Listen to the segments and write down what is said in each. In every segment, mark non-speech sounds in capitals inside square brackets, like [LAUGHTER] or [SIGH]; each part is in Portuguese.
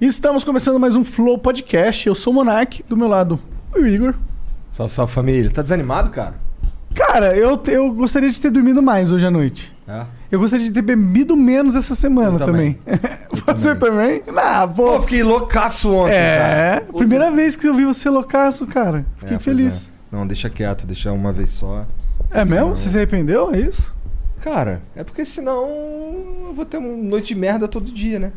Estamos começando mais um Flow Podcast. Eu sou o Monark, do meu lado, o Igor. Salve, salve família. Tá desanimado, cara? Cara, eu, eu gostaria de ter dormido mais hoje à noite. É. Eu gostaria de ter bebido menos essa semana Eu também. também. [LAUGHS] Você também? Ah, Pô, pô. eu fiquei loucaço ontem, cara. É, primeira vez que eu vi você loucaço, cara. É, Fiquei pois feliz. é. Não, deixa quieto, deixa uma vez só. É, mesmo? Senão- Você se arrependeu? É isso? Cara, é porque senão eu vou ter uma noite de merda todo dia, né?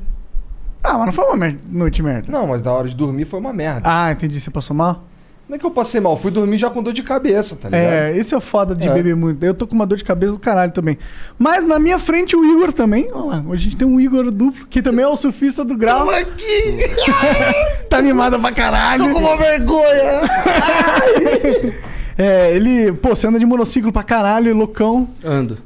Ah, mas não foi uma mer- noite merda. Não, mas na hora de dormir foi uma merda. Ah, entendi. Você passou mal? Não é que eu passei mal, fui dormir já com dor de cabeça, tá ligado? É, esse é o foda de É. beber muito. Eu tô com uma dor de cabeça do caralho também. Mas na minha frente o Igor também. Olha lá, hoje a gente tem um Igor duplo, que também é o surfista do grau. aqui! [LAUGHS] Tá animado pra caralho. uma vergonha! É, ele, pô, você anda de monociclo pra caralho, loucão. Ando.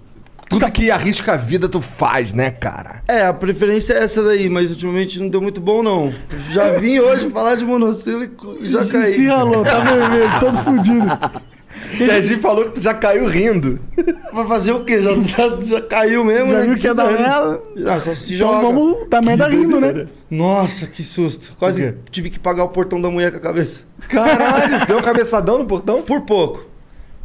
Tudo que arrisca a vida tu faz, né, cara? É, a preferência é essa daí, mas ultimamente não deu muito bom, não. Já vim hoje falar de monocílico e já caí. Se ralou, tá vermelho, todo fudido. Serginho falou que tu já caiu rindo. Vai fazer o quê? Já, já, já caiu mesmo, Já né? viu que ia dar merda? Ah, só se Então joga. vamos dar merda rindo, né? Nossa, que susto. Quase Por quê? tive que pagar o portão da mulher com a cabeça. Caralho, deu um cabeçadão no portão? Por pouco.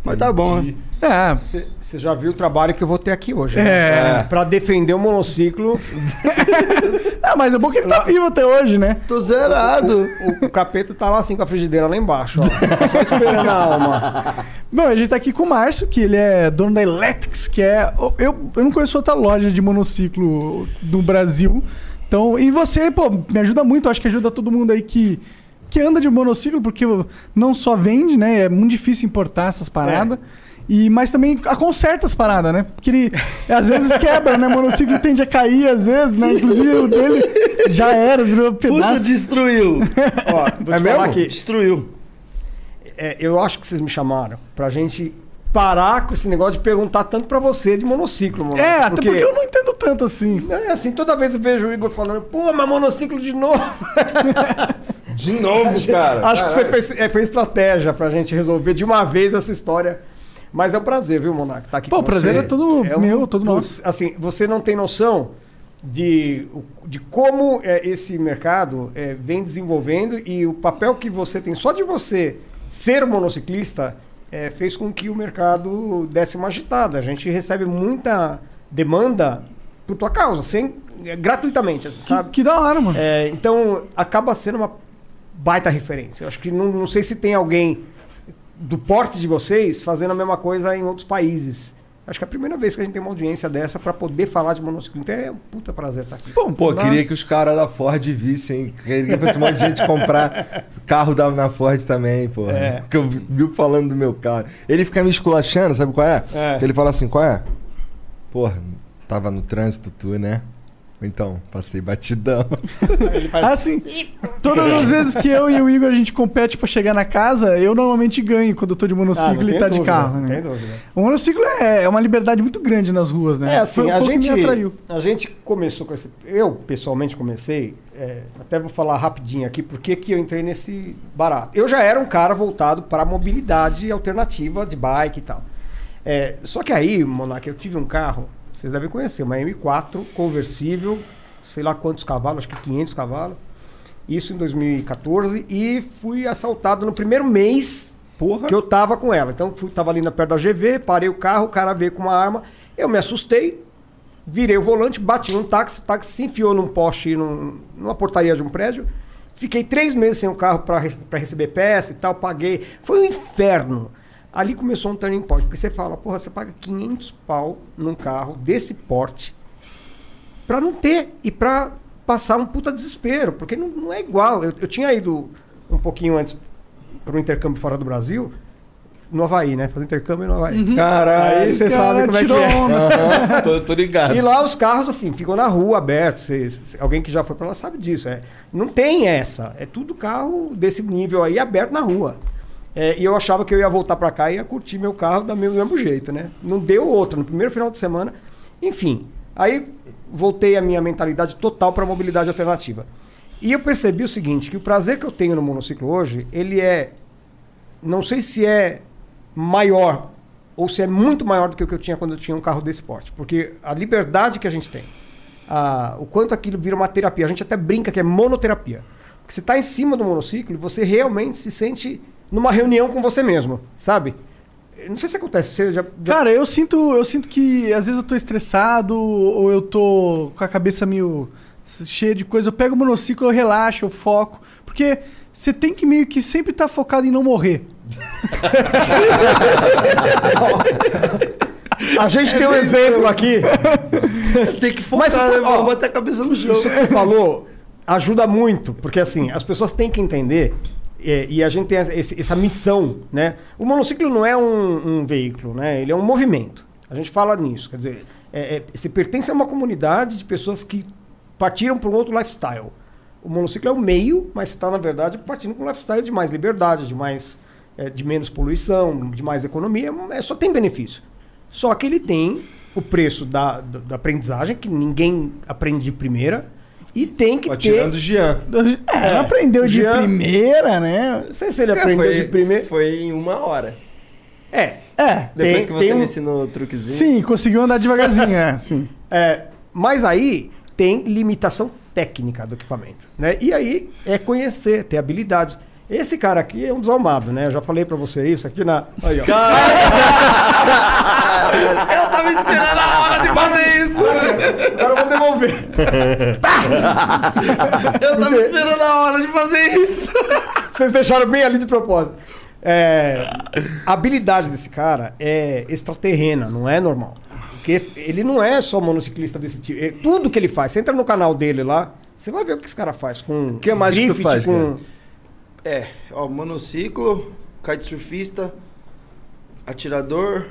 Mas tá bom, né? É, Você já viu o trabalho que eu vou ter aqui hoje. É. Né? Pra defender o monociclo, Ah, mas é bom que ele tá vivo até hoje, né? Tô zerado. o, o capeta tá lá assim com a frigideira lá embaixo, ó. Só esperando a alma. Bom, a gente tá aqui com o Márcio, que ele é dono da Electrics, que é. Eu, eu não conheço outra loja de monociclo do Brasil. Então, e você, pô, me ajuda muito, eu acho que ajuda todo mundo aí que, que anda de monociclo, porque não só vende, né? É muito difícil importar essas paradas. E, mas também a conserta as paradas, né? Porque ele às vezes quebra, né? Monociclo tende a cair, às vezes, né? Inclusive o dele já era, virou Puta, pedaço. destruiu. Ó, vou É te mesmo? falar que Destruiu. é, eu acho que vocês me chamaram pra gente parar com esse negócio de perguntar tanto pra você de monociclo, mano. É, até porque eu não entendo tanto assim. É assim, toda vez eu vejo o Igor falando, pô, mas monociclo de novo. De [LAUGHS] novo, cara. Acho que você fez, é, fez estratégia pra gente resolver de uma vez essa história. Mas é um prazer, viu, Monark? Tá aqui Pô, com o prazer você. um é todo meu, todo nosso. Assim, você não tem noção de, o- de como é, esse mercado é, vem desenvolvendo e o papel que você tem, só de você ser monociclista, é, fez com que o mercado desse uma agitada. A gente recebe muita demanda por tua causa, sem, é, gratuitamente, assim, sabe? Que, que da hora, mano. É, então, acaba sendo uma baita referência. Eu acho que não, não sei se tem alguém do porte de vocês fazendo a mesma coisa em outros países. Acho que é a primeira vez que a gente tem uma audiência dessa pra poder falar de monociclo. Então é um puta prazer estar aqui. Bom, Pô, um queria que os caras da Ford vissem. Queria que fosse um monte de gente comprar carro da, na Ford também, pô. É. Porque eu vi- viu falando do meu carro. Ele fica me esculachando, sabe qual é? É. Ele fala assim, qual é? Porra, tava no trânsito tu, né? Ou Então, passei batidão. Assim, todas as vezes que eu e o Igor a gente compete pra chegar na casa, eu normalmente ganho quando eu tô de Ah, não monociclo e tem tá de dúvida, carro, não né? tem dúvida. O monociclo é, é uma liberdade muito grande nas ruas, né? É, assim, Foi- a, foi o que gente, me atraiu. a gente começou com esse. Eu, pessoalmente, comecei. é, até vou falar rapidinho aqui porque que eu entrei nesse barato. Eu já era um cara voltado para mobilidade alternativa de bike e tal. É, só que aí, Monark, eu tive um carro, vocês devem conhecer, uma M4 conversível, sei lá quantos cavalos, acho que 500 cavalos. Isso em 2014 e fui assaltado no primeiro mês Porra. que eu tava com ela. Então, fui, tava ali na perto da GV, parei o carro, o cara veio com uma arma. Eu me assustei, virei o volante, bati num táxi, o táxi se enfiou num poste, num- numa portaria de um prédio. Fiquei três meses sem o carro para receber peça e tal, paguei. Foi um inferno. Ali começou um turning point, porque você fala, porra, você paga 500 pau num carro desse porte pra não ter e pra passar um puta desespero, porque não, não é igual. Eu, eu tinha ido um pouquinho antes para um intercâmbio fora do Brasil, no Havaí, né? Fazer intercâmbio no Havaí. Uhum. Caralho. Aí você sabe como é que tirou é. onda. [LAUGHS] Aham, tô, tô ligado. E lá os carros, assim, ficam na rua abertos. Cê- cê- alguém que já foi pra lá sabe disso. É, não tem essa. É tudo carro desse nível aí aberto na rua. É, e eu achava que eu ia voltar pra cá e ia curtir meu carro da mesmo, do mesmo jeito, né? Não deu outro. No primeiro final de semana. Enfim. Aí voltei a minha mentalidade total pra mobilidade alternativa. E eu percebi o seguinte, que o prazer que eu tenho no monociclo hoje, ele é não sei se é maior ou se é muito maior do que o que eu tinha quando eu tinha um carro desse porte. Porque a liberdade que a gente tem, a- o quanto aquilo vira uma terapia. A gente até brinca que é monoterapia. Porque você está em cima do monociclo e você realmente se sente numa reunião com você mesmo, sabe? Eu Não sei se acontece, você já... já- Cara, eu sinto, eu sinto que às vezes eu tô estressado ou eu tô com a cabeça meio cheia de coisa. Eu pego o monociclo, eu relaxo, eu foco. Porque você tem que meio que sempre estar focado em não morrer. A gente tem um exemplo aqui. Tem que focar, Mas você sabe- né, mano? ó, Bota a cabeça no chão. Isso que [LAUGHS] você falou ajuda muito, porque assim, as pessoas têm que entender, é, e a gente tem essa, esse- essa missão, né? O monociclo não é um, um veículo, né? Ele é um movimento. A gente fala nisso, quer dizer, é, é, você pertence a uma comunidade de pessoas que partiram para um outro lifestyle. O monociclo é o meio, mas está, na verdade, partindo para um lifestyle de mais liberdade, de mais é, de menos poluição, de mais economia, é, só tem benefício. Só que ele tem o preço da, da, da aprendizagem, que ninguém aprende de primeira, e tem que Ó, ter. tirando o Jean. É, não aprendeu de Jean- primeira, né? Não sei se ele aprendeu de primeira. É, Foi em uma hora. É. É. Depois Tem- que você tem um- me ensinou o truquezinho. Sim, conseguiu andar devagarzinho, é, sim. é, mas aí tem limitação técnica do equipamento. Né? E aí é conhecer, ter habilidade. Esse cara aqui é um desalmado, né? Eu já falei pra você isso aqui na. Aí, ó. Eu tava esperando a hora de fazer isso. Agora eu vou devolver. Eu tava esperando a hora de fazer isso. Vocês deixaram bem ali de propósito. É, a habilidade desse cara é extraterrena, não é normal. Porque ele não é só monociclista desse tipo. É tudo que ele faz. Você entra no canal dele lá, você vai ver o que esse cara faz com. O que mais que tu faz, com... É, ó, monociclo, kitesurfista, atirador,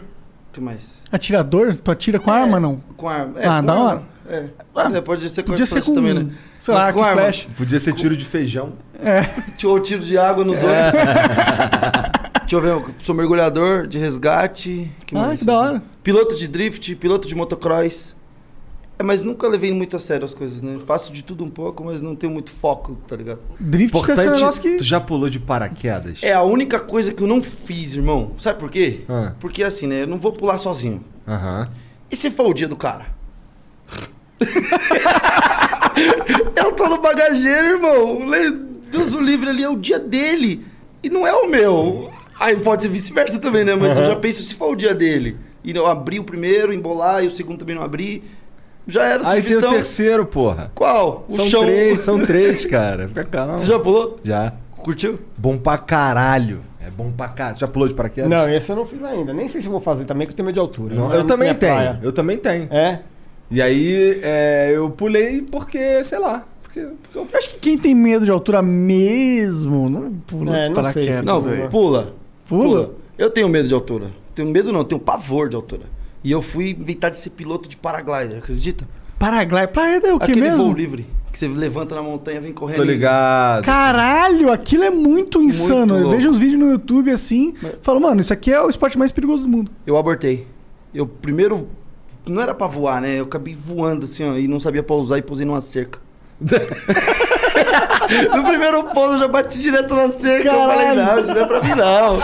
o que mais? É, Atirador? Tu atira É. com arma, não? Com arma. Ah, com da arma. hora. É. Ah, É, pode ser com Podia ser flash com, também, né? sei Mas lá, com com arma. flash. Podia ser tiro de feijão. Ou um tiro de água nos olhos. Deixa eu ver, eu sou mergulhador de resgate. que Ah, mais? que da hora. Piloto de drift, piloto de motocross. É, mas nunca levei muito a sério as coisas, né? Faço de tudo um pouco, mas não tenho muito foco, tá ligado? Drift deve ser um negócio que... Tu já pulou de paraquedas? É a única coisa que eu não fiz, irmão. Sabe por quê? Ah. Porque assim, né? Eu não vou pular sozinho. Aham. E se for o dia do cara? [LAUGHS] eu tô no bagageiro, irmão. Le- Deus o livre ali é o dia dele. E não é o meu. Aí pode ser vice-versa também, né? Mas eu já penso se for o dia dele. E eu abri o primeiro, embolar, e o segundo também não abri. Já era, Aí tem o surfistão. terceiro, porra. Qual? O são chão. três, são três, cara. Fica calmo. [LAUGHS] Você já pulou? Já. Curtiu? Bom pra caralho. É bom pra caralho. Já pulou de paraquedas? Não, esse eu não fiz ainda. Nem sei se eu vou fazer também, porque eu tenho medo de altura. Não, Não é eu também minha tenho. praia. Eu também tenho. É? E aí é, eu pulei porque, sei lá. Porque, porque eu... Eu acho que quem tem medo de altura mesmo não pula É, de não sei paraquedas. se Não, Pulou. pula. Pula? Eu tenho medo de altura. Tenho medo não, tenho pavor de altura. E eu fui inventar de ser piloto de paraglider, acredita? Paraglide. Paraglide é o que Aquele mesmo? voo livre, que você levanta na montanha e vem correndo. Tô ligado. Caralho, aquilo é muito insano. eu louco. vejo uns vídeos no YouTube assim, falo, mano, isso aqui é o esporte mais perigoso do mundo. Eu abortei. Eu primeiro... Não era pra voar, né? Eu acabei voando assim, ó, e não sabia pousar e pousei numa cerca. [LAUGHS] no primeiro pouso eu já bati direto na cerca. Eu falei, Caralho. não, isso não é pra [LAUGHS] mim não.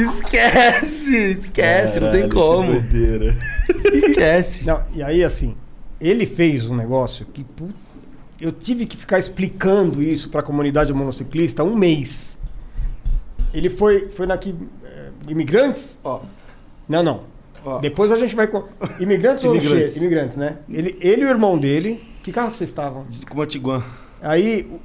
esquece, É, esquece, é, não tem como. [LAUGHS] Esquece. Não, e aí, assim, ele fez um negócio que puta, eu tive que ficar explicando isso pra comunidade monociclista um mês. Ele foi, foi na que. eh, imigrantes? Ó, Não, não. Ó. Depois a gente [LAUGHS] vai com. Imigrantes ou Imigrantes. Rocher? Imigrantes, né? Ele, ele e o irmão dele. Que carro que vocês estavam? Com uma tiguan. Aí. o-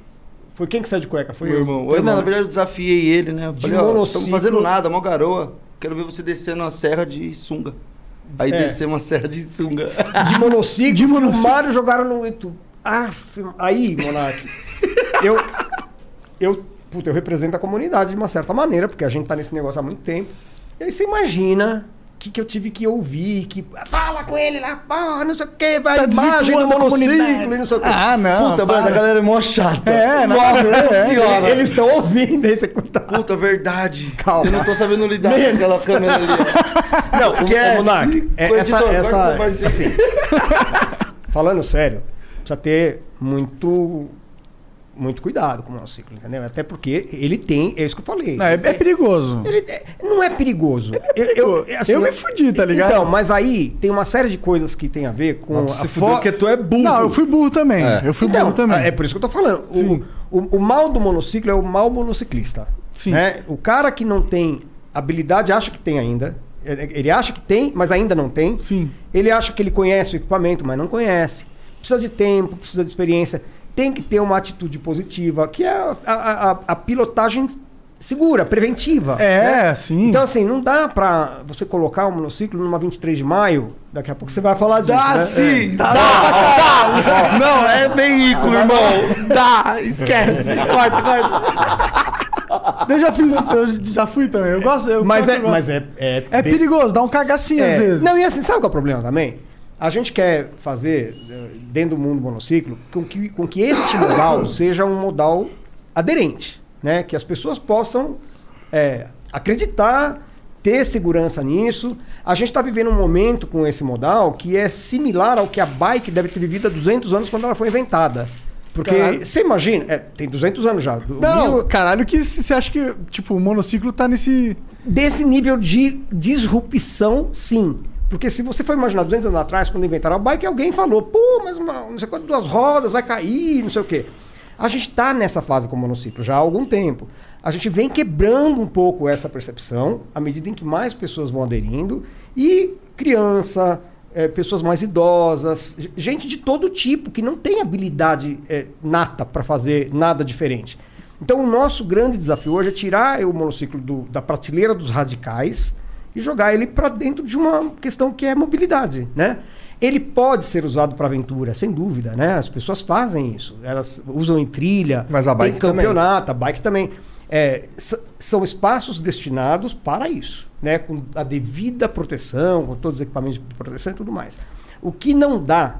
Foi quem que saiu de cueca? Foi Meu eu. irmão. Foi Eu, irmão, não, na né? verdade, eu desafiei ele, né? Falei, ó, estamos monociclo. fazendo nada, mó garoa. Quero ver você descendo a serra de sunga. Aí É. descemos a serra de sunga. [LAUGHS] De monociclo, De monociclo. filmaram e jogaram no YouTube. Ah, film- aí, Monark, eu, eu, puta, eu represento a comunidade de uma certa maneira, porque a gente tá nesse negócio há muito tempo. E aí você imagina o que, que eu tive que ouvir, que fala com ele lá, porra, não sei o que, vai, Tá imagem do desvirtuando a monociclo é comunidade. e não sei o que. Ah, não. Puta, mano, a galera é mó chata. É, não, Nossa é, senhora. Eles estão ouvindo, aí você conta. Puta, verdade. Calma. Eu não tô sabendo lidar Menos. com aquela câmera ali. Não, Esquece. o Monark, é, Ô, essa, editor, essa, corta, corta. assim, falando sério, precisa ter muito, muito cuidado com o monociclo, entendeu? Até porque ele tem, é isso que eu falei. Não, é, é perigoso. Ele é- não é perigoso. Eu, assim, perigoso. Eu me fudi, tá ligado? Então, mas aí tem uma série de coisas que tem a ver com Tu se a fudeu fo- porque tu é burro. Não, eu fui burro também. Eu fui Então, burro também. É por isso que eu tô falando. Sim. O, o, o mal do monociclo é o mal monociclista. Sim. né? O cara que não tem habilidade acha que tem ainda. Ele ele acha que tem, mas ainda não tem. Sim. Ele acha que ele conhece o equipamento, mas não conhece. Precisa de tempo, precisa de experiência. Tem que ter uma atitude positiva, que é a, a- a- a pilotagem segura, preventiva. É, né? sim. Então, assim, não dá pra você colocar um monociclo numa 23 de maio. Daqui a pouco você vai falar disso. Dá Ah, né? sim, dá, dá, Não, é veículo, irmão. Dá, esquece. Corta, corta. Eu já fiz isso, eu já fui também. Eu gosto. Eu Mas, pior é, que eu gosto. mas é, é, É bem- perigoso, dá um cagacinho É. às vezes. Não, e assim, sabe qual é o problema também? A gente quer fazer, eh, dentro do mundo monociclo, com que, com que [COUGHS] este modal seja um modal aderente, né? Que as pessoas possam eh, acreditar, ter segurança nisso. A gente está vivendo um momento com esse modal que é similar ao que a bike deve ter vivido há 200 anos quando ela foi inventada. Porque, Caralho. você imagina, é, tem 200 anos já. do Não, mil- caralho, que se- você acha que, tipo, o monociclo tá nesse. desse nível de disrupção, sim. Porque se você for imaginar 200 anos atrás, quando inventaram a bike, alguém falou, pô, mas uma, não sei quanto, duas rodas, vai cair, não sei o quê. A gente está nessa fase com o monociclo já há algum tempo. A gente vem quebrando um pouco essa percepção à medida em que mais pessoas vão aderindo e criança, eh, pessoas mais idosas, g- gente de todo tipo que não tem habilidade eh, nata para fazer nada diferente. Então, o nosso grande desafio hoje é tirar o monociclo do- da prateleira dos radicais e jogar ele para dentro de uma questão que é mobilidade, né? Ele pode ser usado para aventura, sem dúvida, né? As pessoas fazem isso, elas usam em trilha, Mas a bike tem também. campeonato, a bike também. É, s- são espaços destinados para isso, né? Com a devida proteção, com todos os equipamentos de proteção e tudo mais. O que não dá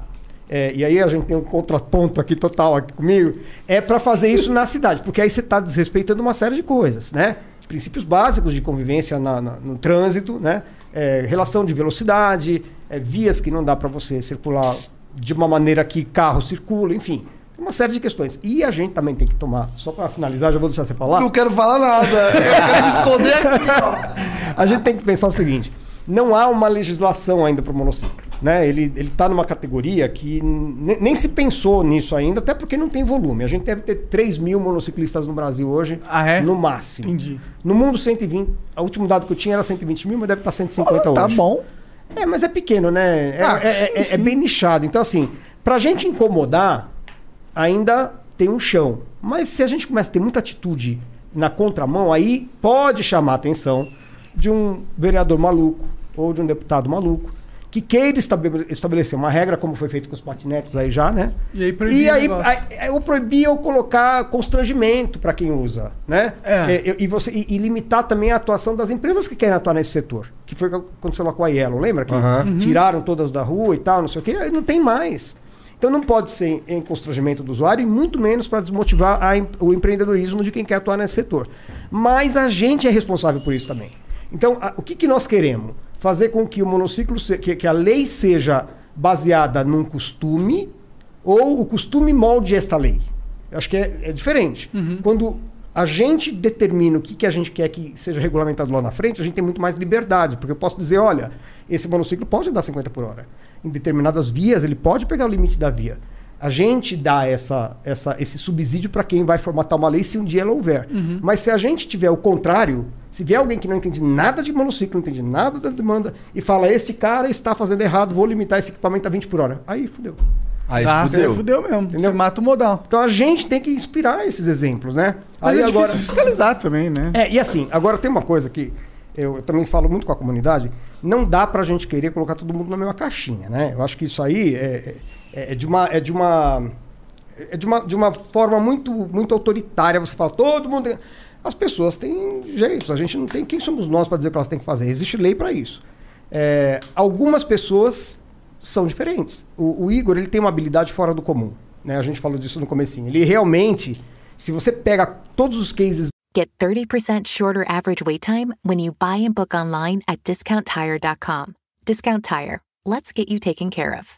é, e aí a gente tem um contraponto aqui total aqui comigo, é para fazer isso na cidade, porque aí você está desrespeitando uma série de coisas, né? Princípios básicos de convivência na- na- no trânsito, né? É, relação de velocidade, é, vias que não dá para você circular de uma maneira que carro circula, enfim, uma série de questões. E a gente também tem que tomar, só para finalizar, já vou deixar você falar. Não quero falar nada. Eu quero me esconder aqui, ó. A gente tem que pensar o seguinte: não há uma legislação ainda para o monociclo. Né? Ele está numa categoria que ne- nem se pensou nisso ainda, até porque não tem volume. A gente deve ter 3 mil monociclistas no Brasil hoje, Ah, é? no máximo. Entendi. No mundo, 120. O último dado que eu tinha era 120 mil, mas deve estar 150 hoje. tá bom. É, mas é pequeno, né? É, Ah, é- é- sim, é sim. bem nichado. Então, assim, pra gente incomodar, ainda tem um chão. Mas se a gente começa a ter muita atitude na contramão, aí pode chamar a atenção de um vereador maluco ou de um deputado maluco que queira estabe- estabelecer uma regra, como foi feito com os patinetes aí já, né? E aí proibir E o aí, negócio. aí- aí é, eu proibir ou colocar constrangimento pra quem usa, né? É. É, eu- e, você, e, e limitar também a atuação das empresas que querem atuar nesse setor. Que foi o que aconteceu lá com a Yellow, lembra? Que tiraram todas da rua e tal, não sei o quê. Aí não tem mais. Então não pode ser em constrangimento do usuário e muito menos para desmotivar a em- o empreendedorismo de quem quer atuar nesse setor. Mas a gente é responsável por isso também. Então, a- o que, que nós queremos? Fazer com que o monociclo, se- que- que a lei seja baseada num costume ou o costume molde esta lei. Eu acho que é, é diferente. Quando a gente determina o que, que a gente quer que seja regulamentado lá na frente, a gente tem muito mais liberdade, porque eu posso dizer, olha, esse monociclo pode andar 50 por hora. Em determinadas vias, ele pode pegar o limite da via. A gente dá essa, essa, esse subsídio para quem vai formatar uma lei se um dia ela houver. Mas se a gente tiver o contrário, se vier alguém que não entende nada de monociclo, não entende nada da demanda, e fala, este cara está fazendo errado, vou limitar esse equipamento a 20 por hora. Aí fudeu. Aí Ah, fudeu. fudeu mesmo. Você mata o modal. Então a gente tem que inspirar esses exemplos, né? Mas Aí é agora. difícil fiscalizar também, né? É, e assim, agora tem uma coisa que eu, eu também falo muito com a comunidade, não dá pra gente querer colocar todo mundo na mesma caixinha, né? Eu acho que isso aí é, é- é de uma... É de uma é de uma, de uma forma muito, muito autoritária. Você fala, todo mundo. tem-" As pessoas têm jeitos. A gente não tem. Quem somos nós para dizer o que elas têm que fazer? Existe lei para isso. É, algumas pessoas são diferentes. O, o Igor ele tem uma habilidade fora do comum. Né? A gente falou disso no comecinho. Ele realmente, se você pega todos os cases Get 30% shorter average wait time when you buy and book online at discounttire.com. Discount Tire. Let's get you taken care of.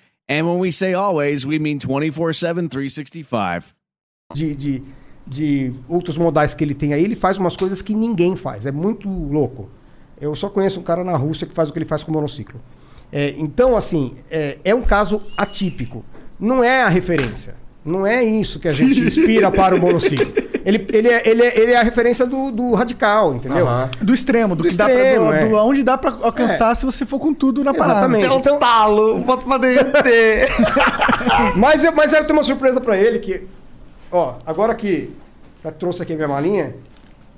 And when we say always, we mean 24 7, 365. de, de, de outros modais que ele tem aí, ele faz umas coisas que ninguém faz. É muito louco. Eu só conheço um cara na Rússia que faz o que ele faz com monociclo. É, então, assim, é, é um caso atípico. Não é a referência. Não é isso que a [LAUGHS] gente inspira para o monociclo. Ele, ele, é, ele, é, ele é a referência do, do radical, entendeu? Do extremo, do, É. Do que extremo, dá pra. é. Do, do aonde dá pra alcançar se você for com tudo na parada. Exatamente. É um Então- talo, bota pra derreter. tá. Mas, eu, mas eu tenho uma surpresa pra ele que. Ó, agora que já trouxe aqui a minha malinha,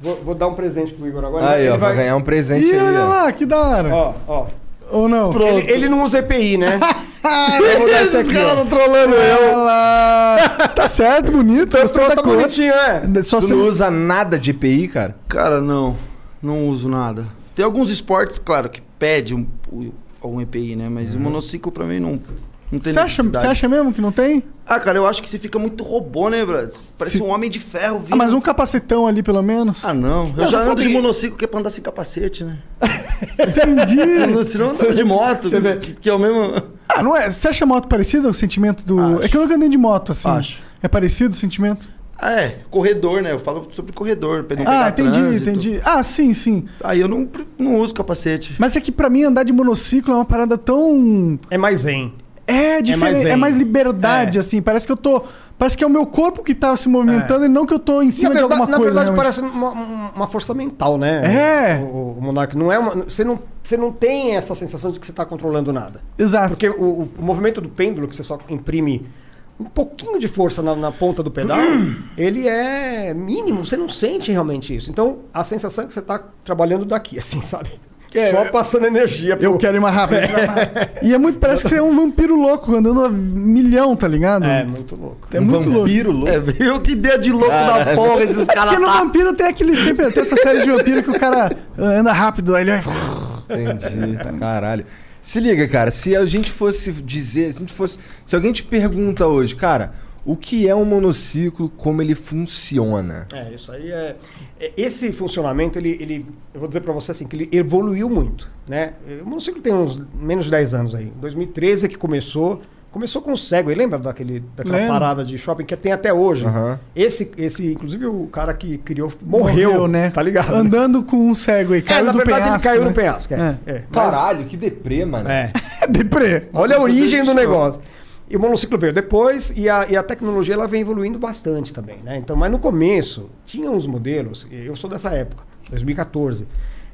vou, vou dar um presente pro Igor agora. Aí, Ele ó, vai ganhar um presente Ih, aí, olha ó. lá, que da hora. Ó, ó. Ou não? Ele, ele não usa EPI, [LAUGHS] né? eu vou dar esse aqui. ó. trolando Olha lá. Tá certo, bonito. Esse gostei da troço tá cor. bonitinho, né? Só Tu se... não usa nada de EPI, cara? Cara, não. Não uso nada. Tem alguns esportes, claro, que pede um, um EPI, né? Mas o monociclo pra mim não, não tem Uhum. Você acha, necessidade. você acha mesmo que não tem? Ah, cara, eu acho que você fica muito robô, né, Brad? Parece Se- um homem de ferro vivo. Ah, mas um capacetão ali, pelo menos. Ah, não. Eu Não, já você ando sabe de que- monociclo que é pra andar sem capacete, né? [LAUGHS] Entendi. Se não, eu andava de moto, que, que é o mesmo... ah, não é? Você acha a moto parecida o sentimento do. É que eu nunca andei de moto, assim. Acho. É parecido o sentimento? Ah, é. Corredor, né? Eu falo sobre corredor, pra não ah, pegar entendi, trânsito. entendi. Ah, sim, sim. Aí eu não, não uso capacete. Mas é que pra mim andar de monociclo é uma parada tão. É mais zen. É diferente. É mais, zen. liberdade, É. assim. Parece que eu tô. Parece que é o meu corpo que tá se movimentando e não que eu tô em Na cima de verdade, alguma na coisa. né? verdade, realmente. parece uma, uma força mental, né? É. O, o- o Monark. Não é uma, você, não, você não tem essa sensação de que você tá controlando nada. Exato. Porque o, o- o movimento do pêndulo, que você só imprime um pouquinho de força na, na ponta do [CLEARS THROAT] pedal, ele é mínimo. Você não sente realmente isso. Então, a sensação é que você tá trabalhando daqui, [LAUGHS] assim, sabe? só passando É, energia. Eu pro- quero ir mais rápido. E é muito. Parece que você é um vampiro louco andando a milhão, tá ligado? É, muito louco. É muito louco. [LAUGHS] É, viu que ideia de louco da porra esses caras Porque no tá. vampiro tem aquele sempre, tem essa série de vampiro que o cara anda rápido, aí ele vai. Entendi. [LAUGHS] Caralho. Se liga, cara, se a gente fosse dizer, se a gente fosse. Se alguém te pergunta hoje, cara, o que é um monociclo, como ele funciona? É, isso aí é. é- Esse funcionamento, ele, ele eu vou dizer para você assim, que ele evoluiu muito, né? O monociclo tem uns menos de 10 anos aí. 2013 é que começou. Começou com o cego, e lembra daquele, daquela Lembro. parada de shopping que tem até hoje? Aham. Esse, esse, inclusive, o cara que criou morreu, né? Tá ligado? né? Andando com um cego aí, [LAUGHS] É, caiu na do verdade, penhasco, ele caiu né? no penhasco. É, É. é. Mas- Caralho, que deprê, mano. É. É [LAUGHS] deprê. Olha a origem do disso, não. negócio. E o monociclo veio depois e a, e a tecnologia ela vem evoluindo bastante também, né? Então, mas no começo tinha uns modelos, eu sou dessa época, 2014,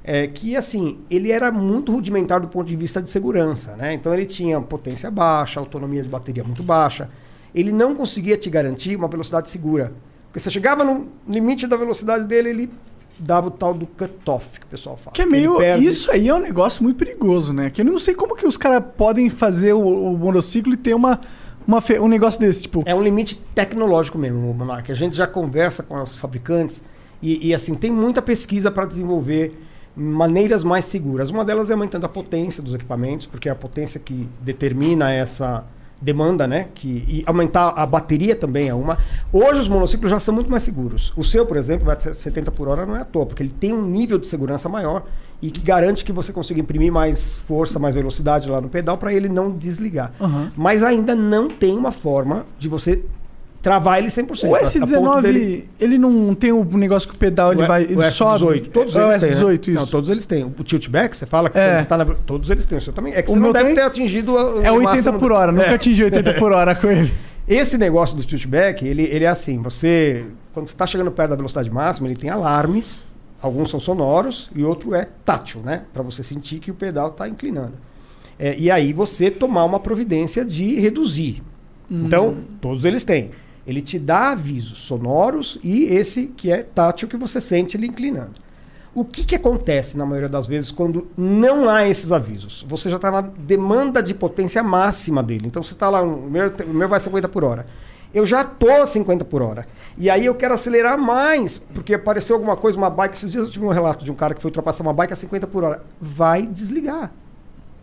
é, que assim ele era muito rudimentar do ponto de vista de segurança, né? Então ele tinha potência baixa, autonomia de bateria muito baixa, ele não conseguia te garantir uma velocidade segura. Porque você chegava no limite da velocidade dele, ele dava o tal do cut-off, que o pessoal fala. Que é ele meio. perde- Isso aí é um negócio muito perigoso, né? Que eu não sei como que os caras podem fazer o, o monociclo e ter uma, uma fe- um negócio desse. Tipo, É um limite tecnológico mesmo, Monark. A gente já conversa com os fabricantes e, e, assim, tem muita pesquisa para desenvolver maneiras mais seguras. Uma delas é aumentando a potência dos equipamentos, porque é a potência que determina essa demanda, né? Que, e aumentar a bateria também é uma. Hoje os monociclos já são muito mais seguros. O seu, por exemplo, vai até 70 por hora não é à toa, porque ele tem um nível de segurança maior e que garante que você consiga imprimir mais força, mais velocidade lá no pedal para ele não desligar Aham. mas ainda não tem uma forma de você travar ele 100%. o a- a Tá, ponto S19, dele- ele não tem o negócio que o pedal ele o- vai. o Ele S18, sobe. todos é o eles têm, né? S18, isso. Não, todos eles têm. O tilt back, você fala que É. quando você tá na... todos eles têm, o seu também. É que O você não meu deve tem- ter atingido a- É o 80 máximo por do- hora, nunca É. atingi 80 por hora com [LAUGHS] ele. Esse negócio do tiltback, ele, ele é assim, você quando você está chegando perto da velocidade máxima, ele tem alarmes, alguns são sonoros e outro é tátil, né, para você sentir que o pedal está inclinando. É, e aí você tomar uma providência de reduzir. Então, todos eles têm. Ele te dá avisos sonoros e esse que é tátil que você sente ele inclinando. O que, que acontece na maioria das vezes quando não há esses avisos? Você já está na demanda de potência máxima dele. Então você está lá, o meu, o meu vai 50 por hora. Eu já tô a 50 por hora. E aí eu quero acelerar mais, porque apareceu alguma coisa, uma bike. Esses dias eu tive um relato de um cara que foi ultrapassar uma bike a 50 por hora. Vai desligar.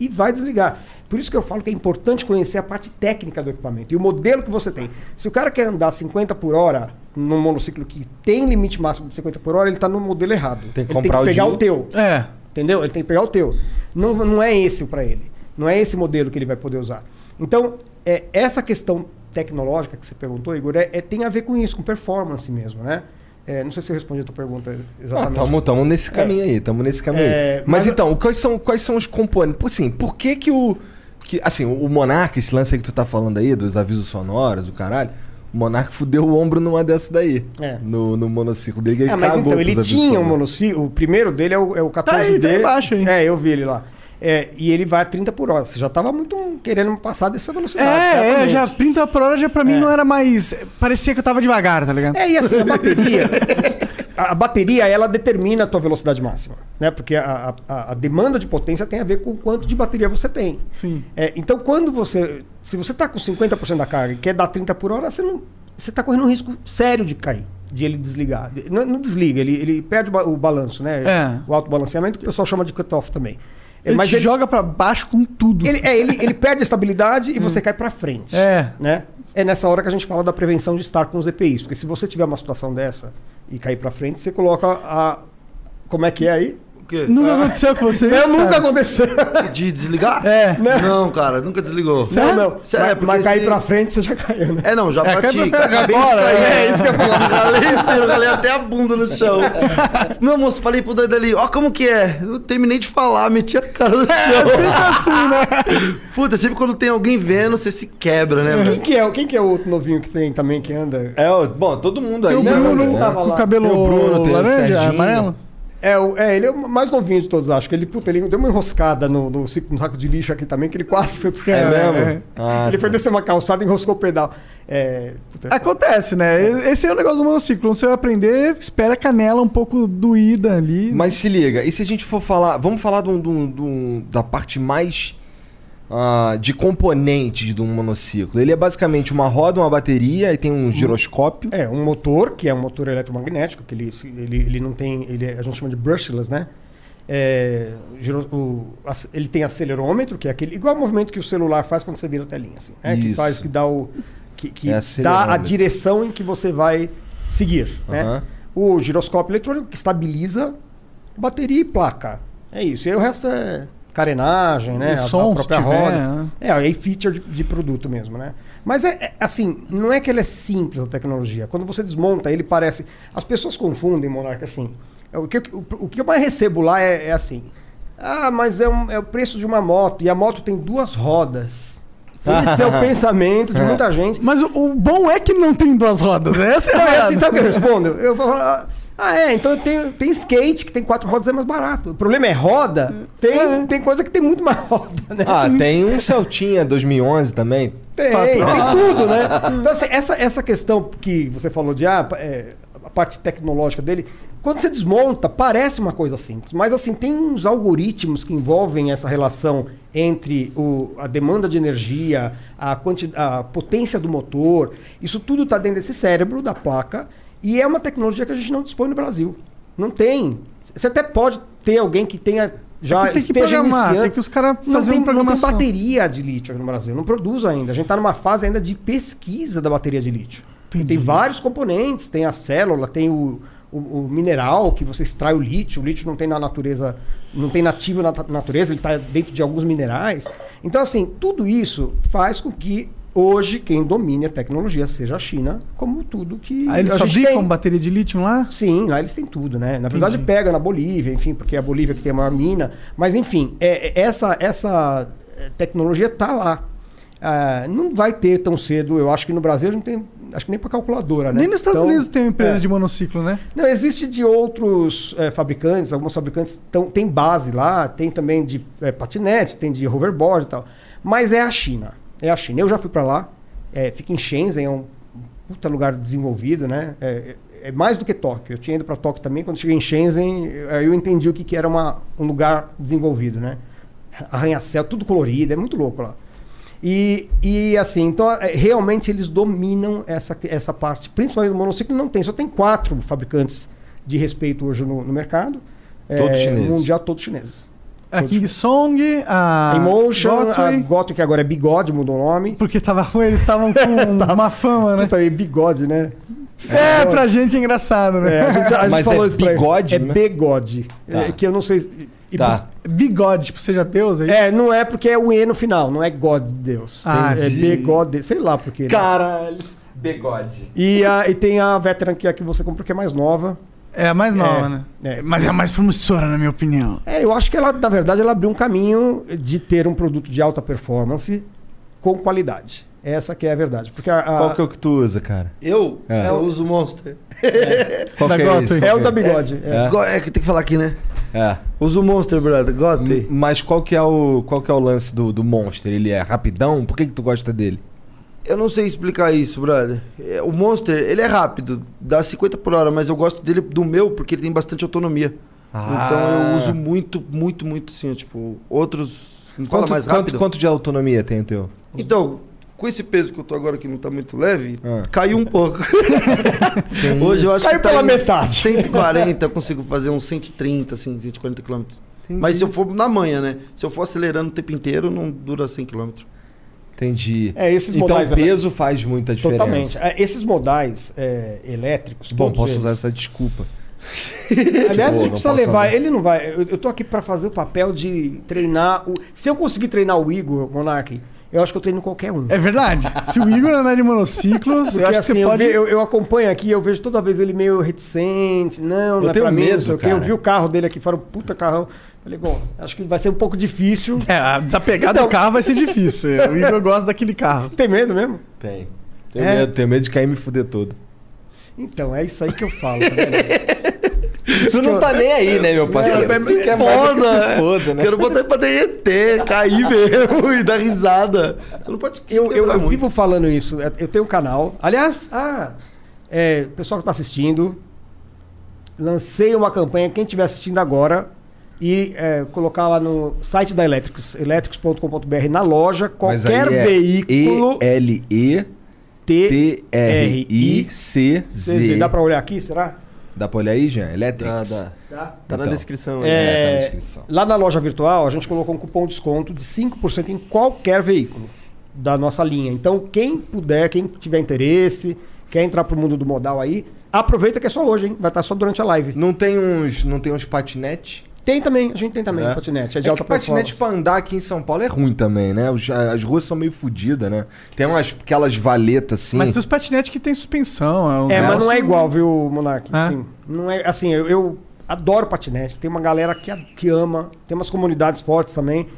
E vai desligar. Por isso que eu falo que é importante conhecer a parte técnica do equipamento e o modelo que você tem. Se o cara quer andar 50 por hora num monociclo que tem limite máximo de 50 por hora, ele está no modelo errado. Tem que ele tem comprar que o pegar de- o teu. É. Entendeu? Ele tem que pegar o teu. Não, não é esse para ele. Não é esse modelo que ele vai poder usar. Então, é, essa questão tecnológica que você perguntou, Igor, é, é- tem a ver com isso, com performance mesmo, né? É, não sei se eu respondi a tua Ah, pergunta tá exatamente. Estamos nesse caminho aí, estamos nesse caminho É, aí. É. Mas, mas- então, quais são, quais são os componentes? Por- Assim, por que que o... Que, assim, o Monark, esse lance aí que tu tá falando aí, dos avisos sonoros, o caralho... O Monark fudeu o ombro numa dessa daí. É. No, no monociclo dele, que ele Ah, mas cagou então, pros ele avisos tinha um sonoros. monociclo. O primeiro dele é o, é o 14D. aí, tá aí embaixo aí. É, eu vi ele lá. É, e ele vai a 30 por hora. Você já estava muito querendo passar dessa velocidade. É, é, certamente. já 30 por hora já pra mim não era mais. Parecia que eu tava devagar, tá ligado? É, e assim, a bateria. A a bateria, ela determina a tua velocidade máxima, né? Porque a, a- a- a demanda de potência tem a ver com o quanto de bateria você tem. Sim. É, então, quando você... Se você está com 50% da carga e quer dar 30 por hora, você não... Você está correndo um risco sério de cair, de ele desligar. De- Não, não desliga, ele, ele perde o ba- o balanço, né? É. O autobalanceamento, que o pessoal chama de cut-off também. É, Ele mas te ele- joga pra baixo com tudo. ele, é, ele, ele perde a estabilidade e você cai pra frente. É. Né? É nessa hora que a gente fala da prevenção de estar com os EPIs. Porque se você tiver uma situação dessa e cair pra frente, você coloca a. Como é que é aí? O quê? Nunca aconteceu com você Não, isso, nunca cara? aconteceu. De desligar? Né? É. Não, cara, nunca desligou. [LAUGHS] Não, não. Sério, mas, é porque mas cair se- pra frente, você já caiu, né? É, não, já É, bati. cai pra frente, acabei bora, de cair. é, é isso que eu ia [LAUGHS] falar. Ralei inteiro, ralei até a bunda no chão. Não, moço, falei pro doido ali, ó como que é. Eu terminei de falar, meti a cara no É, chão. assim, né? Puta, sempre quando tem alguém vendo, você se quebra, né, [LAUGHS] Quem mano? que é, quem que é o outro novinho que tem também que anda? É, ó, bom, todo mundo aí. Tem o né, Bruno tá mano? tava com o lá. cabelo Tem o Bruno, tem o laranja, Serginho. amarelo. É, o- é, ele é o mais novinho de todos, acho que ele, puta, ele deu uma enroscada no, no, ciclo- no saco de lixo aqui também, que ele quase foi pro É mesmo? Ah, né? ele foi tá. descer uma calçada e enroscou o pedal. É, puta, Acontece, né? Esse é o negócio do monociclo. Quando você vai aprender, espera a canela um pouco doída ali. Mas se liga, e se a gente for falar. Vamos falar de um- de um- de um- da parte mais. ah, de componentes de um monociclo. Ele é basicamente uma roda, uma bateria e tem um giroscópio. É, um motor, que é um motor eletromagnético, que ele, se- ele, ele não tem. Ele, é- a gente chama de brushless, né? É, giro- o- ac- ele tem acelerômetro, que é aquele. Igual o movimento que o celular faz quando você vira a telinha, assim, né? Que Isso. faz, que dá o. Que, que É dá a acelerômetro. direção em que você vai seguir. Aham. Né? O giroscópio eletrônico que estabiliza bateria e placa. É isso. E aí o resto é carenagem, né? E A- a som, se própria tiver, roda. né? É, aí feature de, de produto mesmo, né? Mas é, é, assim, não é que ela é simples a tecnologia. Quando você desmonta, ele parece. As pessoas confundem, Monarca, assim. É, O que, eu- o, o que eu mais recebo lá é, é assim. Ah, mas é, um- é o preço de uma moto. E a moto tem [LAUGHS] duas rodas. Esse é o pensamento de muita gente. Mas o, o bom é que não tem duas rodas. Essa é Não, a é parada. assim, sabe o que eu respondo? Eu falo, ah, Ah, é, então eu tenho, tem skate que tem quatro rodas, é mais barato. O problema é roda, tem, tem coisa que tem muito mais roda, né? Ah, tem um Celtinha 2011 também. Tem, tem tudo, né? Então, assim, essa, essa questão que você falou de ah, é, a parte tecnológica dele, quando você desmonta, parece uma coisa simples. Mas, assim, tem uns algoritmos que envolvem essa relação entre o, a demanda de energia, a, quanti, a potência do motor. Isso tudo está dentro desse cérebro da placa. E é uma tecnologia que a gente não dispõe no Brasil. Não tem. Você até pode ter alguém que tenha já É que tem que esteja programar, iniciando. tem que os caras Não fazerem tem- uma programação. Não tem bateria de lítio aqui no Brasil, não produz ainda. A gente está numa fase ainda de pesquisa da bateria de lítio. E Tem vários componentes, tem a célula, tem o, o, o mineral que você extrai o lítio. O lítio não tem na natureza, não tem nativo na ta- natureza, ele está dentro de alguns minerais. Então, assim, tudo isso faz com que hoje quem domine a tecnologia seja a China, como tudo que Aí Ah, eles a gente fabricam tem. bateria de lítio lá? Sim, lá eles têm tudo, né? Na verdade, pega na Bolívia, enfim, porque é a Bolívia que tem a maior mina. Mas, enfim, é, é- essa, essa eh, tecnologia tá lá. Ah, não vai ter tão cedo, eu acho que no Brasil a gente não tem. Acho que nem para calculadora, né? Nem nos Estados Então, Unidos tem uma empresa é. de monociclo, né? Não, existe de outros eh, fabricantes, alguns fabricantes tão, tem base lá, tem também de eh, patinete, tem de hoverboard e tal. Mas é a China. É a China. Eu já fui para lá, eh, fica em Shenzhen, é um puta lugar desenvolvido, né? É, é- é mais do que Tóquio. Eu tinha ido para Tóquio também, quando cheguei em Shenzhen, eu- aí eu entendi o que, que era uma, um lugar desenvolvido, né? Arranha-céu, tudo colorido, é muito louco lá. E, e assim, então eh, realmente eles dominam essa, essa parte, principalmente do monociclo, não tem, só tem quatro fabricantes de respeito hoje no, no mercado. É, Todos chineses. Mundial, todos chineses. A King Song, a. A Emotion, a Gotway, Goto, que agora é Bigode, mudou o nome. Porque tava [LAUGHS] ruim, eles estavam [LAUGHS] com uma fama, né? Puta, aí, Bigode, né? É, pra gente é engraçado, É, a né? gente, a gente Mas falou é isso pra ele. bigode, É né? bigode. Tá. É, que eu não sei. se- e Tá. Bigode, tipo, seja Deus aí. por- É, não é porque é o E no final, não é God de Deus. Ah, Tem- é entendi. bigode, sei lá porque. né? Caralho. Bigode. E, a- e tem a Veteran, que é a que você comprou, que é mais nova. É a mais nova, né? é. Mas é a mais promissora, na minha opinião. É, eu acho que ela, na verdade, ela abriu um caminho de ter um produto de alta performance com qualidade. Essa que é a verdade. Porque a, a- Qual que é o que tu usa, cara? Eu? É. Eu uso Monster. Qual Da que é Gotham. esse? é Qual o da bigode. é. É. Go- É que tem que falar aqui, né? que é? Uso Monster, brother. Gote. Mas qual que é o, qual que é o lance do, do Monster? Ele é rapidão? Por que que tu gosta dele? Eu não sei explicar isso, brother. É, O Monster, ele é rápido, dá 50 por hora, mas eu gosto dele do meu porque ele tem bastante autonomia. Então eu uso muito, muito, muito sim. Tipo, outros. Não fala Quanto, mais quanto- rápido. quanto de autonomia tem o teu? Então, com esse peso que eu tô agora, que não tá muito leve, Ah. caiu um pouco. Hoje eu acho Caiu que tá pela em metade. 140, eu consigo fazer uns 130, assim, 140 km. Mas se eu for na manhã, né? Se eu for acelerando o tempo inteiro, não dura 100 km. Entendi. É, esses então né? modais, o peso faz muita diferença. Totalmente. É, Esses modais é, elétricos. Bom, todos posso usar eles. essa desculpa. Tipo, Aliás, a não gente precisa posso levar. andar. Ele não vai. Eu, eu tô aqui pra fazer o papel de treinar. O, se eu conseguir treinar o Igor Monark, eu acho que eu treino qualquer um. É verdade. Se o Igor andar de monociclo, Porque eu acho assim, que você eu, pode. ve- eu- eu acompanho aqui, eu vejo toda vez ele meio reticente. Não, não é tenho pra mim, não medo, sei o quê. cara. Eu vi o carro dele aqui, fora um puta carrão. Falei, bom, acho que vai ser um pouco difícil. [LAUGHS] É, a desapegar Então- do carro vai ser difícil. O Igor gosta daquele carro. Você tem medo mesmo? Tem. Tenho, É. medo, tenho medo de cair e me fuder todo. Então, é isso aí que eu falo, tá vendo? Tu não tá nem aí, né, É, meu parceiro? mas- Você quer mais é que se foda, né? Quero botar ele pra derreter, cair mesmo [LAUGHS] e dar risada. Você não pode eu, eu, eu muito. vivo falando isso. Eu tenho um canal. Aliás, ah, é, pessoal que está assistindo, lancei uma campanha. Quem estiver assistindo agora e é, colocar lá no site da Electrics, electrics.com.br, na loja, Mas aí qualquer é veículo T-R-I-C. E-L-E-T-R-I-C-Z. Dá para olhar aqui, será? Dá pra olhar aí, Jean? Tá, Electrics. tá. Tá. Tá na Então. descrição aí. É, tá na É, descrição. lá na loja virtual, a gente colocou um cupom de desconto de 5% em qualquer veículo da nossa linha. Então, quem puder, quem tiver interesse, quer entrar pro mundo do modal aí, aproveita que é só hoje, hein? Vai estar só durante a live. Não tem uns, não tem uns patinete? Tem também, a gente tem também É. patinete. É É de que alta patinete performance. pra andar aqui em São Paulo é ruim também, né? Os- As ruas são meio fodidas, né? Tem umas aquelas valetas assim. Mas tem os patinetes que tem suspensão. um É, mas negócio- não é igual, viu, Monark? É? Sim. Não é, assim, eu, eu adoro patinete. Tem uma galera que, a- que ama, tem umas comunidades fortes também.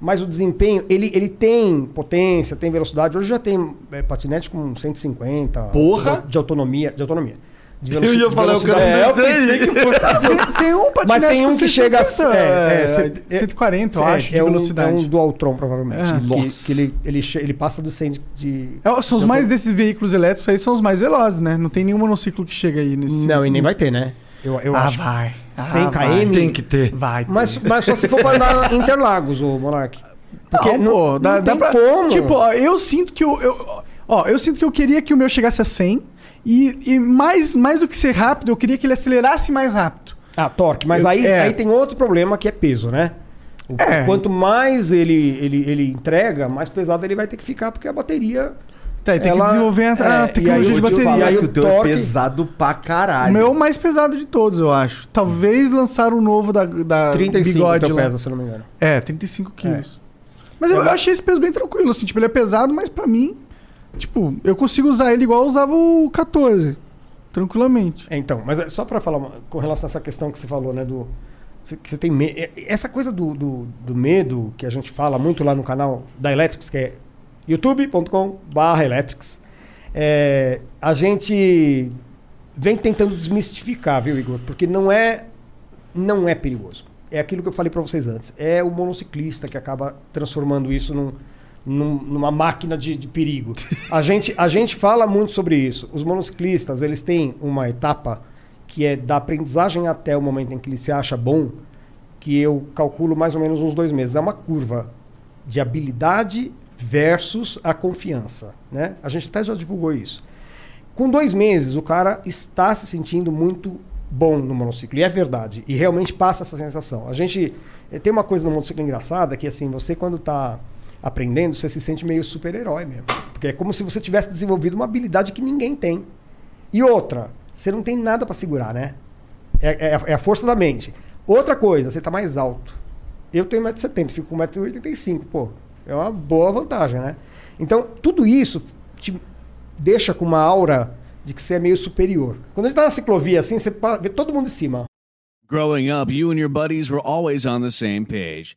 Mas o desempenho, ele, ele tem potência, tem velocidade. Hoje já tem é, patinete com 150 Porra! de autonomia, de autonomia. de Eu ia falar, eu quero velocidade. ver isso aí. [LAUGHS] Tem, tem um patinete Mas tem um com que chega a 150, é, é, é, 140, eu é, acho, é de um- velocidade. é um dualtron, provavelmente. É. que- Nossa. Que, ele, ele, che- ele passa do 100 de... É, são os Não mais um- tô- desses veículos elétricos aí, são os mais velozes, né? Não tem nenhum monociclo que chega aí nesse. Não, e nem vai ter, né? Eu, eu Ah, acho. vai. 100 Ah, vai. km? Tem que ter. Vai. ter. Mas, mas só se for pra [LAUGHS] andar em Interlagos, ô Monark. Porque não, pô, dá, dá tem pra. como. Tipo, ó, eu sinto que eu, eu- Ó, eu sinto que eu queria que o meu chegasse a 100. E, e mais, mais do que ser rápido, eu queria que ele acelerasse mais rápido. Ah, torque. Mas Eu- aí, é. aí tem outro problema que é peso, né? O- É. Quanto mais ele, ele, ele entrega, mais pesado ele vai ter que ficar, porque a bateria. Tá, e tem Ela- que desenvolver a, a é, e tecnologia de aí eu vou te bateria. falar Aí que o o teu é torque- Pesado pra O caralho. meu é o mais pesado de todos, eu acho. Talvez lançar um novo da, da 35 o bigode teu lá. pesa, É. se eu não me engano. É, 35 quilos. Mas eu, eu achei esse peso bem tranquilo, assim, tipo, ele é pesado, mas pra mim, tipo, eu consigo usar ele igual eu usava o 14. Tranquilamente. É, então, mas é só pra falar uma- com relação a essa questão que você falou, né? Do, você- que você tem me- é- é- Essa coisa do, do, do medo que a gente fala muito lá no canal da Electrics, que é youtube.com.br Electrics. É, a gente vem tentando desmistificar, viu, Igor? Porque não é, não é perigoso. É aquilo que eu falei pra vocês antes. É o monociclista que acaba transformando isso num- num- numa máquina de, de perigo. A gente, a gente fala muito sobre isso. Os monociclistas, eles têm uma etapa que é da aprendizagem até o momento em que ele se acha bom, que eu calculo mais ou menos uns dois meses. É uma curva de habilidade versus a confiança. Né? A gente até já divulgou isso. Com dois meses, o cara está se sentindo muito bom no monociclo. E é verdade. E realmente passa essa sensação. A gente. eh, Tem uma coisa no monociclo engraçada que, assim, você quando está aprendendo, você se sente meio super-herói mesmo. Porque é como se você tivesse desenvolvido uma habilidade que ninguém tem. E outra, você não tem nada para segurar, né? É, é a- é a força da mente. Outra coisa, você tá mais alto. Eu tenho 1,70m, fico com 1,85m, pô. É uma boa vantagem, né? Então, tudo isso te deixa com uma aura de que você é meio superior. Quando a gente tá na ciclovia assim, você pa- vê todo mundo em cima. Growing up, you and your buddies were always on the same page.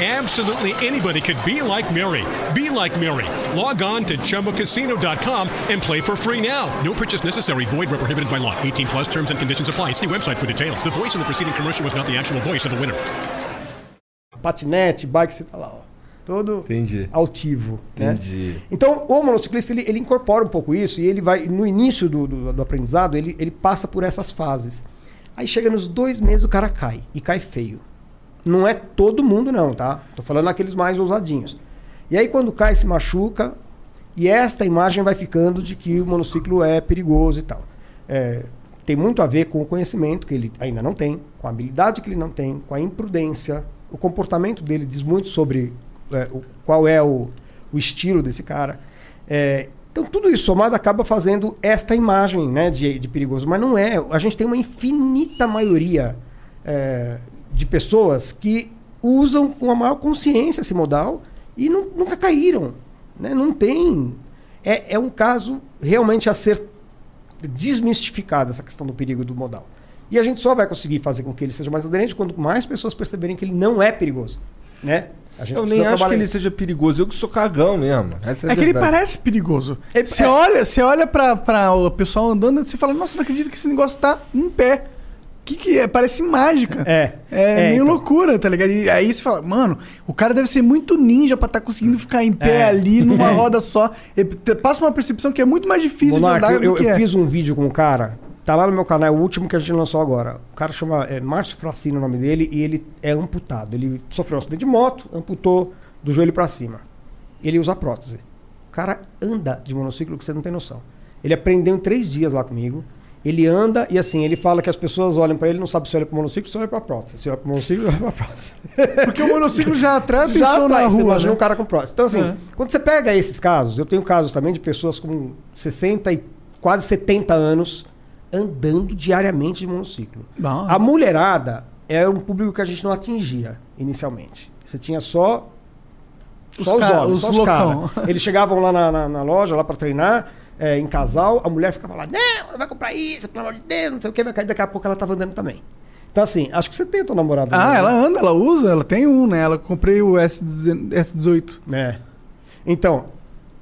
Absolutely anybody could be like Mary. Be like Mary. Log on to chumbacasino.com and play for free now. No purchase necessary. Void where prohibited by law. 18 plus terms and conditions apply. See website for details. The voice in the preceding commercial was not the actual voice of the winner. Patinete, bike, você tá lá, ó. Todo Entendi. altivo. né? Entendi. Então, o monociclista, ele, ele incorpora um pouco isso e ele vai, no início do, do, do aprendizado, ele, ele passa por essas fases. Aí chega nos dois meses, o cara cai. E cai feio. Não é todo mundo não, tá? Tô falando aqueles mais ousadinhos. E aí quando cai, se machuca. E esta imagem vai ficando de que o monociclo é perigoso e tal. É, tem muito a ver com o conhecimento que ele ainda não tem, com a habilidade que ele não tem, com a imprudência. O comportamento dele diz muito sobre é, o- qual é o, o estilo desse cara. É, então tudo isso somado acaba fazendo esta imagem né, de, de perigoso. Mas não é. A gente tem uma infinita maioria é, de pessoas que usam com a maior consciência esse modal e nu- nunca caíram. né? Não tem. É, é um caso realmente a ser desmistificado, essa questão do perigo do modal. E a gente só vai conseguir fazer com que ele seja mais aderente quando mais pessoas perceberem que ele não é perigoso. Né? A gente Eu nem precisa acho que trabalhar ele isso. seja perigoso. Eu que sou cagão mesmo. Essa é, É que ele parece. parece perigoso. Ele- Você é. olha, você olha pra, pra o pessoal andando e você fala, nossa, não acredito que esse negócio tá em pé. que, que é? Parece mágica. É. É, É, meio então. loucura, tá ligado? E aí você fala, mano, o cara deve ser muito ninja pra estar conseguindo ficar em pé É. [LAUGHS] ali numa É. roda só. E te- passa uma percepção que é muito mais difícil Monarca, de andar eu, eu- do que eu é. fiz um vídeo com um cara, tá lá no meu canal, é o último que a gente lançou agora. O cara chama é, Márcio Fracino o nome dele, e ele é amputado. Ele sofreu um acidente de moto, amputou do joelho pra cima. Ele usa prótese. O cara anda de monociclo que você não tem noção. Ele aprendeu em três dias lá comigo. Ele anda e assim, ele fala que as pessoas olham pra ele, não sabe se olha pro monociclo, se olha pra prótese. Se olha pro monociclo, [LAUGHS] olha pra prótese. Porque o [LAUGHS] monociclo já atrai atenção Já atrai, na você rua. imagina né? um cara com prótese. Então, assim, É. quando você pega esses casos, eu tenho casos também de pessoas com 60 e quase 70 anos andando diariamente de monociclo. Bom. A mulherada era um público que a gente não atingia inicialmente. Você tinha só Os só os ca- homens, os só os loucão. caras. [LAUGHS] Eles chegavam lá na, na- na loja, lá pra treinar, é, em casal, a mulher ficava lá, não, não vai comprar isso, pelo amor de Deus, não sei o que, vai cair. Daqui a pouco ela tava andando também. Então, assim, acho que você tem o teu namorado. Ah, mesmo, ela né? anda, ela usa, ela tem um, né? Ela comprei o S18. S18. É. Então,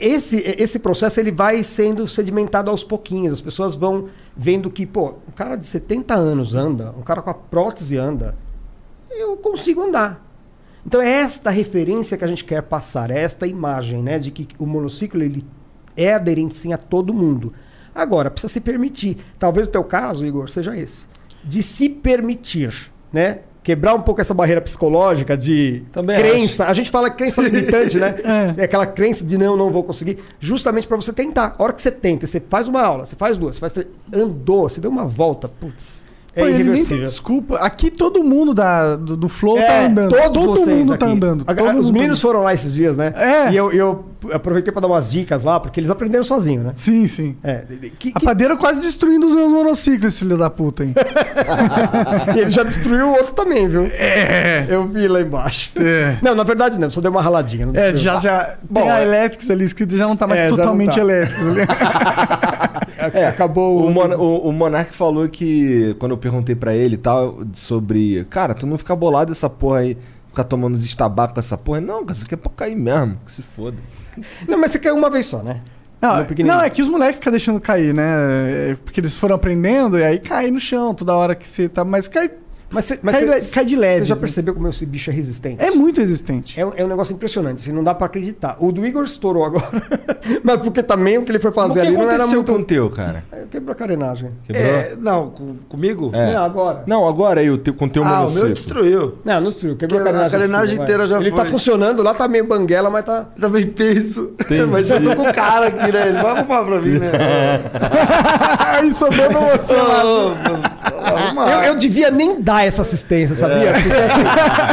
esse, esse processo ele vai sendo sedimentado aos pouquinhos. As pessoas vão vendo que, pô, um cara de 70 anos anda, um cara com a prótese anda, eu consigo andar. Então é esta referência que a gente quer passar, é esta imagem, né, de que o monociclo ele é aderente sim a todo mundo. Agora, precisa se permitir. Talvez o teu caso, Igor, seja esse, de se permitir, né? Quebrar um pouco essa barreira psicológica de Também crença. A gente fala crença limitante, né? É. É aquela crença de não, não vou conseguir, justamente pra você tentar. A hora que você tenta, você faz uma aula, você faz duas, você faz três, andou, você deu uma volta, putz, é Pô, ele nem tem irreversível. desculpa. Aqui todo mundo da, do, do Flow tá É, andando. todos todo vocês mundo tá aqui. andando. A- a- todo os mundo meninos foram lá esses dias, né? É. E eu, eu aproveitei pra dar umas dicas lá, porque eles aprenderam sozinho, né? Sim, sim. É, que, A que- padeira quase destruindo os meus monociclos, esse filho da puta, hein? [LAUGHS] ele já destruiu o outro também, viu? É. Eu vi lá embaixo. É. Não, na verdade não, só deu uma raladinha. Não É, já, destruiu. já. tem a Electrics ali escrito, já não tá mais É, já não totalmente tá. elétrico. É, acabou O, Mon o, o Monark falou que, quando eu perguntei pra ele e tal, sobre. Cara, tu não fica bolado essa porra aí, ficar tomando os estabacos com essa porra. Não, cara, isso aqui é pra cair mesmo, que se foda. Não, mas você caiu uma vez só, né? No Não, pequenininho. não, é que os moleques ficam deixando cair, né? É Porque eles foram aprendendo e aí cai no chão toda hora que você tá. Mas cai. Mas, cê, mas Cai cê- le- cai de leves, Você já né? percebeu como esse bicho é resistente? É muito resistente. É, um- é um negócio impressionante, assim, não dá pra acreditar. O do Igor estourou agora, [LAUGHS] mas porque também o que ele foi Mas o fazer que ali não era aconteceu muito... com o teu, cara? É, Quebrou a carenagem. Quebrou? É, não, com- comigo? É. Não, agora. Não, é agora aí, o teu, com o teu Ah, o meu monociclo. destruiu. Não, não destruiu. Quebrou a Quebrou carenagem. a carenagem assim, vai. inteira já Ele tá foi. funcionando lá, tá meio banguela, mas tá... Também penso. Mas eu tô com o cara aqui, né? Ele vai arrumar pra mim, né? Aí sobrou pra você. Ô, ô, arrumar. Eu, eu devia nem dar essa assistência, sabia? Porque, assim,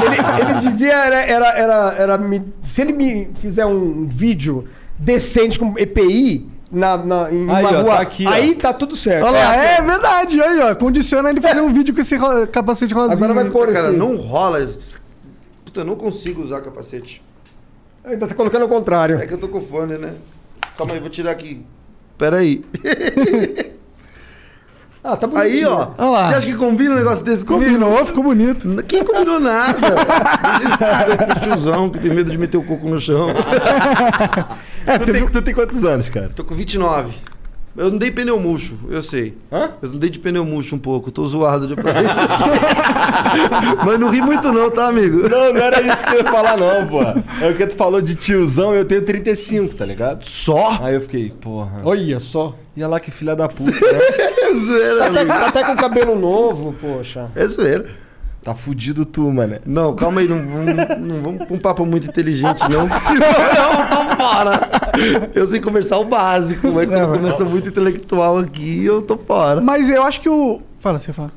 ele, ele devia. Era, era, era, era me- se ele me fizer um vídeo decente com EPI na, na- em Aí, uma ó, rua, tá aqui, ó. aí tá tudo certo. Olha lá, É, é verdade. Aí, ó. Condiciona ele fazer um vídeo com esse ro- capacete rosinha. Agora vai pôr Cara, esse. não rola. Puta, eu não consigo usar capacete. Ainda tá colocando o contrário. É que eu tô com fone, né? Calma aí, vou tirar aqui. Pera aí. Ah, tá bonitinho. Aí, ó. Olha lá. Você acha que combina um negócio desse comigo? Combinou, ficou bonito. Quem combinou nada? tiozão que tem medo de meter o coco no chão. É, tu, tem, tu tem quantos anos, cara? Tô com 29. Eu não dei pneu murcho, eu sei. Hã? Eu não dei de pneu murcho um pouco, tô zoado de [LAUGHS] aparência. Mas não ri muito não, tá, amigo? Não, não era isso que eu ia falar, não, pô. É o que tu falou de tiozão, eu tenho 35, tá ligado? Só? Aí eu fiquei, porra. Olha só. Ia lá que filha da puta, né? É zoeira, Até, amigo. até com cabelo novo, poxa. É zoeira. Tá fudido tu, mano. Não, calma aí, não, vamos- não vamos pra um papo muito inteligente, [LAUGHS] não. então porque Senão eu tô fora. Eu sei conversar o básico, mas quando Não, começa muito intelectual aqui, eu tô fora. Mas eu acho que o. Fala, você fala.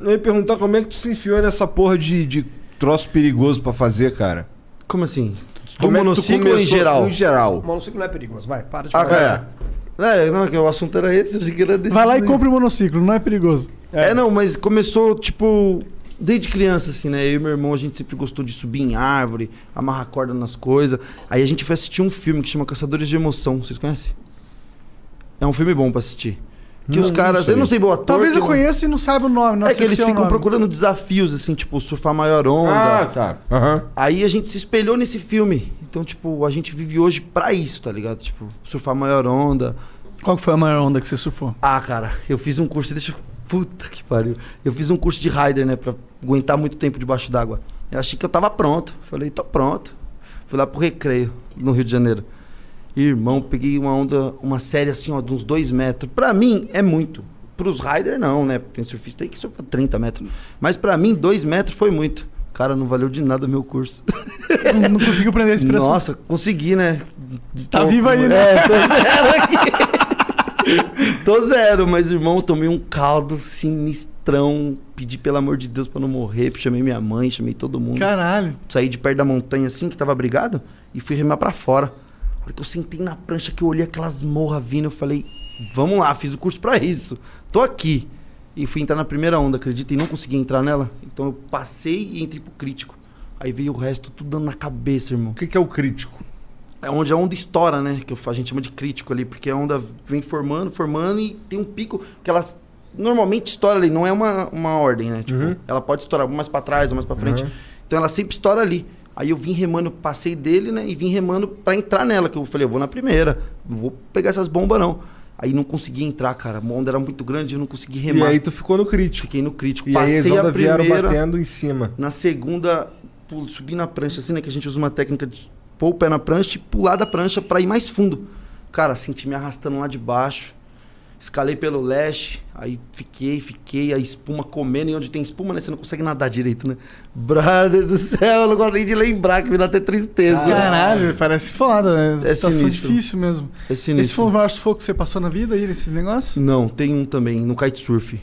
Eu ia perguntar como é que tu se enfiou nessa porra de, de troço perigoso pra fazer, cara. Como assim? Do Como é que tu monociclo começou em geral? Em geral. O monociclo não é perigoso, vai, para de Ah, falar. é. É, não, que o assunto era esse, eu achei que era desse. Vai lá e compra o monociclo, não é perigoso. É, não, mas começou, tipo, desde criança, assim, né? Eu e meu irmão, a gente sempre gostou de subir em árvore, amarrar corda nas coisas. Aí a gente foi assistir um filme que chama Caçadores de Emoção, vocês conhecem? É um filme bom pra assistir. Que os caras, eu não sei, boa Talvez eu conheça e não saiba o nome. Não É que eles assistiu o ficam nome. procurando desafios, assim, tipo, surfar maior onda. Ah, tá. Aham. Aí a gente se espelhou nesse filme. Então, tipo, a gente vive hoje pra isso, tá ligado? Tipo, surfar maior onda. Qual que foi a maior onda que você surfou? Ah, cara, eu fiz um curso, deixa eu Puta que pariu. Eu fiz um curso de rider, né? Pra aguentar muito tempo debaixo d'água. Eu achei que eu tava pronto. Falei, tô pronto. Fui lá pro recreio, no Rio de Janeiro. Irmão, peguei uma onda, uma série assim, ó, de uns dois metros. Pra mim, é muito. Pros riders, não, né? Tem surfista aí que surfa 30 metros. Mas pra mim, dois metros foi muito. Cara, não valeu de nada o meu curso. [LAUGHS] Não, não conseguiu prender a expressão. Nossa, consegui, né? Tá Tô- vivo aí, né? É, [LAUGHS] tô zero aqui. tô zero, mas, irmão, tomei um caldo sinistrão. Pedi, pelo amor de Deus, pra não morrer. Chamei minha mãe, chamei todo mundo. Caralho. Saí de perto da montanha, assim, que tava brigado, e fui remar pra fora. A hora que eu sentei na prancha, que eu olhei aquelas morras vindo, eu falei, vamos lá, fiz o curso pra isso. Tô aqui. E fui entrar na primeira onda, acredita? E não consegui entrar nela. Então eu passei e entrei pro crítico. Aí veio o resto tudo dando na cabeça, irmão. O que, que é o crítico? É onde a onda estoura, né? Que eu fa- a gente chama de crítico ali, porque é a onda vem formando, formando e tem um pico que elas normalmente estoura ali, não é uma, uma ordem, né? Uhum. Tipo, ela pode estourar uma mais pra trás, ou mais pra frente. Então ela sempre estoura ali. Aí eu vim remando, passei dele, né? E vim remando pra entrar nela, que eu falei, eu vou na primeira, não vou pegar essas bombas não. Aí não consegui entrar, cara. A onda era muito grande, eu não consegui E remar. aí tu ficou no crítico. Fiquei no crítico. E aí as passei a ondas vieram primeira. batendo em cima. Na segunda, pulo, subir na prancha, assim, né? Que a gente usa uma técnica de pôr o pé na prancha e pular da prancha pra ir mais fundo. Cara, senti me arrastando lá de baixo. Escalei pelo leste, aí fiquei, fiquei, a espuma comendo. E onde tem espuma, né? Você não consegue nadar direito, né? Brother do céu, eu não gosto nem de lembrar, que me dá até tristeza. Caralho, parece foda, né? É situação sinistro. difícil mesmo. É sinistro. Esse foi o maior sufoco que você passou na vida aí, nesses negócios? Não, tem um também, no kitesurf.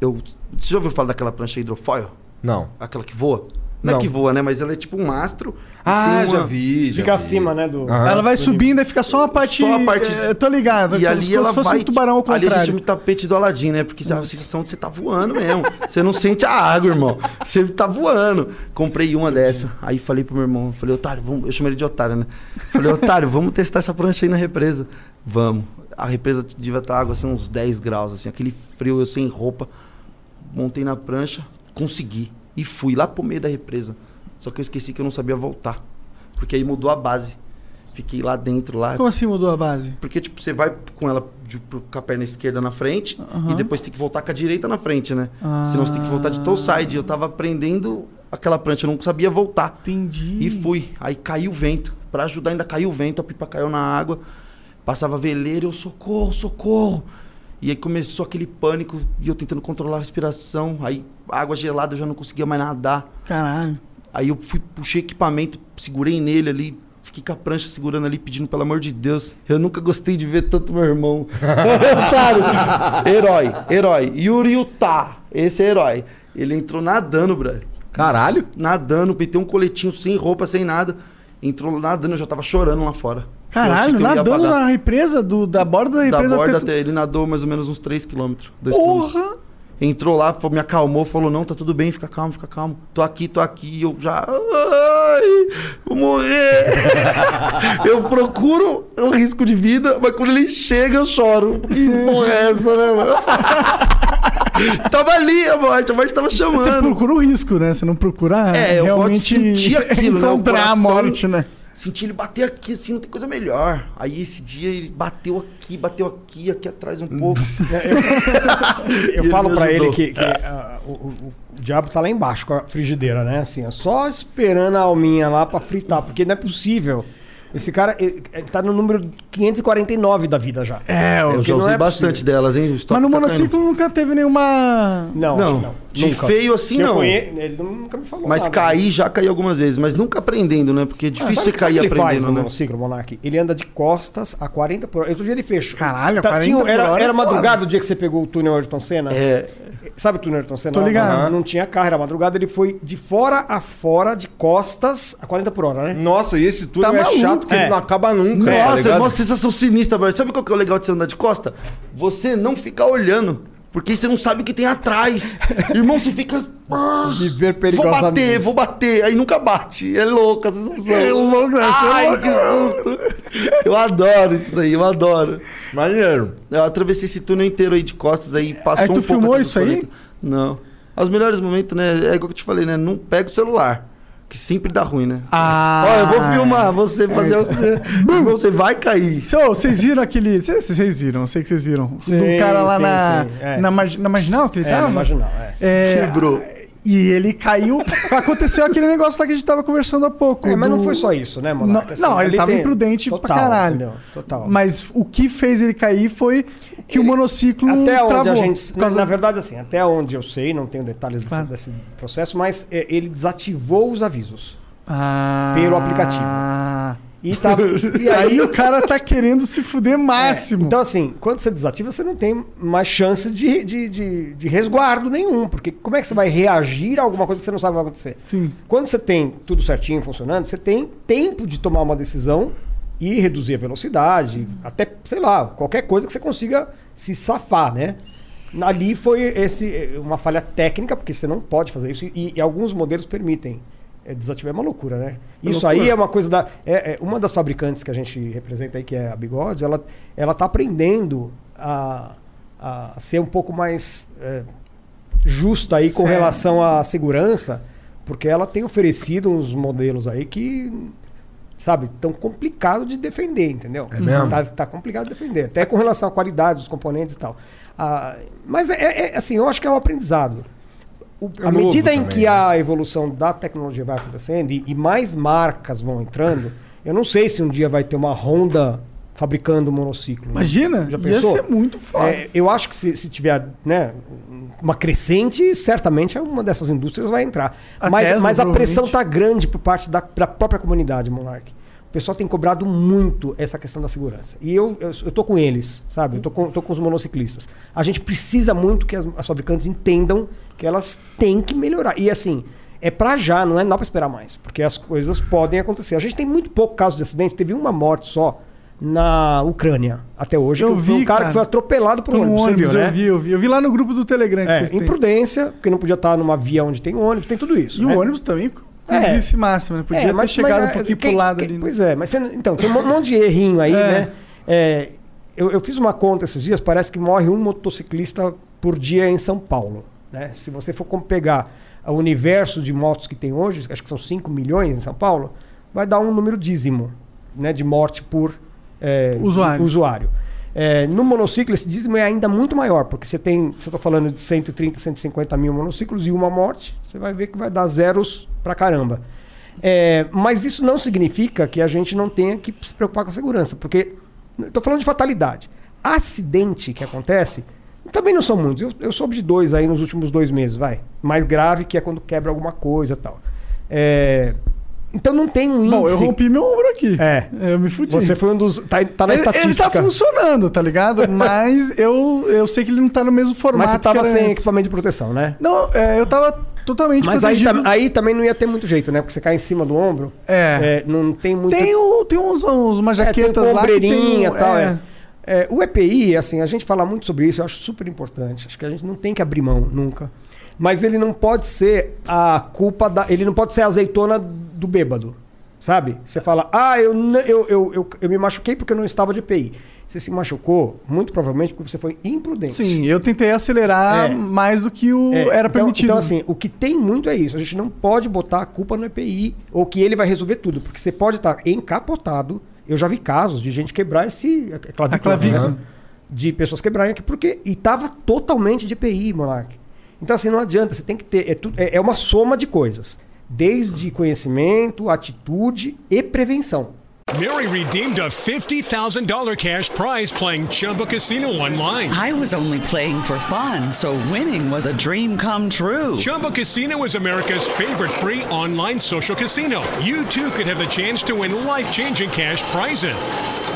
Eu... Você já ouviu falar daquela prancha hidrofoil? Não. Aquela que voa? Não, Não. é que voa, né? Mas ela é tipo um astro. e Ah, tem já uma- vi. Fica acima, né? Do... Aham. Ela vai subindo e fica só uma parte. Ah, Só a parte- É, tô ligado. E ali ela se fosse vai. um tubarão ao ali a gente chama contrário. de tapete do Aladim, né? Porque dá a sensação de você tá voando mesmo. Você não sente a água, irmão. Você tá voando. Comprei uma dessa. Aí falei pro meu irmão, falei, otário, vamos. Eu chamo ele de otário, né? Falei, otário, vamos testar essa prancha aí na represa. Vamos. A represa devia estar água assim, uns 10 graus, assim, aquele frio, eu sem roupa. Montei na prancha, consegui. E fui lá pro meio da represa. Só que eu esqueci que eu não sabia voltar. Porque aí mudou a base. Fiquei lá dentro, lá. Como assim mudou a base? Porque, tipo, você vai com ela de- pro- com a perna esquerda na frente Aham. e depois tem que voltar com a direita na frente, né? Ah. Senão você tem que voltar de toe side. Eu tava aprendendo aquela prancha, eu não sabia voltar. Entendi. E fui. Aí caiu o vento. Pra ajudar, ainda caiu o vento, a pipa caiu na água. Passava veleiro, eu socorro, socorro. E aí começou aquele pânico e eu tentando controlar a respiração. Aí água gelada, eu já não conseguia mais nadar. Caralho. Aí eu fui, puxei equipamento, segurei nele ali, fiquei com a prancha segurando ali, pedindo pelo amor de Deus. Eu nunca gostei de ver tanto [LAUGHS] meu irmão. Otário. Herói, herói. Yuri Utah, esse é herói. Ele entrou nadando, brother. Caralho. Nadando, pentei um coletinho sem roupa, sem nada. Entrou nadando, eu já tava chorando lá fora. Eu achei Caralho, que eu ia nadando apagar. na represa, do, da borda da da represa borda tu- até. Ele nadou mais ou menos uns 3km, 2km. Porra! Entrou lá, falou- me acalmou, falou: Não, tá tudo bem, fica calmo, fica calmo. Tô aqui, tô aqui. E eu já. Ai, vou morrer. [LAUGHS] eu procuro o risco de vida, mas quando ele chega, eu choro. [LAUGHS] Que porra é essa, né, mano? [LAUGHS] tava ali a morte, a morte tava Você chamando. procura o risco, né? Você não procura É, eu gosto de realmente [LAUGHS] sentir aquilo, né? O encontrar a coração- morte, né? Senti ele bater aqui, assim, não tem coisa melhor. Aí esse dia ele bateu aqui, bateu aqui, aqui atrás [LAUGHS] um pouco. [LAUGHS] Eu E ele falo me pra ele ajudou. É. que, que, ah, o, o- o diabo tá lá embaixo com a frigideira, né? Assim, ó, só esperando a alminha lá pra fritar, porque não é possível. Esse cara ele, ele tá no número 549 da vida já. É, Eu Porque já não usei é bastante delas, hein? O Mas estoque no tá monociclo nunca teve nenhuma. Não, Não, não. de feio assim, Eu não. conhe- Ele nunca me falou. Mas nada. caí, já caí algumas vezes, mas nunca aprendendo, né? Porque é Ah, Sabe- difícil você sabe cair o que ele faz aprendendo, no né? monociclo, Monark? Ele anda de costas a 40 por hora. Outro dia ele fechou. Caralho, Tá, 40 tinha- por era, hora é Era foda. madrugada o dia que você pegou o túnel Ayrton Senna? É. Sabe o túnel Ayrton Senna? Tô Lá- ligado. Não, tinha carro, era madrugada. Ele foi de fora a fora, de costas, a 40 por hora, né? Nossa, e esse túnel Tá é maluco, chato que é. ele não acaba nunca. tá Nossa, é ligado? uma sensação sinistra, brother. Sabe qual que é o legal de você andar de costa? Você não ficar olhando. Porque você não sabe o que tem atrás. Irmão, você fica. Vou Viver bater, perigosamente. vou bater. Aí nunca bate. É louca a sensação. É louca Ai, que susto. Eu adoro isso daí, eu adoro. Maneiro. Eu atravessei esse túnel inteiro aí de costas aí, passou É, Aí tu um pouco filmou até dos isso aí? 40. Não. Os melhores momentos, né? É igual que eu te falei, né? Não pega o celular. Que sempre dá ruim, né? Ah. É. Ó, eu vou filmar, você fazer [LAUGHS] o. Você vai cair. Cê- ô, Vocês viram aquele. Vocês vocês viram, eu sei que vocês viram. Sim, do cara lá sim, na, sim, é. na, margi- na marginal que ele É, tava? no marginal, é. É, Quebrou. [LAUGHS] E ele caiu. Aconteceu aquele negócio lá que a gente tava conversando há pouco. É, mas não do- foi só isso, né, mano? Não, não, ele tava imprudente pra caralho. Total. Mas o que fez ele cair foi que o monociclo até onde travou. a gente. por causa- Na verdade, assim, até onde eu sei, não tenho detalhes desse- Claro. desse, processo, mas é, ele desativou os avisos. Ah. pelo aplicativo. [LAUGHS] E, tá, e E aí aí. o cara tá querendo se fuder máximo. Então, assim, quando você desativa, você não tem mais chance de, de, de, de resguardo nenhum. Porque como é que você vai reagir a alguma coisa que você não sabe o que vai acontecer? Sim. Quando você tem tudo certinho funcionando, você tem tempo de tomar uma decisão e reduzir a velocidade, até, sei lá, qualquer coisa que você consiga se safar, né? Ali foi esse, uma falha técnica, porque você não pode fazer isso, e, e alguns modelos permitem. É, desativar é uma loucura, né? isso aí é uma coisa da. É, é, uma das fabricantes que a gente representa aí, que é a Bigode, ela, ela tá aprendendo a, a ser um pouco mais é, justa aí com Certo. relação à segurança, porque ela tem oferecido uns modelos aí que, sabe, tão complicado de defender, entendeu? É mesmo? Tá, tá complicado de defender, até com relação à qualidade dos componentes e tal. Ah, mas é, é- assim, eu acho que é um aprendizado. O- É à novo medida em também, que né? a evolução da tecnologia vai acontecendo e, e mais marcas vão entrando, eu não sei se um dia vai ter uma Honda fabricando monociclo. né? Imagina, Já ia pensou? ser muito foda. É, eu acho que se, se tiver né, uma crescente, certamente é uma dessas indústrias vai entrar. A mas Tesla, mas a pressão provavelmente. está grande por parte da, da própria comunidade, Monark. O pessoal tem cobrado muito essa questão da segurança. E eu, eu, eu tô com eles, sabe? Eu tô com, tô com os monociclistas. A gente precisa muito que as, as fabricantes entendam que elas têm que melhorar. E assim, é pra já, não é não pra esperar mais. Porque as coisas podem acontecer. A gente tem muito pouco caso de acidente. Teve uma morte só na Ucrânia até hoje. Eu que foi vi, um cara, cara. que foi atropelado por um Por um ônibus, você viu, ônibus, né? eu vi, eu vi. Eu vi lá no grupo do Telegram que É, vocês têm. imprudência, porque não podia estar numa via onde tem ônibus, tem tudo isso. E né? o ônibus também É. existe máximo, né? Podia É, ter mas- chegado mas, um pouquinho quem- pro lado quem- ali. né? Pois é, mas você, não- então, tem um monte de errinho aí, É. né? É, eu, eu fiz uma conta esses dias, parece que morre um motociclista por dia em São Paulo. Né? Se você for como pegar o universo de motos que tem hoje, acho que são 5 milhões em São Paulo, vai dar um número dízimo né, de morte por é, Usuário. usuário. É, no monociclo, esse dízimo é ainda muito maior, porque você tem, se eu estou falando de 130, 150 mil monociclos e uma morte, você vai ver que vai dar zeros pra caramba. É, mas isso não significa que a gente não tenha que se preocupar com a segurança, porque estou falando de fatalidade. Acidente que acontece, também não são muitos. Eu, eu soube de dois aí nos últimos dois meses, vai. Mais grave que é quando quebra alguma coisa e tal. É, então não tem um índice. Bom, eu rompi meu ombro aqui. É. Eu me fudi. Você foi um dos. Tá, tá na ele, ele estatística. tá funcionando, tá [LAUGHS] ligado? Mas eu, eu sei que ele não tá no mesmo formato Mas você que tava era sem antes. equipamento de proteção, né? Não, é, eu tava totalmente Mas aí, protegido. tam- aí também não ia ter muito jeito, né? Porque você cai em cima do ombro. É. é, não tem muito. Tem, o, tem uns, uns, umas jaquetas lá que tem... É, ombreirinha um- e tal. é. é. É, o EPI, assim, a gente fala muito sobre isso, eu acho super importante. Acho que a gente não tem que abrir mão nunca. Mas ele não pode ser a culpa da. Ele não pode ser a azeitona do bêbado. Sabe? Você fala, ah, eu, n- eu, eu, eu, eu me machuquei porque eu não estava de EPI. Você se machucou, muito provavelmente, porque você foi imprudente. Sim, eu tentei acelerar É. mais do que o É, era então- permitido. né? Então, assim, o que tem muito é isso. A gente não pode botar a culpa no EPI ou que ele vai resolver tudo, porque você pode estar encapotado. Eu já vi casos de gente quebrar esse a clavícula, A clavícula. né? de pessoas quebrarem aqui porque e tava totalmente de EPI, monarque. Então assim não adianta, você tem que ter é, tu- é- é uma soma de coisas, desde conhecimento, atitude e prevenção. Mary redeemed a $50,000 cash prize playing Chumba Casino online. I was only playing for fun, so winning was a dream come true. Chumba Casino is America's favorite free online social casino. You too could have the chance to win life changing cash prizes.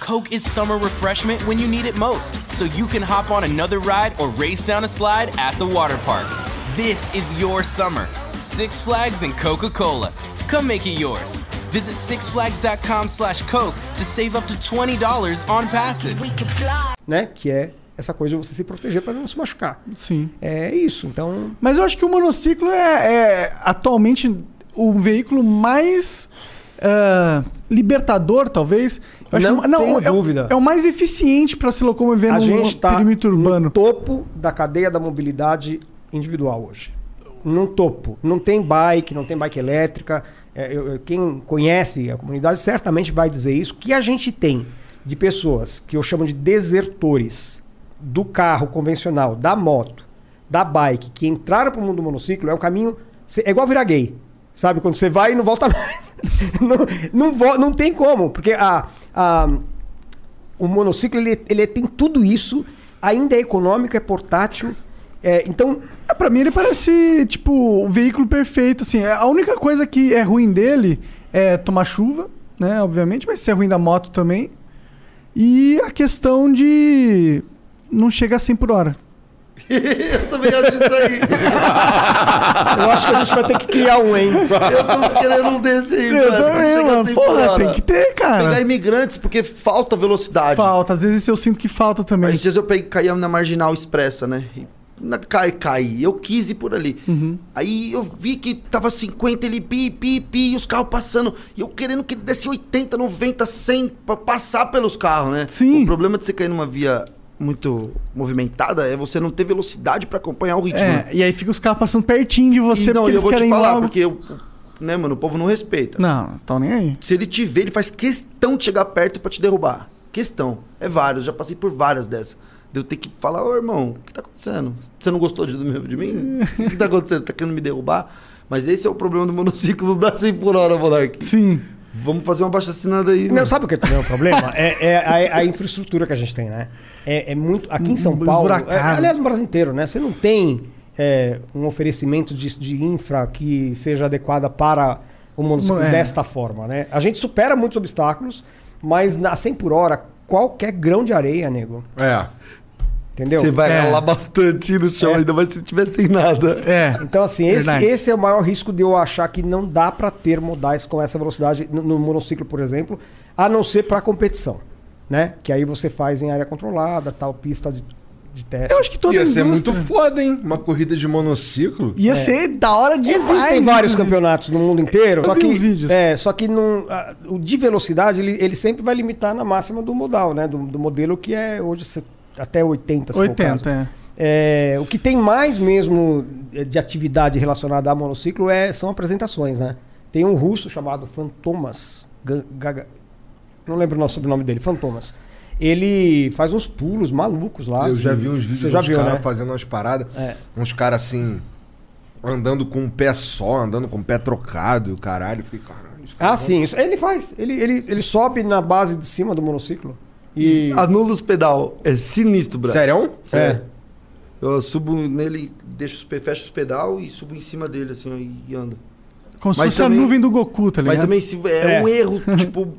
Coke is summer refreshment when you need it most, so you can hop on another ride or race down a slide at the water park. This is your summer. Six Flags and Coca Cola. Come make it yours. Visit sixflags.com slash Coke to save up to $20 on passes. né? Que é essa coisa de você se proteger para não se machucar. Sim. É isso. Então, Mas eu acho que o monociclo é, é atualmente o veículo mais ah, libertador, talvez. Eu acho Não que- tenho é, o- dúvida. É o mais eficiente para se locomover a no gente está um perímetro urbano. no topo da cadeia da mobilidade individual hoje. No topo. Não tem bike, não tem bike elétrica. É, eu- eu- quem conhece a comunidade certamente vai dizer isso. O que a gente tem de pessoas que eu chamo de desertores do carro convencional, da moto, da bike, que entraram para o mundo do monociclo, é um caminho... É igual virar gay. Sabe? Quando você vai e não volta [LAUGHS] mais. não, não, vo- não tem como. Porque a... a o monociclo ele, ele tem tudo isso, ainda é econômico, é portátil. é, então, [LAUGHS] É, pra mim ele parece, tipo, o veículo perfeito, assim. A única coisa que é ruim dele é tomar chuva, né? Obviamente, mas ser ruim da moto também. E a questão de não chegar a 100 por hora. Eu também acho isso aí. eu acho que a gente vai ter que criar um, hein? Eu tô querendo um desse aí, Eu mano, que também, chega mano. assim, Porra, bora. tem que ter, cara. Pegar imigrantes, porque falta velocidade. Falta, às vezes eu sinto que falta também. Às vezes eu peguei, caía na marginal expressa, né? E Na, cai, cai. Eu quis ir por ali. Uhum. Aí eu vi que tava 50, ele pi, pi, pi, e os carros passando. E eu querendo que ele desse 80, 90, 100 pra passar pelos carros, né? Sim. O problema de você cair numa via muito movimentada é você não ter velocidade pra acompanhar o ritmo. É, e aí fica os carros passando pertinho de você e não, porque e eles eu vou te querem falar, logo. porque eu, né, mano, o povo não respeita. Não, tão nem aí. Se ele te vê, ele faz questão de chegar perto pra te derrubar. Questão. É vários, já passei por várias dessas. De eu ter que falar, ô irmão, o que tá acontecendo? Você não gostou de, de mim? O que tá acontecendo? Tá querendo me derrubar? Mas esse é o problema do monociclo da 100 por hora, Monark. Sim. Vamos fazer uma baixa assinada aí. Não, sabe o que também é o problema? É, é a, a infraestrutura que a gente tem, né? É, é muito. Aqui em São Paulo. É, Esburacado. aliás, no Brasil inteiro, né? Você não tem é, um oferecimento de, de infra que seja adequada para o município É. desta forma, né? A gente supera muitos obstáculos, mas na 100 por hora, qualquer grão de areia, nego. É. Entendeu? Você vai É. ralar bastante no chão, É. ainda mais se tiver sem nada. É. Então, assim, esse, Verdade. esse é o maior risco de eu achar que não dá pra ter modais com essa velocidade no, no monociclo, por exemplo, a não ser pra competição, né? Que aí você faz em área controlada, tal, pista de, de teste. Eu acho que toda Ia ser muito indústria- foda, hein? Uma corrida de monociclo. Ia ser da hora demais. Existem vários inclusive. campeonatos no mundo inteiro, Eu só vi que, uns vídeos. É, só que não, a- o de velocidade ele, ele sempre vai limitar na máxima do modal, né? Do, do modelo que é hoje se- até 80, se for o 80, caso. é. É, o que tem mais mesmo eh, de atividade relacionada a monociclo é, são apresentações, né? Tem um russo chamado Fantomas. Ga- Gaga- não lembro o nosso sobrenome dele, Fantomas. Ele faz uns pulos malucos lá. Eu de- já vi uns Você vídeos já dos viu, caras né? É. fazendo umas paradas. Uns caras assim, andando com um pé só, andando com o pé trocado e o caralho. Eu fiquei, caralho. isso- Ah, sim, isso, ele faz. Ele, ele, ele sobe na base de cima do monociclo e. Ah, é, Anula os pedal. É sinistro, Brad. Sério? Sério. Eu subo nele, deixo os, pe- fecho os pedal e subo em cima dele, assim, ó, e- e ando. Como se Mas fosse também- a nuvem do Goku, tá ligado? Mas também se é, É. um erro, [LAUGHS] tipo,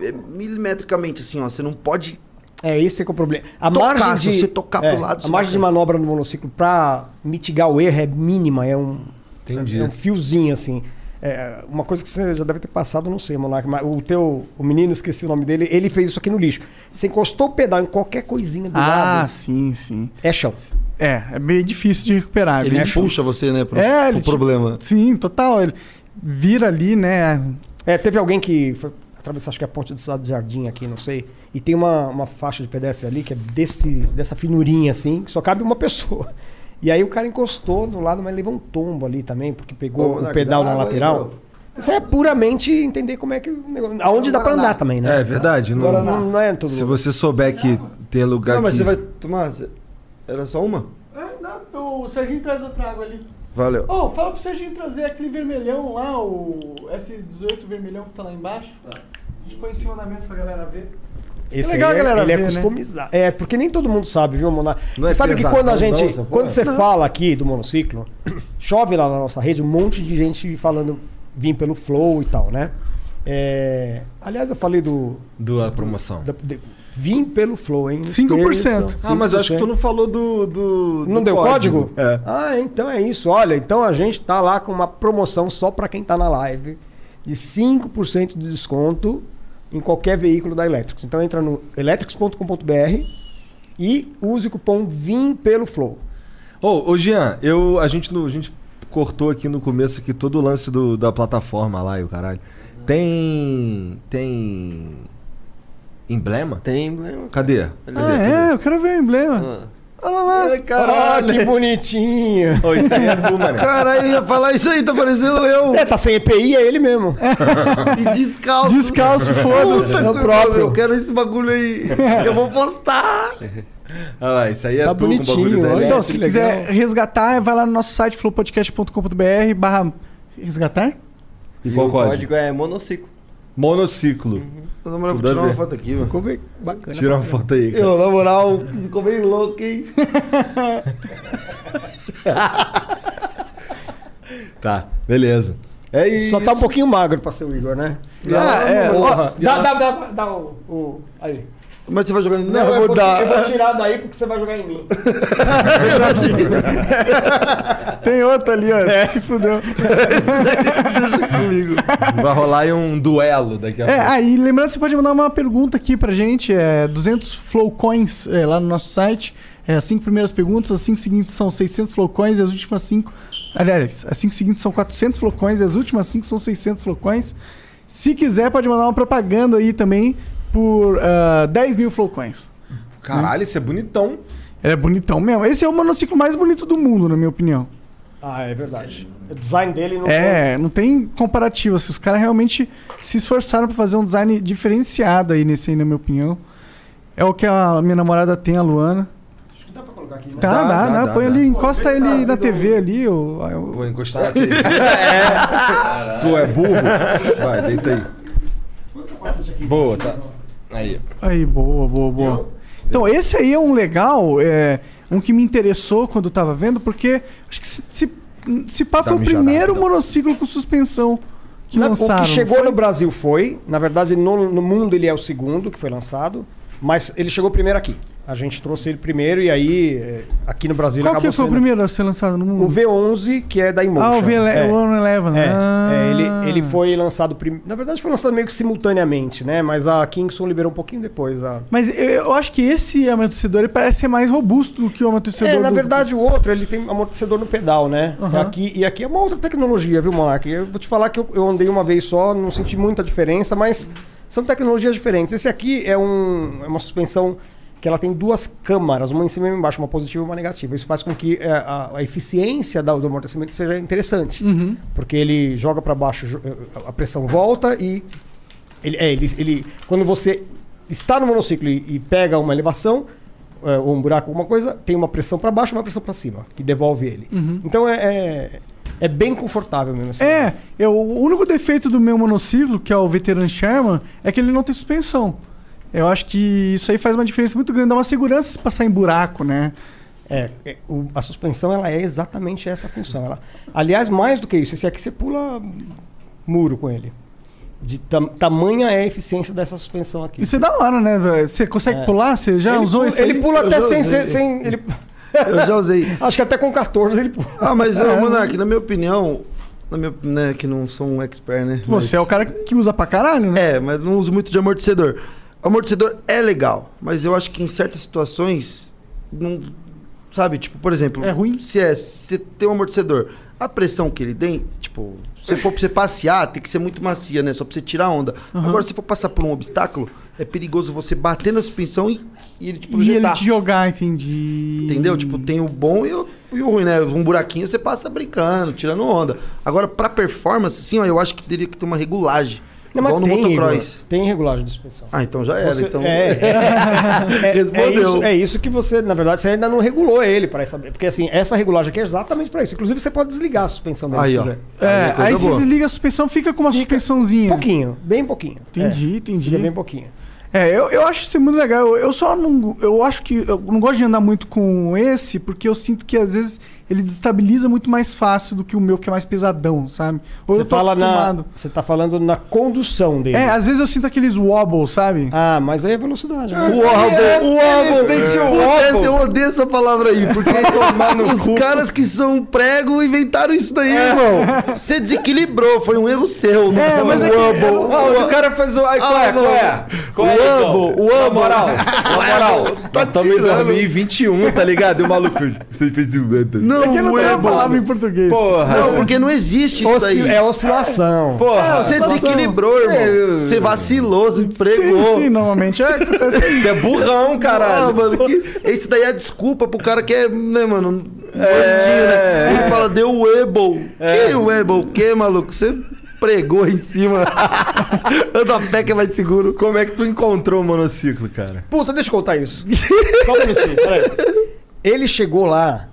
é, milimetricamente, assim, ó. Você não pode. É, esse é que é o problema. A Tocar, margem de, é, se você tocar pro lado, A você margem vai de cair. manobra no monociclo pra mitigar o erro é mínima, é um, Entendi. é um fiozinho, assim. É, uma coisa que você já deve ter passado, não sei, Monark, mas o teu. O menino, esqueci o nome dele, ele fez isso aqui no lixo. Você encostou o pedal em qualquer coisinha do Ah, lado. sim, sim. É chão. É, é meio difícil de recuperar. é Ele bem puxa difícil. você, né? Pro, É, pro ele te- problema. Sim, total. Ele vira ali, né? É, teve alguém que foi atravessar, acho que é a ponte do Estado de Jardim aqui, não sei. E tem uma, uma faixa de pedestre ali que é desse, dessa finurinha assim, que só cabe uma [LAUGHS] pessoa. E aí o cara encostou do lado, mas levou um tombo ali também, porque Ô, pegou o Monark, pedal dá na água aí, lateral. bro. Isso aí é puramente entender como é que. o negócio- Aonde dá pra andar também, né? É verdade. Não, Agora não, não é todo Se você souber que tem lugar Não, mas que... você vai tomar. Era só uma? É, não, o Serginho traz outra água ali. Valeu. Ô, fala pro Serginho trazer aquele vermelhão lá, o S18 vermelhão que tá lá embaixo. A gente põe em cima da mesa pra galera ver. Esse É legal aí a galera ele ver, é né? customizado. É, porque nem todo mundo sabe, viu, Monar? Não Você é sabe que pesadão, quando a não, gente. essa porra? quando você fala aqui do monociclo, chove lá na nossa rede um monte de gente falando vim pelo flow e tal, né? É, aliás, eu falei do. Da promoção. da- de- vim pelo flow, hein? 5%. Esqueçam, Ah, mas eu acho que tu 5%. não falou do... do Não do deu código? É. Ah, então é isso. Olha, então a gente tá lá com uma promoção só pra quem tá na live. de 5% de desconto em qualquer veículo da Electrics. Então entra no electrics.com.br e use o cupom VIM pelo Flow. Ô, ô Jean, eu, a, gente, no- a gente cortou aqui no começo aqui todo o lance do- da plataforma lá e o caralho. Tem. Tem. Emblema? Tem emblema. Cadê? Cadê? Ah, é? Eu quero ver o emblema. Olha Ah, lá. Caralho, que bonitinho. Ô, isso aí é tu, mano. Caralho, eu ia falar isso aí, tá parecendo eu. [LAUGHS] É, tá sem EPI, é ele mesmo. E descalço. Descalço, foda-se, Puta é o que- próprio. Eu quero esse bagulho aí. Eu vou postar. Olha lá, isso aí é Tá tu com o bagulho bonitinho, da olha. Electric. Então, se quiser resgatar, vai lá no nosso site, flowpodcast.com.br barra resgatar. E qual o código? código é monociclo. Monociclo. Na moral, vou Tudo a tirar uma ver. foto aqui, mano. Ficou bem bacana. Tira uma foto aí, cara. é? Eu, na moral, ficou bem louco, [LAUGHS] hein? Tá, beleza. É isso. Só tá um pouquinho magro pra ser o Igor, né? Ah, é. Ó, dá, dá, dá, dá o, o- Aí. Mas você vai jogar em mim? Não, Então eu, eu vou dar. eu vou tirar daí porque você vai jogar em mim. Tem outra ali, ó. Se fudeu. [LAUGHS] Vai rolar aí um duelo daqui a É, pouco. aí lembrando, você pode mandar uma pergunta aqui pra gente, é 200 flowcoins é, lá no nosso site. É, as cinco primeiras perguntas, as cinco seguintes são 600 flowcoins e as últimas cinco... Aliás, as cinco seguintes são 400 flowcoins e as últimas cinco são 600 flowcoins. Se quiser, pode mandar uma propaganda aí também por ah, 10 mil flowcoins. Caralho, isso é bonitão. Ele é bonitão mesmo. Esse é o monociclo mais bonito do mundo, na minha opinião. Ah, é verdade. O design dele não É, não tem comparativo. Assim, os caras realmente se esforçaram pra fazer um design diferenciado aí nesse aí, na minha opinião. É o que a minha namorada tem, a Luana. Acho que dá pra colocar aqui, né? Tá, dá, dá. dá, põe dá. ali, encosta bem ele na trazido. TV ali. Ou, ou- Vou encostar aqui. [LAUGHS] É. Tu é burro? Vai, deita aí. Boa, tá. Aí. Aí, boa, boa, boa. Então, esse aí é um legal, é, um que me interessou quando eu tava vendo, porque acho que se, se, se pá Dá foi o uma mijada primeiro rápida. monociclo com suspensão que Não, lançaram. Né, o que não chegou no Brasil foi, na verdade, no, no mundo ele é o segundo que foi lançado, mas ele chegou primeiro aqui. A gente trouxe ele primeiro e aí é, aqui no Brasil ele Qual acabou que foi o sendo- primeiro a ser lançado no mundo? O V11 que é da Emotion. Ah, o V11. é. o One Eleven. É, Ah. é, ele, ele foi lançado prim... Na verdade, foi lançado meio que simultaneamente, né? Mas a Kingston liberou um pouquinho depois. A... Mas eu, eu acho que esse amortecedor ele parece ser mais robusto do que o amortecedor. É, na do- verdade, o outro ele tem amortecedor no pedal, né? Aham. Aqui, e aqui é uma outra tecnologia, viu, Monark? Eu vou te falar que eu, eu andei uma vez só, não senti muita diferença, mas são tecnologias diferentes. Esse aqui é, um, é uma suspensão que ela tem duas câmaras, uma em cima e uma embaixo, uma positiva e uma negativa. Isso faz com que é, a, a eficiência da- do amortecimento seja interessante, Uhum. porque ele joga para baixo, jo- é, a pressão volta e ele, é, ele, ele- quando você está no monociclo e, e pega uma elevação, é, ou um buraco, alguma coisa, tem uma pressão para baixo e uma pressão para cima, que devolve ele. Então é, é, é bem confortável mesmo. assim. Uhum. É, eu, o único defeito do meu monociclo, que é o Veteran Sherman, é que ele não tem suspensão. Eu acho que isso aí faz uma diferença muito grande, dá uma segurança se passar em buraco, né? É, é, o- a suspensão ela é exatamente essa função. Ela, aliás, mais do que isso, esse aqui você pula muro com ele. De tam- tamanha é a eficiência dessa suspensão aqui. Isso é da hora, né? velho? Você consegue pular? Você já ele usou pula, isso? Ele aí? pula Eu até já sem, usei. sem, sem- ele- Eu já usei. acho que até com 14 ele pula. Ah, mas, É, ô, Monark, na minha opinião, na minha, né, que não sou um expert, né? Você é o cara que usa pra caralho, né? É, mas não uso muito de amortecedor. Amortecedor é legal, mas eu acho que em certas situações, não. Sabe, tipo, por exemplo. É ruim? Se é, você tem um amortecedor, a pressão que ele tem, tipo, se for pra você passear, tem que ser muito macia, né? Só pra você tirar onda. Agora, se for passar por um obstáculo, é perigoso você bater na suspensão e, e ele te E ele projetar. te jogar, entendi. Entendeu? Tipo, tem o bom e o, e o ruim, né? Um buraquinho você passa brincando, tirando onda. Agora, pra performance, sim, ó, eu acho que teria que ter uma regulagem. É Não, mas igual no tem, motocross. regula- tem regulagem de suspensão. Ah, então já era. Você- então... [LAUGHS] é, é, é, é, Respondeu. isso, é isso que você, na verdade, você ainda não regulou ele para saber. Porque assim, essa regulagem aqui é exatamente para isso. Inclusive, você pode desligar a suspensão dele Aí, se ó. quiser. É, coisa aí você boa. desliga a suspensão, fica com uma Fica suspensãozinha. Pouquinho, bem pouquinho. Entendi, É, entendi. fica bem pouquinho. É É, eu, eu acho isso muito legal. Eu, eu só não. Eu acho que. Eu não gosto de andar muito com esse, porque eu sinto que às vezes ele desestabiliza muito mais fácil do que o meu, que é mais pesadão, sabe? Ou Você eu tô fala acostumado. na, você tá falando na condução dele. É, às vezes eu sinto aqueles wobbles, sabe? Ah, mas aí é velocidade. né? O É, álbum, o álbum. Eu odeio essa palavra aí, porque os caras que são prego inventaram isso daí, irmão. Você desequilibrou, foi um erro seu. Não É, foi mas um é que- álbum. eu não- Não, o cara fez o- ai, qual é, álbum. qual é? Qual é, Ah, o então? álbum, o Na álbum. [LAUGHS] moral, na moral. Tá Tamo em tirando. 2021, tá ligado? E o maluco. Você fez o. Não, é que um não o tem a álbum. palavra em português. Porra. Não, porque não existe isso Osci- daí. Ah, É oscilação. Porra. Você Oscilação. desequilibrou, É, irmão. eu- Você vacilou, você Sim, pregou. sim, normalmente é, acontece isso. Você é burrão, Ah, caralho. mano, que- esse daí é a desculpa pro cara que é, né, mano, um bandido, É. né? Ele fala, deu o Able. Que o Able? O que, maluco? Você pregou em cima. [LAUGHS] Anda a pé que é mais seguro. Como é que tu encontrou o monociclo, cara? Puta, deixa eu [LAUGHS] contar isso. Só um minutinho, peraí. Ele chegou lá,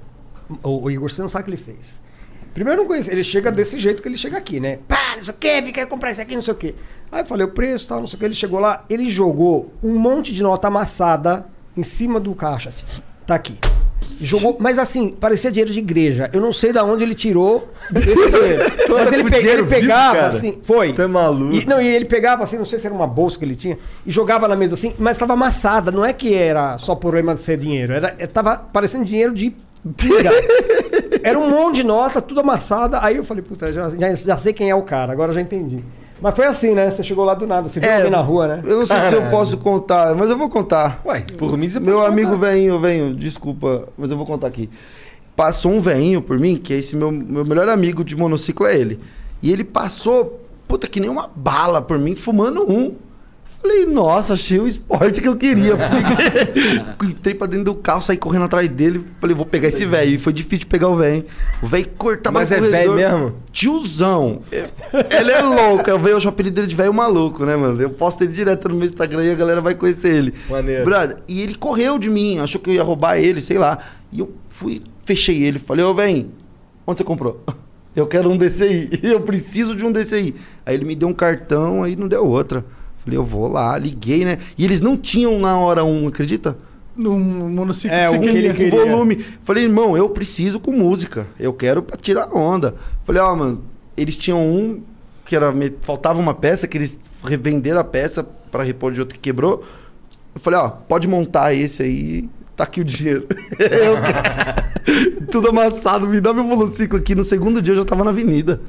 o, o Igor, você não sabe o que ele fez. Primeiro eu não conhecia, ele chega desse jeito que ele chega aqui, né? Pá, não sei o quê, vem cá comprar isso aqui, não sei o quê. Aí eu falei o preço, tal, não sei o quê. Ele chegou lá, ele jogou um monte de nota amassada em cima do caixa, assim. Tá aqui. Jogou, mas assim, parecia dinheiro de igreja. Eu não sei da onde ele tirou esse dinheiro. [LAUGHS] mas era ele, com pe- ele dinheiro vivo, pegava, cara? assim, foi. Tu é maluco. E- não, e ele pegava assim, não sei se era uma bolsa que ele tinha, e jogava na mesa assim, mas estava amassada. Não é que era só problema de ser dinheiro, era, é- tava parecendo dinheiro de. pinga. [LAUGHS] era um monte de nota, tudo amassada. Aí eu falei, puta, já, já, já sei quem é o cara, agora já entendi. Mas foi assim, né? Você chegou lá do nada, você viu alguém na rua, né? É, Eu não sei se eu posso contar, mas eu vou contar. Ué, por mim você Meu pode amigo contar. velhinho, velhinho, desculpa, mas eu vou contar aqui. Passou um velhinho por mim, que é esse meu, meu melhor amigo de monociclo, é ele. E ele passou, puta, que nem uma bala por mim, fumando um. Falei, nossa, achei o esporte que [LAUGHS] eu queria. porque [LAUGHS] Entrei pra dentro do carro, saí correndo atrás dele. Falei, vou pegar esse velho. E foi difícil pegar o velho. O velho cortava Mas no é corredor. velho mesmo? Tiozão. Ele é louco. Eu vejo o apelido dele de velho maluco, né, mano? Eu posto ele direto no meu Instagram e a galera vai conhecer ele. Maneiro. Brother, e ele correu de mim. Achou que eu ia roubar ele, sei lá. E eu fui, fechei ele. Falei, ô, velho, onde você comprou? [LAUGHS] Eu quero um desse aí. [LAUGHS] Eu preciso de um desse aí. Aí ele me deu um cartão, aí não deu outra. Falei, eu vou lá. Liguei, né? E eles não tinham na hora um, acredita? Num monociclo É, que você o que ele queria. com volume. Falei, irmão, eu preciso com música. Eu quero pra tirar onda. Falei, ó, mano, eles tinham um que era. me- Faltava uma peça, que eles revenderam a peça pra repor de outro que quebrou. Eu falei, ó, pode montar esse aí, tá aqui o dinheiro. [LAUGHS] Eu quero- [LAUGHS] Tudo amassado, me dá meu monociclo aqui. No segundo dia eu já tava na avenida.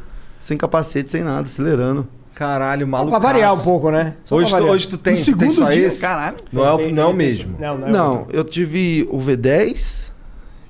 Sem capacete, sem nada, acelerando. Caralho, Só maluco. pra variar um pouco, né? Só pra Hoje tu, variar. hoje tu tem, No tu tem segundo só dia, esse? caralho. Não é o, não é o Tem- mesmo. Não, não. é o Não, mesmo. eu tive o V10,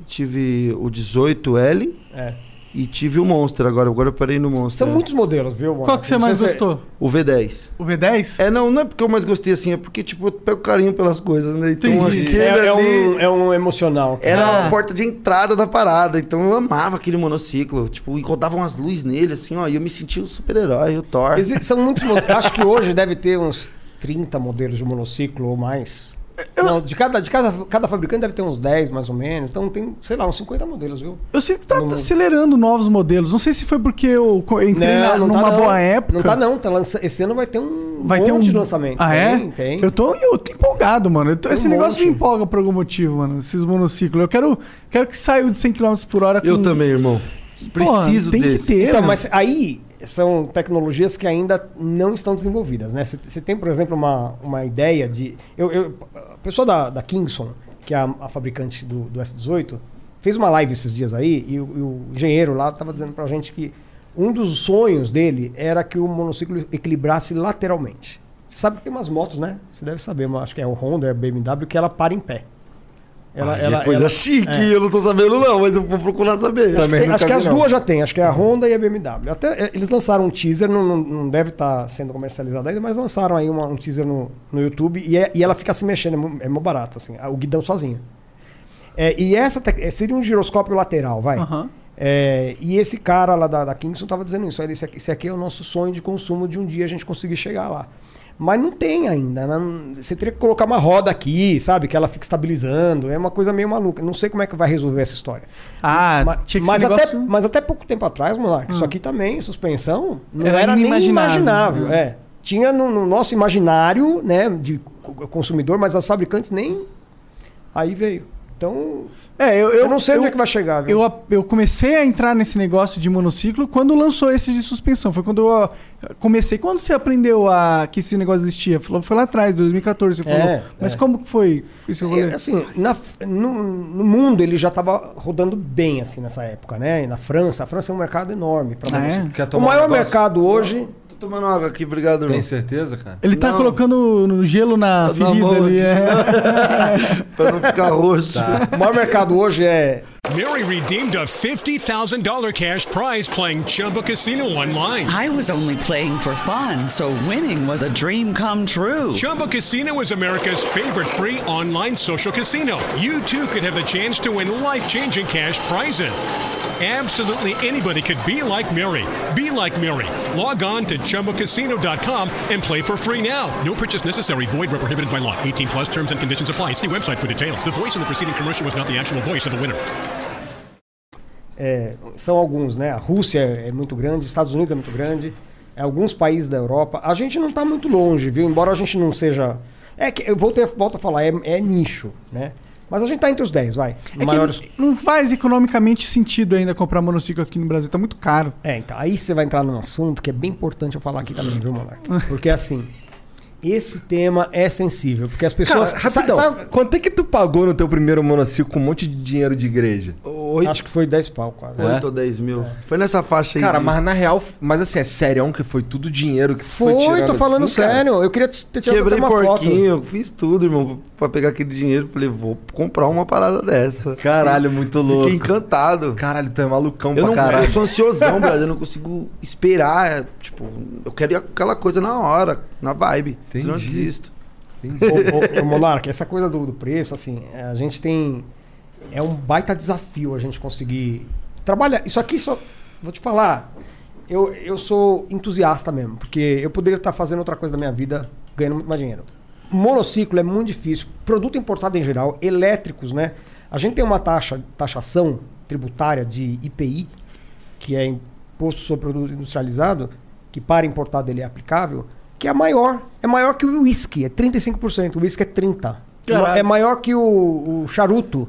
tive o 18L É. e tive o Monster agora. Agora eu parei no Monster. São muitos modelos, viu, mano? Qual que você mais Não sei- é- gostou? O V10. O V10? É, não, não é porque eu mais gostei assim, é porque, tipo, eu pego carinho pelas coisas, né? Então, Entendi. aquele É, é ali um, é um emocional. era Ah. a porta de entrada da parada, então eu amava aquele monociclo. Tipo, e rodavam as luzes nele, assim, ó, e eu me sentia o super-herói, o Thor. Exi- São muitos modelos. Acho que hoje deve ter uns 30 modelos de monociclo ou mais. Não, de cada, de cada, cada fabricante deve ter uns 10 mais ou menos. Então tem, sei lá, uns 50 modelos, viu? Eu sinto que tá Não- acelerando novos modelos. Não sei se foi porque eu co- entrei na- tá, numa boa época. Não tá, não. Tá lança... Esse ano vai ter um Vai monte ter um de lançamento. Ah, é? Tem, tem. Eu tô, eu tô empolgado, mano. Eu tô- Tem esse um negócio monte. me empolga por algum motivo, mano. Esses monociclos. Eu quero, quero que saia de 100 km por hora. Eu com- também, irmão. Porra, Preciso tem que desse. ter. Então, mano. mas aí são tecnologias que ainda não estão desenvolvidas, né? Você- Você tem, por exemplo, uma, uma ideia de... Eu, eu- a pessoa da, da Kingston, que é a, a fabricante do, do S18, fez uma live esses dias aí e o, e o engenheiro lá estava dizendo pra gente que um dos sonhos dele era que o monociclo equilibrasse lateralmente. Você sabe que tem umas motos, né? Você deve saber, mas acho que é o Honda, é a BMW, que ela para em pé. Ela, Aí é ela- coisa ela- chique, é. eu não tô sabendo, não, mas eu vou procurar saber. Também Tem- acho nunca vi, que as não. duas já tem, acho que é a Honda e a BMW. Até, eh, eles lançaram um teaser, não, não- não deve estar sendo comercializado ainda, mas lançaram aí uma- um teaser no, no YouTube e, é- e ela fica se mexendo, é mu- é muito barato, assim, a- o guidão sozinho. É, e essa tec- eh, seria um giroscópio lateral, vai. Aham. É, e esse cara lá da, da Kingston tava dizendo isso. olha, Esse aqui, esse aqui é o nosso sonho de consumo de um dia a gente conseguir chegar lá. Mas não tem ainda. né? Você teria que colocar uma roda aqui, sabe? Que ela fica estabilizando. É uma coisa meio maluca. Não sei como é que vai resolver essa história. Ah, Ma- tinha que mas, ser um até, negócio- Hum. mas até pouco tempo atrás, Monark, isso aqui também, suspensão, não Era era, nem inimaginável. né? imaginável. É. tinha no, no nosso imaginário, né, de co- consumidor, mas as fabricantes nem. Aí veio. Então. É, eu, não sei onde é que vai chegar, viu? Eu, eu comecei a entrar nesse negócio de monociclo quando lançou esse de suspensão. Foi quando eu ó, comecei. Quando você aprendeu a, que esse negócio existia? Falou, foi lá atrás, 2014, você É, falou. Mas é. como que foi esse rolê? É, assim, na- no, no mundo ele já estava rodando bem assim nessa época, né? E na França, a França é um mercado enorme para Ah, monociclo. é? Quer O tomar um maior negócio? mercado hoje. Tô tomando água aqui, obrigado, Tem certeza, cara? Ele tá colocando no gelo na ferida mão ali. aqui. né? É. Pra não ficar roxo. [LAUGHS] O maior mercado hoje é Mary redeemed a $50,000 cash prize playing Chumba Casino online. I was only playing for fun, so winning was a dream come true. Chumba Casino is America's favorite free online social casino. You too could have the chance to win life changing cash prizes. Absolutely anybody could be like Mary. Be like Mary. Log on to chumbacasino.com and play for free now. No purchase necessary. Void where prohibited by law. 18 plus terms and conditions apply. See website for details. The voice in the preceding commercial was not the actual voice of the winner. é, são alguns, né? A Rússia é muito grande, Estados Unidos é muito grande, é alguns países da Europa. A gente não está muito longe, viu? Embora a gente não seja. É que eu voltei, volto a falar, é, é nicho, né? Mas a gente tá entre os 10, vai. É que Maiores... Não faz economicamente sentido ainda comprar monociclo aqui no Brasil, tá muito caro. É, então, aí você vai entrar num assunto que é bem importante eu falar aqui também, [LAUGHS] viu, Monark? Porque assim, esse tema é sensível, porque as pessoas. Cara, sa- rapidão, sabe- quanto é que tu pagou no teu primeiro monociclo com um monte de dinheiro de igreja? Oito. Acho que foi 10 pau quase. É? 8 ou 10 mil. Foi nessa faixa aí. Cara, de- mas na real, mas assim, é sério que foi tudo dinheiro que tu foi, Foi, tirando tô falando assim, cara? sério. Eu queria te, te tirar Quebrei uma foto. porquinho, fiz tudo, irmão, pra pegar aquele dinheiro. Falei, vou comprar uma parada dessa. Caralho, muito louco. Fiquei encantado. Caralho, tu é malucão Eu, pra não, caralho. eu sou ansiosão, [LAUGHS] brother. Eu não consigo esperar. é, Tipo, eu quero ir aquela coisa na hora, na vibe. Senão eu Entendi. desisto. ô, ô, ô, Monark, essa coisa do, do preço, assim, a gente tem. É um baita desafio a gente conseguir trabalhar. Isso aqui só. Vou te falar. Eu, eu sou entusiasta mesmo, porque eu poderia estar fazendo outra coisa da minha vida, ganhando muito mais dinheiro. Monociclo é muito difícil. Produto importado em geral, elétricos, né? A gente tem uma taxa, taxação tributária de IPI, que é imposto sobre produto industrializado, que para importado ele é aplicável, que é maior. É maior que o uísque, é 35%. O uísque é 30%. Caralho. É maior que o, o charuto.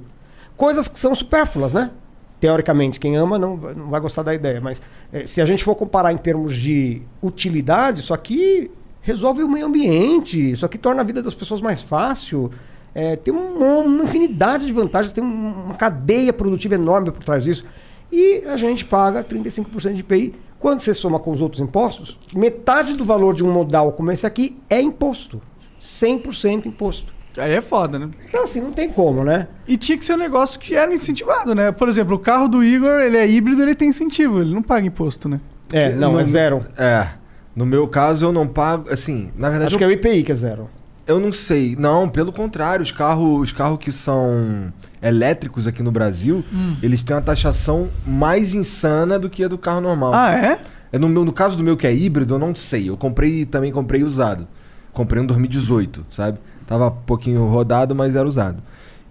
Coisas que são supérfluas, né? Teoricamente, quem ama não, vai- não vai gostar da ideia. Mas eh, se a gente for comparar em termos de utilidade, isso aqui resolve o meio ambiente, isso aqui torna a vida das pessoas mais fácil. Eh, tem um- uma infinidade de vantagens, tem um- uma cadeia produtiva enorme por trás disso. E a gente paga 35% de IPI. Quando você soma com os outros impostos, metade do valor de um modal como esse aqui é imposto. 100% imposto. Aí é foda, né? Então, assim, não tem como, né? E tinha que ser um negócio que era incentivado, né? Por exemplo, o carro do Igor, ele é híbrido, ele tem incentivo, ele não paga imposto, né? É, não, No- é zero. É. No meu caso, eu não pago. Assim, na verdade, Acho eu, que é o IPI que é zero. eu não sei. Não, pelo contrário, os carros os carro que são elétricos aqui no Brasil, Hum. eles têm uma taxação mais insana do que a do carro normal. Ah, é? É no, meu, no caso do meu que é híbrido, eu não sei. Eu comprei também comprei usado. Comprei um em 2018, sabe? Tava um pouquinho rodado, mas era usado.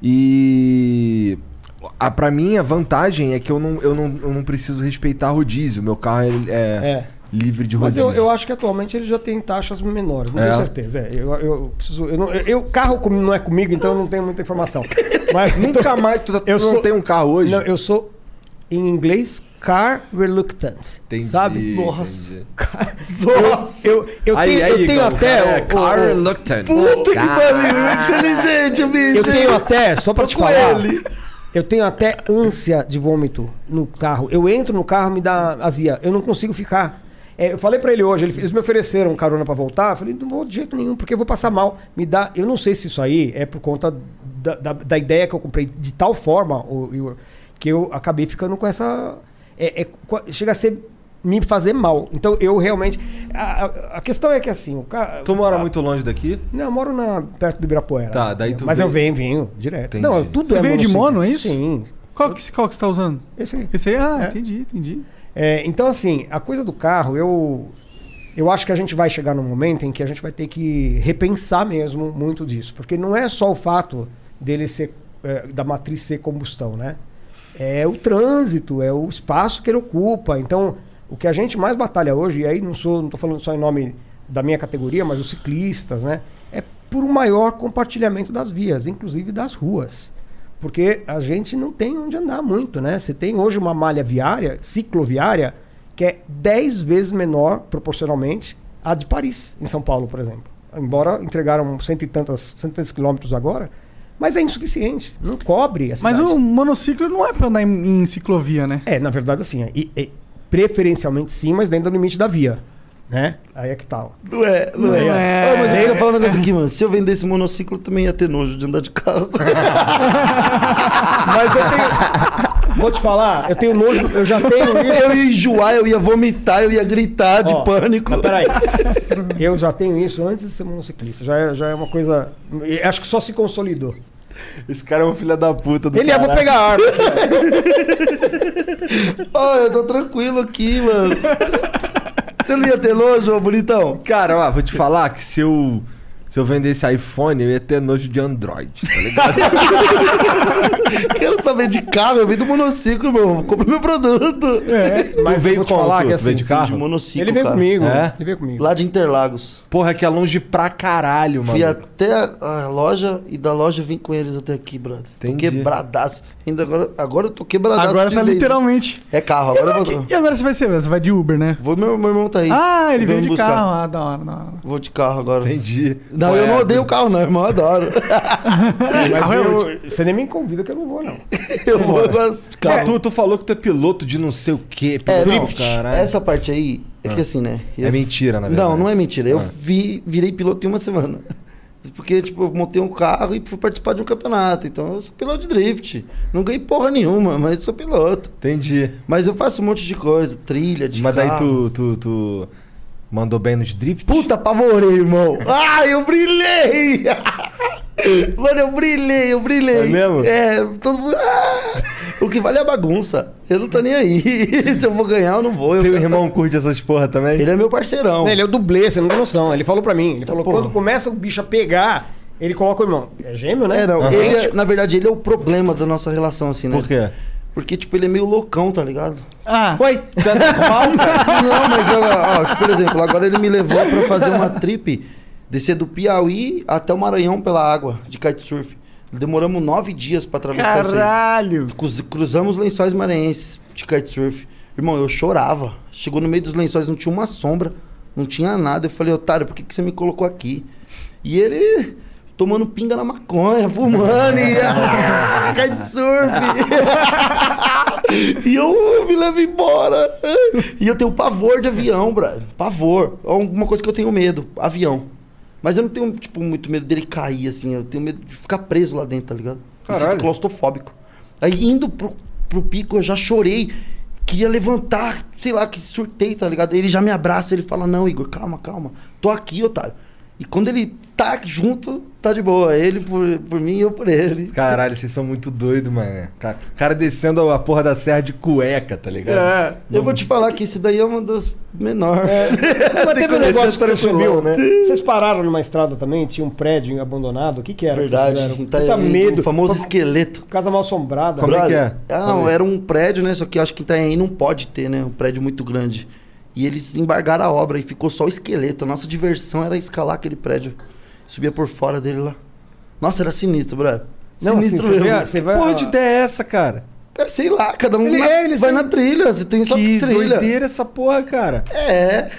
E a para mim a vantagem é que eu não, eu não, eu não preciso respeitar rodízio. Meu carro é, é É. livre de Mas rodízio. eu, eu acho que atualmente ele já tem taxas menores, não É. tenho certeza. É, eu, eu preciso. Eu não- eu- eu- carro com- não é comigo, então eu não tenho muita informação. [LAUGHS] Mas Nunca mais tu, tu Eu não sou- tem um carro hoje. Não, eu sou, em inglês, car reluctant. Entendi, Sabe? entendi. Car- Nossa. Eu, eu Aí, tenho, aí, eu tenho Igão, o cara até. é o- car o- reluctant. Puta que Cara, é pariu, inteligente, bicho. Eu tenho até, só pra Tô te com falar. ele. Eu tenho até ânsia de vômito no carro. Eu entro no carro, me dá azia. Eu não consigo ficar. É, eu falei pra ele hoje, ele- eles me ofereceram um carona pra voltar. Eu falei, não vou de jeito nenhum, porque eu vou passar mal. Me dá. Eu não sei se isso aí é por conta da, da, da ideia que eu comprei de tal forma o- Igor, que eu acabei ficando com essa. é- é co- chega a ser me fazer mal. Então eu realmente. A, a- a questão é que assim, o carro. Tu mora muito longe daqui? Não, eu moro na, perto do Ibirapuera. Tá, daí tu Mas eu veio- venho, venho direto. Entendi. Não, tudo Você é veio de monociclo. mono, é isso? Sim. Qual que, qual que você tá usando? Esse aí. Esse aí? Ah, É. entendi, entendi. É, então, assim, a coisa do carro, eu, eu acho que a gente vai chegar num momento em que a gente vai ter que repensar mesmo muito disso. Porque não é só o fato dele ser, é, da matriz ser combustão, né? É o trânsito, é o espaço que ele ocupa. Então, o que a gente mais batalha hoje, e aí não sou, não tô falando só em nome da minha categoria, mas os ciclistas, né? É por um maior compartilhamento das vias, inclusive das ruas. Porque a gente não tem onde andar muito, né? Você tem hoje uma malha viária, cicloviária, que é 10 vezes menor proporcionalmente à de Paris, em São Paulo, por exemplo. Embora entregaram cento e tantas, cento e tantos quilômetros agora, mas é insuficiente. Não cobre a Mas cidade. o monociclo não é pra andar em, em ciclovia, né? É, na verdade, assim, é- e- e- preferencialmente sim, mas dentro do limite da via. Né? Aí é que tal. Não é, não, Não é. é. Ah, mas aí eu falo um negócio aqui, mano. Se eu vendesse monociclo, eu também ia ter nojo de andar de [LAUGHS] carro. mas eu tenho. Vou te falar, eu tenho nojo, eu já tenho [LAUGHS] isso. Eu ia enjoar, eu ia vomitar, eu ia gritar de Ó, pânico. mas peraí. [LAUGHS] Eu já tenho isso antes de ser monociclista. Já é, já é uma coisa. e Acho que só se consolidou. Esse cara é um filho da puta do Ele é, vou caralho. pegar a arma. Ó, Ah, eu tô tranquilo [LAUGHS] aqui, mano. Você não ia ter nojo, ô bonitão? Cara, ó, vou te falar que se eu. Se eu vendesse iPhone, eu ia ter nojo de Android, tá ligado? Quero saber de carro, eu vim do monociclo, meu. Compre meu produto. É, mas eu vou te falar que assim. De monociclo, Ele veio cara. comigo. É? Ele veio comigo. Lá de Interlagos. Porra, que é longe pra caralho, mano. Fui até a loja e da loja vim com eles até aqui, brother. Tô Entendi. quebradaço. Ainda agora, agora eu tô quebradaço. [LAUGHS] Agora de tá lei. literalmente. É carro, E agora eu agora, tá vou. que- e agora você vai ser? Você vai de Uber, né? vou meu, meu irmão tá aí. Ah, ele veio Ele veio me de buscar. carro. É. Ah, da hora, da hora. Vou de carro agora. Entendi. é. Não, eu não odeio o carro, não, irmão. [LAUGHS] Eu adoro. Mas Carro é eu- você nem me convida que eu não vou, não. eu vou eu gosto de carro. Mas tu, tu falou que tu é piloto de não sei o quê. É, piloto- não, caralho. essa parte aí é que assim, né? É mentira, na verdade. Não, não é mentira. Eu Ah. vi, virei piloto em uma semana. [LAUGHS] Porque, tipo, eu montei um carro e fui participar de um campeonato. Então, eu sou piloto de drift. Não ganhei porra nenhuma, mas sou piloto. Entendi. Mas eu faço um monte de coisa, trilha, de Mas daí carro. tu, tu, tu mandou bem nos drifts? Puta, apavorei, irmão. [LAUGHS] Ah, eu brilhei! [LAUGHS] Mano, eu brilhei, eu brilhei. É mesmo? É, todo mundo... Ah! O que vale é a bagunça. Eu não tô nem aí. [LAUGHS] Se eu vou ganhar, eu não vou. Eu Teu quero- irmão curte essas porra também? Ele é meu parceirão. Não, Ele é o dublê, você não tem noção. Ele falou pra mim. Ele falou, quando começa o bicho a pegar, ele coloca o irmão. É gêmeo, né? É, não, Aham. [LAUGHS] ele é- na verdade, ele é o problema da nossa relação, assim, né? Por quê? Porque, tipo, ele é meio loucão, tá ligado? Ah, Ué, tá normal, cara? Não, mas, ó, ó, por exemplo, agora ele me levou pra fazer uma trip, descer do Piauí até o Maranhão pela água, de kitesurf. Demoramos nove dias pra atravessar isso aí. caralho. Cruz- Cruzamos lençóis maranhenses de kitesurf. Irmão, eu chorava. Chegou no meio dos lençóis, não tinha uma sombra, não tinha nada. Eu falei, otário, por que, que você me colocou aqui? E ele tomando pinga na maconha, fumando e. [LAUGHS] Ah, [LAUGHS] kitesurf! [LAUGHS] e eu me levo embora. E eu tenho pavor de avião, brother. Pavor. É Uma coisa que eu tenho medo: avião. Mas eu não tenho, tipo, muito medo dele cair, assim. Eu tenho medo de ficar preso lá dentro, tá ligado? Eu Caralho. sinto claustrofóbico. Aí indo pro, pro pico, eu já chorei. Queria levantar, sei lá, que surtei, tá ligado? Ele já me abraça, ele fala, não, Igor, calma, calma. Tô aqui, otário. E quando ele tá junto, tá de boa. Ele por, por mim e eu por ele. Caralho, vocês são muito doidos, mano. Cara, cara descendo a porra da serra de cueca, tá ligado? É, eu vou te falar que isso daí é uma das menores. É, [LAUGHS] Mas teve um conhecer negócio que a você tranquilão, subiu, né? né? Vocês pararam numa estrada também, tinha um prédio abandonado. O que que era? que vocês fizeram? Verdade. Tá Puta aí, medo. O famoso esqueleto. Casa mal assombrada. Como é que é? Ah, não, era um prédio, né? Só que eu acho que em Itanhaém não pode ter, né? Um prédio muito grande. E eles embargaram a obra e ficou só o esqueleto. A nossa diversão era escalar aquele prédio. Subia por fora dele lá. Nossa, era sinistro, brother. Não, assim, Sinistro você mesmo. vê, você vai. Porra de ideia é essa, cara? É, sei lá, cada um Ele- na- é, eles vai têm- na trilha. Você tem só que trilha. doideira essa porra, cara. É.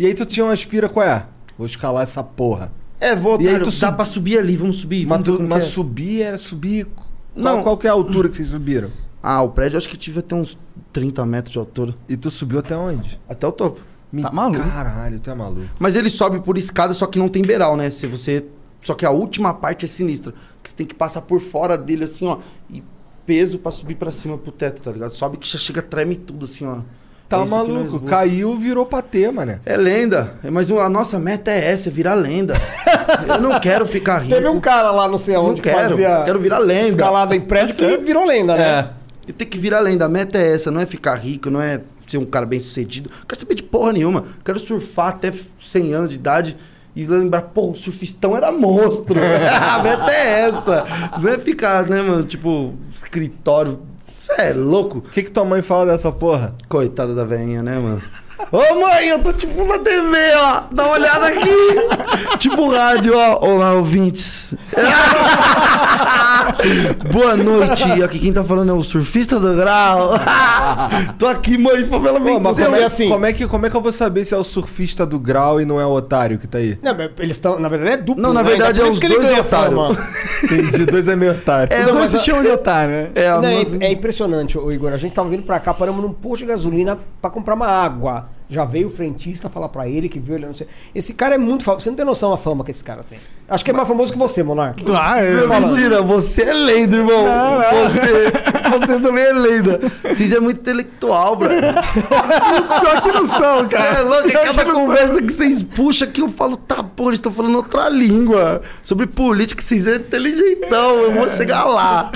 E aí tu tinha uma aspira, qual é? Vou escalar essa porra. É, vou, E aí cara, tu dá sub- pra subir ali, vamos subir. Mas, Vamos ver tu, como mas que é. subir era subir. Qual, Não. qual que é a altura que vocês subiram? Ah, o prédio eu acho que tive até uns 30 metros de altura. E tu subiu até onde? Até o topo. Me- Tá maluco? Caralho, tu é maluco. Mas ele sobe por escada, só que não tem beiral, né? Se você. Só que a última parte é sinistra. Que você tem que passar por fora dele, assim, ó. E peso pra subir pra cima pro teto, tá ligado? Sobe que já chega, treme tudo, assim, ó. Tá É isso que nós maluco. gosta. Caiu, virou patê, mané. É lenda. É, Mas a nossa meta é essa, é virar lenda. Eu não quero ficar rico. Teve um cara lá, não sei Não aonde, que quero. fazia. Quero virar lenda. Escalada em prédio que Certo. virou lenda, né? Eu tenho É. que virar lenda. A meta é essa, não é ficar rico, não é ser um cara bem sucedido. Não quero saber de porra nenhuma. Quero surfar até 100 anos de idade e lembrar, pô, o surfistão era monstro. a meta é essa. Não é ficar, né, mano, tipo, escritório. Cê é louco. O que, que tua mãe fala dessa porra? Coitada da veinha, né, mano? Ô mãe, eu tô tipo na TV, ó. Dá uma olhada aqui. tipo rádio, ó. Olá, ouvintes. [LAUGHS] Boa noite. Aqui quem tá falando é o surfista do grau. [LAUGHS] tô aqui, mãe, favela Pô, vem mas dizer, como, é, mãe, como, é que, como é que eu vou saber se é o surfista do grau e não é o otário que tá aí? Não, mas eles estão. Na verdade, é duplo. Não, na né? verdade, Por é isso os que ele dois ganha otários. fama. Entendi, dois é meio otário. É, Então mas esse a- chama de otário, né? [LAUGHS] É, Não, mas- é, é impressionante, ô Igor. A gente tava vindo pra cá, paramos num posto de gasolina pra comprar uma água. Já veio o frentista falar pra ele que viu ele, não sei. Esse cara é muito famoso. Você não tem noção da fama que esse cara tem. Acho que é mais famoso que você, Monark. Ah, é. Meu, mentira, você é lenda, irmão. Não, não. Você, você também é lenda. Vocês é muito intelectual, brother. Pior que não são, cara. Você é louco, Pior é que cada não conversa que vocês puxam aqui, eu falo, tá, pô, eles estão falando outra língua. Sobre política, vocês é inteligentão, eu vou chegar lá.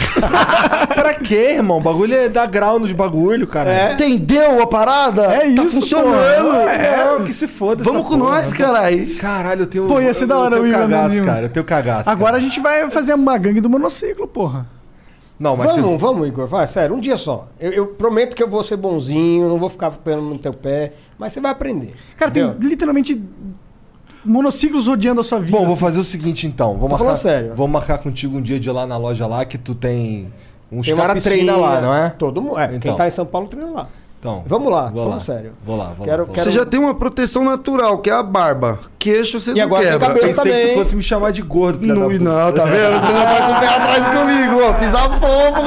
pra quê, irmão? O bagulho é dar grau nos bagulho, cara. É. Entendeu a parada? É Tá isso, funcionando. pô. É, não, que se foda. Vamos essa com porra. nós, caralho. Caralho, eu tenho. Pô, ia ser eu- da hora eu o tenho Igor cagaço, Anonimo. cara. Eu tenho cagaço. Agora a gente vai fazer uma gangue do monociclo, porra. cara. Não, mas. tipo, vamos, se- vamos, Igor. Vai, sério, um dia só. Eu, eu prometo que eu vou ser bonzinho, não vou ficar pegando no teu pé, mas você vai aprender. Cara, tem entendeu? literalmente monociclos rodeando a sua vida. Bom, vou fazer o seguinte então. Vamos falando marcar, sério. Vamos marcar contigo um dia de ir lá na loja lá que tu tem. Uns Tem uma caras treinam piscina, lá, não é? Todo mundo. É, quem Então. tá em São Paulo treina lá. Então. Vamos lá, tô vou falando sério. Vou lá, vou Quero- lá. vou lá. quero- Você já tem uma proteção natural, que é a barba. Queixo você E não agora tem quebra. cabelo. tá Eu Pensei que também. tu fosse me chamar de gordo, filha Não, da puta. não, tá vendo? Você não tá com o pé atrás comigo, ó.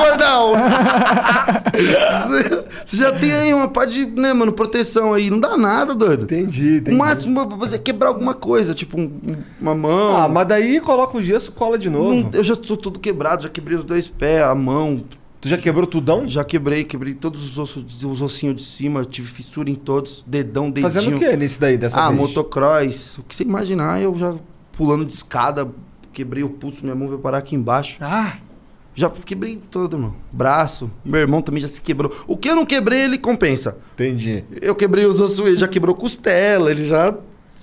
Pisar fofo, gordão. Você- Você já tem aí uma parte de, né, mano, proteção aí. Não dá nada, doido. [LAUGHS] Entendi, O entendi. máximo pra você quebrar alguma coisa, tipo um- um- uma mão. Ah, mas daí coloca o gesso cola de novo. Não- eu já tô todo quebrado, já quebrei os dois pés, a mão. Tu já quebrou tudão? Já quebrei, quebrei todos os, ossos, os ossinhos de cima, tive fissura em todos, dedão, dedinho. Fazendo o que nesse daí, dessa ah, vez? motocross. O que você imaginar, eu já pulando de escada, quebrei o pulso, minha mão veio parar aqui embaixo. Ah, Já quebrei todo, irmão. Braço. Meu irmão também já se quebrou. O que eu não quebrei, ele compensa. Entendi. Eu quebrei os ossos, ele já quebrou costela, ele já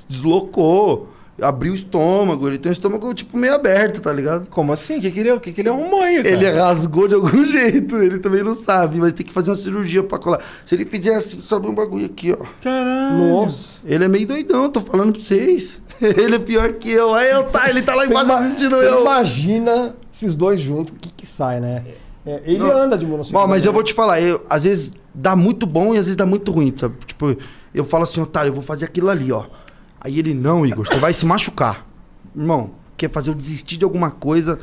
deslocou, abriu o estômago, ele tem o estômago, tipo, meio aberto, tá ligado? Como assim? O que, que, ele, o que, que ele arrumou aí, cara? Ele é rasgou de algum [LAUGHS] jeito, ele também não sabe, mas tem que fazer uma cirurgia pra colar. Se ele fizer assim, sobe um bagulho aqui, ó. Caralho. Nossa. Ele é meio doidão, tô falando pra vocês. [LAUGHS] Ele é pior que eu. Aí eu tá, ele tá lá Você embaixo ima- assistindo você eu. imagina esses dois juntos, o que que sai, né? É, ele Não. anda de monociclo. Bom, mas eu né? vou te falar, eu, às vezes dá muito bom e às vezes dá muito ruim, sabe? Tipo, eu falo assim, otário, eu vou fazer aquilo ali, ó. Aí ele, não, Igor, você vai se machucar. Irmão, quer fazer eu desistir de alguma coisa,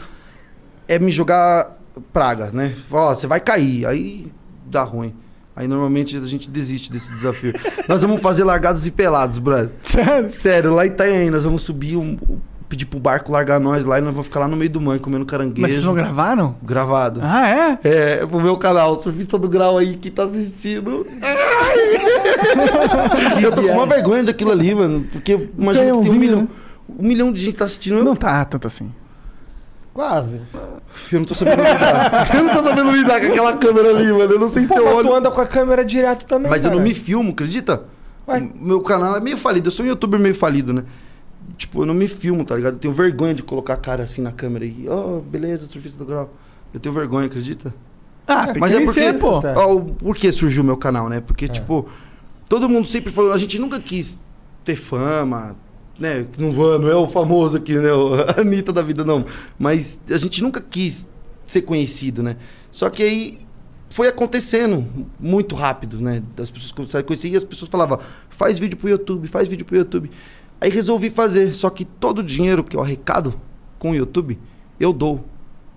é me jogar praga, né? Ó, você vai cair, aí dá ruim. Aí normalmente a gente desiste desse desafio. Nós vamos fazer largados e pelados, brother. [LAUGHS] sério? Sério, lá em Itanhaém, nós vamos subir, um, pedir pro barco largar nós lá e nós vamos ficar lá no meio do mangue comendo caranguejo. Mas vocês não gravaram? Gravado. Ah, é? É, pro meu canal, Surfista do Grau aí, que tá assistindo. [LAUGHS] Ai! eu tô com uma vergonha daquilo ali, mano. Porque imagina Tem que um tem um vídeo, milhão, né? um milhão de gente tá assistindo. Não tá tanto assim. Quase. Eu não tô sabendo lidar. Eu não tô sabendo lidar com aquela câmera ali, mano. Eu não Então, sei se Pô, eu mas tu é olho. anda com a câmera direto também, Mas eu não cara. me filmo, acredita? Ué. O Meu canal é meio falido. Eu sou um youtuber meio falido, né? Tipo, eu não me filmo, tá ligado? Eu tenho vergonha de colocar a cara assim na câmera e, oh, beleza, surfista do grau. Eu tenho vergonha, acredita? Ah, tem Mas que é porque, vencer, pô. É. Ó, o- por que surgiu o meu canal, né? Porque, tipo, todo mundo sempre falou, a gente nunca quis ter fama, né? Não, vou- não é o famoso aqui, né? O [LAUGHS] Anitta da vida, não. Mas a gente nunca quis ser conhecido, né? Só que aí foi acontecendo muito rápido, né? As pessoas começaram a conhecer e as pessoas falavam, faz vídeo pro YouTube, faz vídeo pro YouTube. Aí resolvi fazer, só que todo o dinheiro que eu arrecado com o YouTube, eu dou.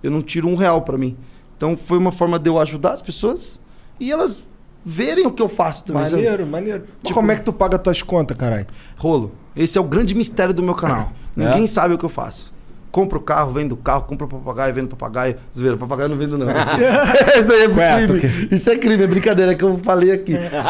Eu não tiro um real pra mim. Então foi uma forma de eu ajudar as pessoas e elas verem o que eu faço também. sabe? Maneiro, maneiro. Mas Tipo, como é que tu paga tuas contas, caralho? Rolo. Esse é o grande mistério do meu canal. [LAUGHS] É? Ninguém sabe o que eu faço. Compro o carro, vendo o carro, compro o papagaio, vendo o papagaio. Zoeira, papagaio eu não [LAUGHS] vendo, não. Isso aí é Correto, crime. Isso é crime, é brincadeira que eu falei aqui. É. [LAUGHS]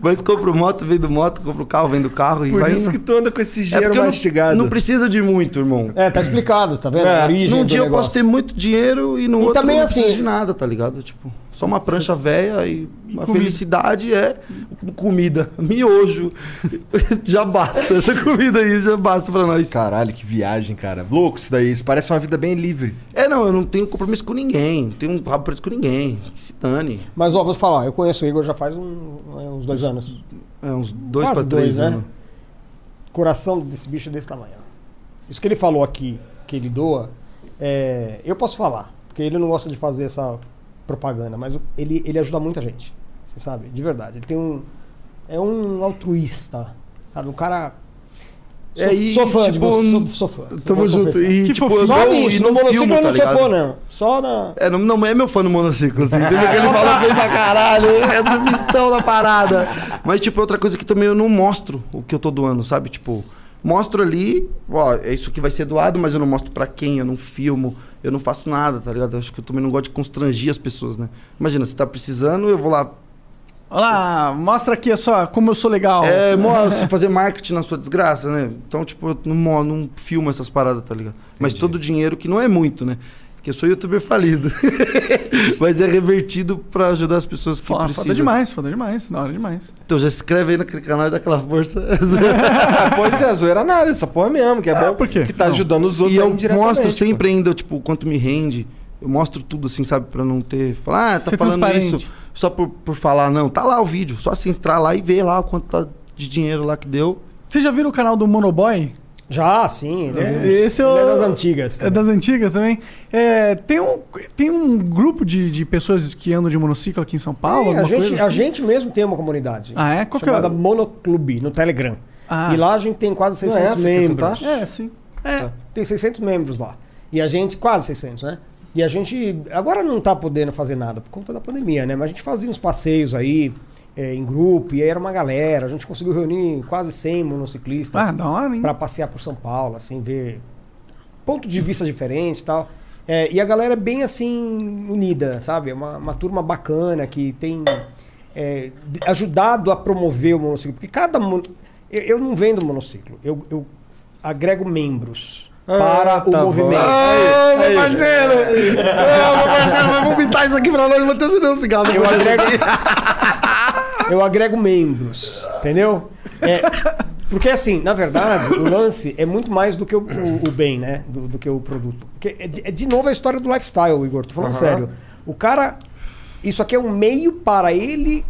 Mas compro moto, vendo moto, compro carro, vendo carro e Por vai isso indo. É que tu anda com esse dinheiro porque eu mastigado. Não, não precisa de muito, irmão. É, tá explicado, tá vendo? É, A origem Num do dia eu posso negócio. ter muito dinheiro e no E outro também eu não assim- preciso de nada, tá ligado? Tipo, Só uma prancha velha e a comida. felicidade é comida. [LAUGHS] Miojo. já basta. Essa [LAUGHS] comida aí já basta pra nós. Caralho, que viagem, cara. Louco isso daí. Isso parece uma vida bem livre. É, não, eu não tenho compromisso com ninguém. Não tenho um rabo preso com ninguém. Que se dane. Mas, ó, vou te falar, eu conheço o Igor já faz um- uns dois anos. É, uns dois Quase pra três dois, né? anos. Coração desse bicho é desse tamanho. ó. Isso que ele falou aqui, que ele doa, é, eu posso falar, porque ele não gosta de fazer essa propaganda, mas o- ele, ele ajuda muita gente. Você sabe? De verdade. Ele tem um. É um altruísta. Sabe? Um cara. Sou, É, e, sou fã de tipo, você. Sou, n- sou fã. tamo vou junto. confessar. E, tipo, eu só não- nisso, e não no monociclo filmo, eu não tá sou fã, né? ligado? não. Só na. É, não, não é meu fã no monociclo, assim. Você viu que ele falou bem pra caralho, essa pistão na parada. Mas, tipo, outra coisa que também eu não mostro o que eu tô doando, sabe? Tipo, mostro ali, ó, é isso que vai ser doado, mas eu não mostro pra quem, eu não filmo, eu não faço nada, tá ligado? Eu acho que eu também não gosto de constrangir as pessoas, né? Imagina, você tá precisando, eu vou lá. Olha lá, mostra aqui só como eu sou legal. É, moço, fazer marketing na sua desgraça, né? Então, tipo, eu não, mo- não filmo essas paradas, tá ligado? Mas todo o dinheiro, que não é muito, né? Porque eu sou youtuber falido. [LAUGHS] Mas é revertido pra ajudar as pessoas que Foda, precisam. foda demais, foda demais. Da hora demais. Então já se inscreve aí naquele canal e dá aquela força. pois é, zoeira nada, essa porra mesmo, que é Ah, bom porque que tá ajudando os outros E eu aí indiretamente, mostro pô. sempre ainda, tipo, o quanto me rende. Eu mostro tudo assim, sabe? Pra não ter. Falar, ah, tá Ser falando transparente. isso só por, por falar, não. Tá lá o vídeo. Só se entrar lá e ver lá o quanto tá de dinheiro lá que deu. Vocês já viram o canal do Monoboy? Já, sim. Ele é, Esse é, o- ele é das antigas. É das antigas também. É, tem, um, tem um grupo de, de pessoas que andam de monociclo aqui em São Paulo? É, a, alguma gente, coisa a assim? gente mesmo tem uma comunidade. Ah, é? Qual que é? chamada Monoclube, no Telegram. Ah. E lá a gente tem quase Não é 600 essa que tu membros. tá? É, sim. É. Tá. Tem 600 membros lá. E a gente, quase 600, né? E a gente agora não tá podendo fazer nada por conta da pandemia, né? Mas a gente fazia uns passeios aí é, em grupo, e aí era uma galera. A gente conseguiu reunir quase 100 monociclistas Ah, da hora, hein? para passear por São Paulo, assim, ver ponto de vista diferente e tal. É, e a galera é bem assim, unida, sabe? É Uma, uma turma bacana que tem é, de- ajudado a promover o monociclo. Porque cada. Mon... Eu, eu não vendo monociclo, eu, eu agrego membros para o tá bom. movimento. Ah, meu parceiro! Ah, meu parceiro, vai vomitar isso aqui pra nós, vou até acender um cigarro. Eu agrego, [LAUGHS] eu agrego membros, entendeu? É, porque assim, na verdade, o lance é muito mais do que o, o- o bem, né? Do, do que o produto. Porque é de, é de novo a história do lifestyle, Igor, tô falando Aham. sério. O cara. Isso aqui é um meio para ele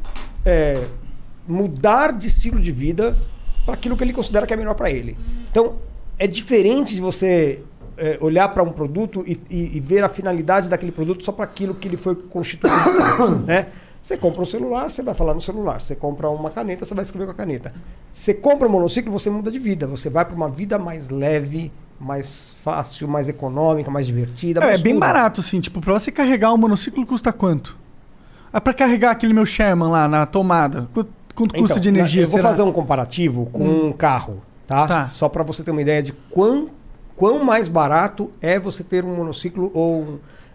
é, mudar de estilo de vida para aquilo que ele considera que é melhor para ele. Então, é diferente de você é, olhar para um produto e, e- e ver a finalidade daquele produto só para aquilo que ele foi [COUGHS] constituído. né? Você compra um celular, você vai falar no celular. Você compra uma caneta, você vai escrever com a caneta. Você compra um monociclo, você muda de vida. Você vai para uma vida mais leve, mais fácil, mais econômica, mais divertida. É, é mais bem tudo. barato, assim. Tipo, pra você carregar um monociclo custa quanto? Ah, pra carregar aquele meu Sherman lá na tomada, quanto, quanto custa Então, de energia? Eu vou será? fazer um comparativo com Hum. um carro, tá? Só para você ter uma ideia de quão, quão mais barato é você ter um monociclo ou um...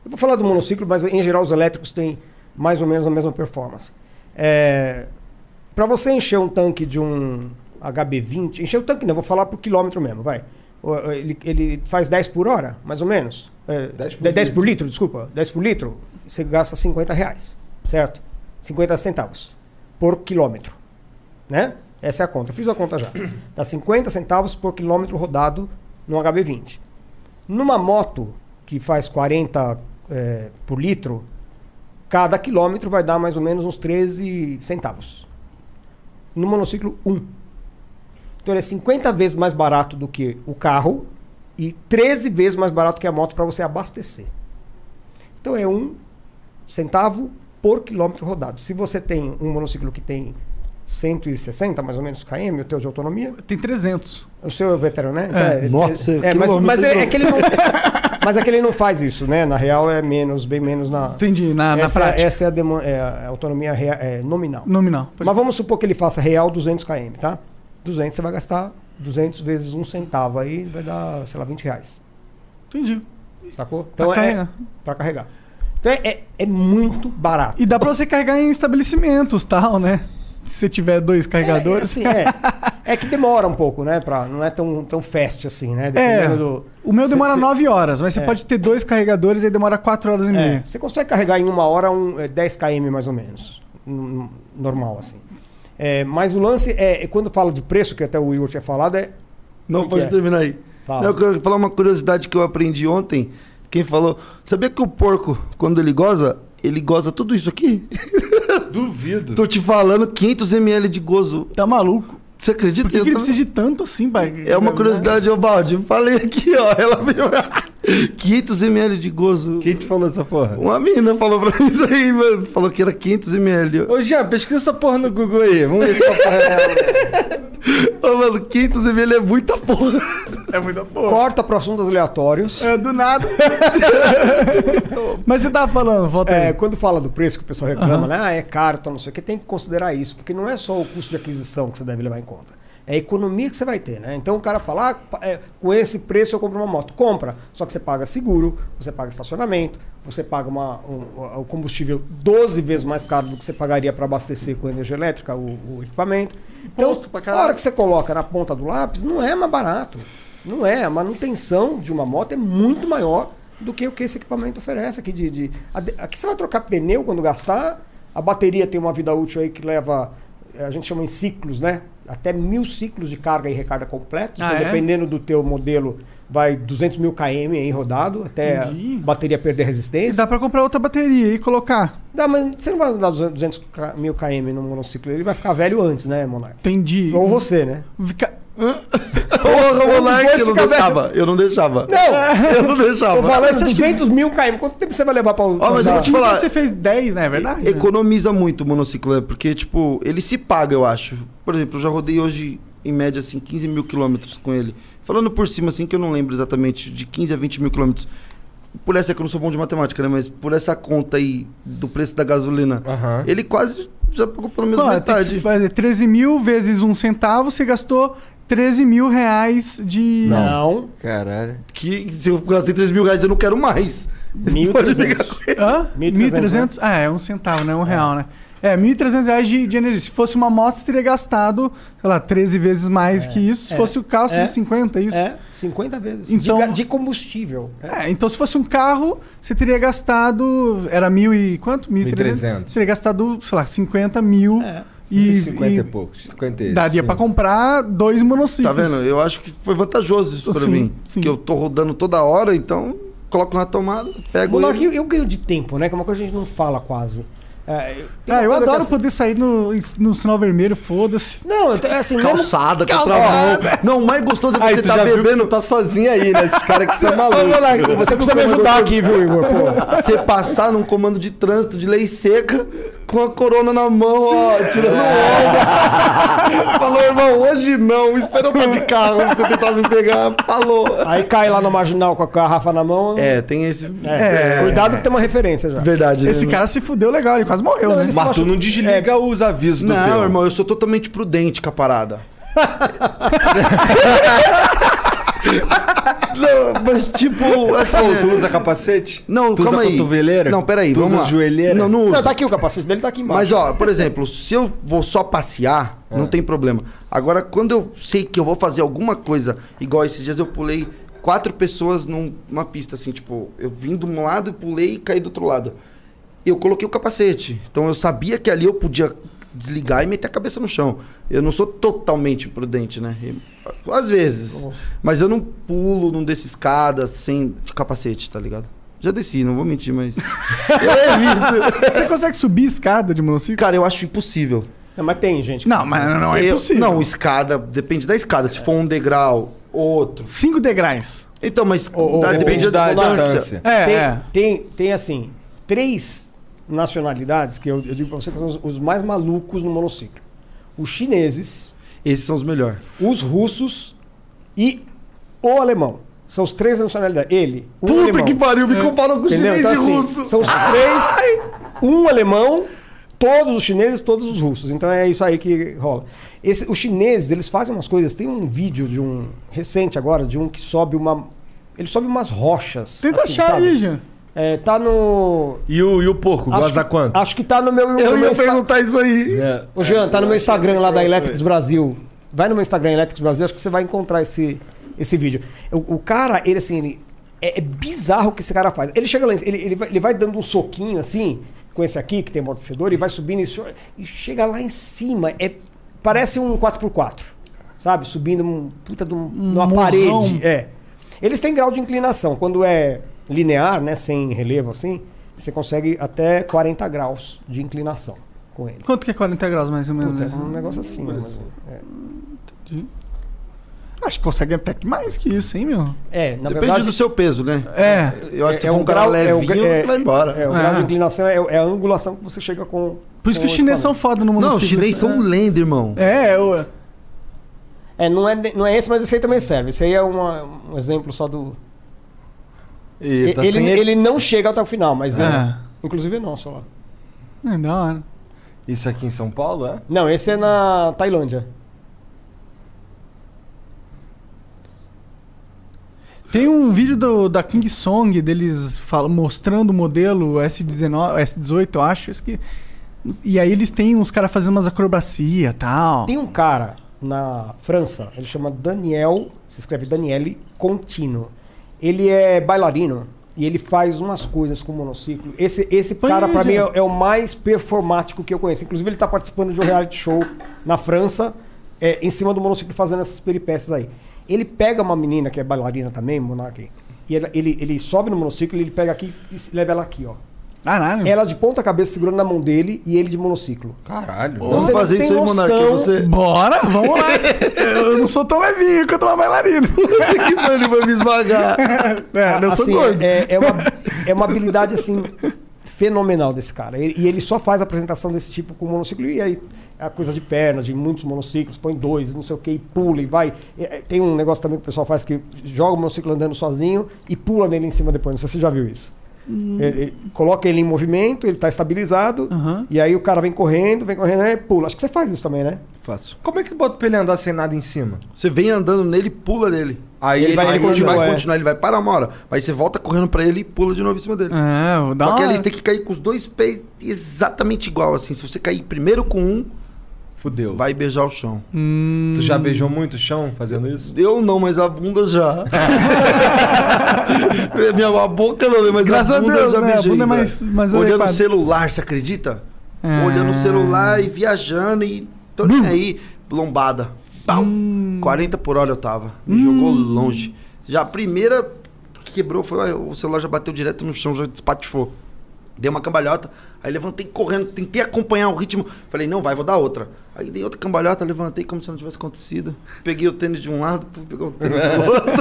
Eu vou falar do monociclo, mas em geral os elétricos têm mais ou menos a mesma performance. É... Para você encher um tanque de um HB20, encher o tanque não, vou falar por quilômetro mesmo, vai. O- Ele, ele faz 10 por hora, mais ou menos. É, 10 por, litro. desculpa. 10 por litro, você gasta 50 reais, certo? 50 centavos por quilômetro, né? Essa é a conta. Eu fiz a [COUGHS] conta já. Dá 50 centavos por quilômetro rodado no HB20. Numa moto que faz 40 eh, por litro, cada quilômetro vai dar mais ou menos uns 13 centavos. No monociclo, 1. Então ele é 50 vezes mais barato do que o carro e 13 vezes mais barato que a moto para você abastecer. Então é um centavo por quilômetro rodado. Se você tem um monociclo que tem 160 mais ou menos km, o teu de autonomia. Tem 300. O seu é veterano, né? Então, É. Nossa, é, mas, quilômetro. mas é, é que ele não, [LAUGHS] mas é que ele não faz isso, né? Na real é menos, bem menos na. Entendi, na, na essa, prática. Essa é a, deman- é a autonomia rea- é, nominal. Nominal. Mas vamos supor que ele faça real 200 km, tá? 200 você vai gastar 200 vezes um centavo aí, vai dar, sei lá, 20 reais. Entendi. Sacou? Pra é- carregar. Pra carregar. Então é, é, é muito barato. E dá pra você carregar em estabelecimentos, tal, né? Se você tiver dois carregadores. É, assim, é. É que demora um pouco, né? Pra, não é tão, tão fast assim, né? Dependendo É, do- o meu Cê- demora cê- 9 horas, mas você É. pode ter dois carregadores e aí demora 4 horas e É, meia. você consegue carregar em uma hora um, é, 10 km mais ou menos. N- n- Normal, assim. É, mas o lance é, é quando fala de preço, que até o Igor tinha falado, é. Não, que pode é? terminar aí. Fala. Não, eu quero falar uma curiosidade que eu aprendi ontem. Quem falou. Sabia que o porco, quando ele goza, ele goza tudo isso aqui? [LAUGHS] Duvido. Tô te falando, 500 ml de gozo. Tá maluco? Você acredita? Por que, Eu que ele tava- precisa de né? tanto assim, pai? É uma curiosidade, ô Baldi. Falei aqui, ó. [LAUGHS] Ela [LAUGHS] veio. 500 ml de gozo. Quem te falou essa porra? Uma mina falou pra mim isso aí, mano. Falou que era 500 ml. Ô, Jean, pesquisa essa porra no Google aí. Vamos ver se essa porra é real. [LAUGHS] Ô, mano, 500 ml é muita porra. É muita porra. Corta para assuntos aleatórios. É, do [LAUGHS] nada. Mas você tava falando, volta É, aí. quando fala do preço que o pessoal reclama, Aham. né? Ah, é caro, tal, não sei o que, tem que considerar isso, porque não é só o custo de aquisição que você deve levar em conta. É a economia que você vai ter, né? Então o cara fala, ah, pa- é, com esse preço eu compro uma moto. Compra, só que você paga seguro, você paga estacionamento, você paga uma- um- o combustível 12 vezes mais caro do que você pagaria para abastecer com energia elétrica o, o equipamento. Então, a hora que você coloca na ponta do lápis, não é mais barato. Não é, a manutenção de uma moto é muito maior do que o que esse equipamento oferece aqui de, de- a de- aqui você vai trocar pneu quando gastar a bateria tem uma vida útil aí que leva eh, a gente chama em ciclos né até mil ciclos de carga e recarga completos Ah, então, é? dependendo do teu modelo vai 200 mil km aí rodado até Entendi. a bateria perder resistência Dá pra comprar outra bateria e colocar. dá mas você não vai andar 200 K- mil km no monociclo ele vai ficar velho antes né Monark Entendi. ou você né Fica- Então, Ô, Os Monark, dois eu não ficam deixava. Eu não deixava. Não! [LAUGHS] Eu é não deixava. eu falando 200 mil km quanto tempo você vai levar para Ó, mas eu vou te falar. tipo, Você fez 10, né? É verdade? Economiza muito o monociclo, é, porque, tipo, ele se paga, eu acho. Por exemplo, eu já rodei hoje, em média, assim, 15 mil quilômetros com ele. Falando por cima, assim, que eu não lembro exatamente, de 15 a 20 mil quilômetros. Por essa que eu não sou bom de matemática, né? Mas por essa conta aí do preço da gasolina, ele quase já pagou pelo menos Pô, tem metade. que fazer 13 mil vezes um centavo, você gastou 13 mil reais de. não Caralho. Que se eu gastei 3 mil reais, eu não quero mais. Pode pegar. 1.300. Hã? 1.300, 1.300? Ah, é um centavo, né? Um real, né? É, 1.300 reais de, de energia. Se fosse uma moto, você teria gastado, sei lá, 13 vezes mais que isso. Se é, fosse o carro, seria é, 50, isso? É, 50 vezes. Então- de, ga- de combustível. É. É, então se fosse um carro, você teria gastado. Era mil e quanto? 1.300. Teria gastado, sei lá, 50 mil. E, 50 e e poucos. 50 e daria sim. pra comprar dois Tá monociclos. vendo? Eu acho que foi vantajoso isso pra Sim, mim. sim. Que eu tô rodando toda hora, então coloco na tomada, É pego Monark, ele. eu, eu ganho de tempo, né? Que é uma coisa que a gente não fala quase. É, eu, tem Ah, uma eu coisa que adoro assim- poder sair no, no sinal vermelho, foda-se. Não, eu tô- é assim, mesmo- Calçada, com Calçada. travão. Não, o mais gostoso é você Aí tu tá já viu que bebendo. tu tá sozinho aí, né? Esses caras [LAUGHS] que são malucos. Ô, Monark, você precisa me ajudar aqui, viu, Igor? Pô. Você passar num comando de trânsito de lei seca com a corona na mão, ó, tirando onda. Falou, irmão, hoje não, espera eu tá de carro, se você tentar me pegar, falou. Aí cai lá no marginal com a garrafa na mão. É, tem esse. É, Cuidado que tem uma referência já. Verdade. Esse né? cara se fudeu legal, ele quase morreu, né? [LAUGHS] Mas tu não desliga os avisos do É. Não, teu. irmão, eu sou totalmente prudente com [LAUGHS] a parada. não, mas [LAUGHS] tipo, assim, Pô, tu usa capacete? Não, tu calma usa aí. cotoveleira? Não, peraí, tu vamos usa lá. joelheira? Não, não uso. Não, tá aqui o capacete dele, tá aqui embaixo. Mas, ó, por exemplo, se eu vou só passear, não tem problema. Agora, quando eu sei que eu vou fazer alguma coisa, igual esses dias eu pulei quatro pessoas num- numa pista, assim, tipo, eu vim de um lado, pulei e caí do outro lado. Eu coloquei o capacete. Então eu sabia que ali eu podia desligar e meter a cabeça no chão. Eu não sou totalmente prudente, né? E- Às vezes. Mas eu não pulo, não desço escada sem capacete, tá ligado? Já desci, não vou mentir, mas. eu evito. Você consegue subir escada de monociclo? Cara, eu acho impossível. Não, mas tem, gente. Não, mas não é Eu- possível. Não, escada, depende da escada. Se for um degrau, outro. Cinco degraus. Então, mas Ô, ô, da- ô, depende ô, da ô, Solar. distância. É, tem, é. Tem, tem, assim, três nacionalidades que eu, eu digo pra você que são os, os mais malucos no monociclo. Os chineses, Esses são os melhores. os russos e o alemão. São os três nacionalidades. Ele, o Puta Um alemão. que pariu, me comparam com Entendeu? chinês Então, e assim, russo. São os três, um alemão, todos os chineses, todos os russos. Então é isso aí que rola. Esse- os chineses, eles fazem umas coisas. Tem um vídeo de um recente agora, de um que sobe uma. Ele sobe umas rochas. Tenta assim, achar sabe? aí, Jean. É, tá no. E o, e o porco, acho goza que- quanto? Acho que tá no meu. no Eu meu ia Insta- perguntar isso aí. É. Ô, Jean, tá no meu Instagram lá da Electrics Brasil. Vai no meu Instagram Electrics Brasil, acho que você vai encontrar esse, esse vídeo. O, o cara, ele assim, ele- é, é bizarro o que esse cara faz. Ele chega lá, em- ele, ele, vai, ele vai dando um soquinho assim, com esse aqui, que tem amortecedor, e vai subindo e, so- e chega lá em cima. É, parece um 4x4, sabe? Subindo um puta de um- numa morrão. parede. É. Eles têm grau de inclinação. Quando é linear, né, sem relevo assim, você consegue até 40 graus de inclinação com ele. Quanto que é 40 graus, mais ou menos? Uhum. Puta, é um negócio assim, mas- é. Entendi. Acho que consegue até que mais que isso, hein, meu? É, na Depende verdade- do seu peso, né? É. Eu acho que se for um cara é o levinho, gra- é- você vai embora. É, o É. grau de inclinação é, é a angulação que você chega com. Por isso com que os o chineses são equipamento. foda no né? mundo Não, os chineses são lenda, irmão. É, eu... É, não é, não é esse, mas esse aí também serve. Esse aí é uma- um exemplo só do. E tá ele, sem- ele não chega até o final, mas é. Ah. Inclusive é nosso lá. É da hora. Isso aqui em São Paulo, é? Não, esse é na Tailândia. Tem um vídeo do- da King Song deles fal- mostrando o modelo S19, S18, eu acho. Isso que... E aí eles têm uns caras fazendo umas acrobacia e tal. Tem um cara na França, ele chama Daniel, se escreve Daniele Contino. Ele é bailarino e ele faz umas coisas com monociclo. Esse, esse cara, pra mim, é, é o mais performático que eu conheço. Inclusive, ele tá participando de um reality show na França, é, em cima do monociclo, fazendo essas peripécias aí. Ele pega uma menina que é bailarina também, Monarque, e ela- ele, ele sobe no monociclo, ele pega aqui e se- leva ela aqui, ó. Caralho. Ela de ponta cabeça segurando na mão dele e ele de monociclo. Caralho. Então você não tem [LAUGHS] noção- Bora, vamos [LAUGHS] lá. eu não sou tão levinho quanto uma bailarina. que mano, vai me esmagar. [LAUGHS] É, eu sou Assim, gordo. É, [LAUGHS] é uma, é uma habilidade, assim, fenomenal desse cara. E, e ele só faz apresentação desse tipo com monociclo. E aí, é a coisa de pernas, de muitos monociclos, põe dois, não sei o que, e pula e vai. E, é, tem um negócio também que o pessoal faz que joga o monociclo andando sozinho e pula nele em cima depois. Não sei se você já viu isso. É, é, coloca ele em movimento, ele tá estabilizado, e aí o cara vem correndo, vem correndo, e pula. Acho que você faz isso também, né? Faço. Como é que tu bota pra ele andar sem nada em cima? Você vem andando nele e pula nele. Aí ele, ele vai, vai- aí ele continua, vai é. continuar, ele vai parar uma hora. Aí você volta correndo pra ele e pula de novo em cima dele. É, vou dar Só que uma- eles têm que cair com os dois pés exatamente igual, assim. Se você cair primeiro com um, fudeu. Vai beijar o chão. Tu já beijou muito o chão fazendo isso? Eu não, mas a [LAUGHS] bunda já. Minha a boca não, mas Graças a a bunda Deus, eu já né? A beijei. bunda é velho. mais- mais Olhando adequada. É. o celular, você acredita? Olhando o celular e viajando e tô nem aí, lombada. Pau. 40 por hora eu tava. Me jogou longe. Já a primeira que quebrou foi o celular já bateu direto no chão, já despatifou. Dei uma cambalhota, aí levantei correndo, tentei acompanhar o ritmo. Falei, não vai, vou dar outra. Aí dei outra cambalhota, levantei como se não tivesse acontecido. Peguei o tênis de um lado, pu- pegou o tênis do outro.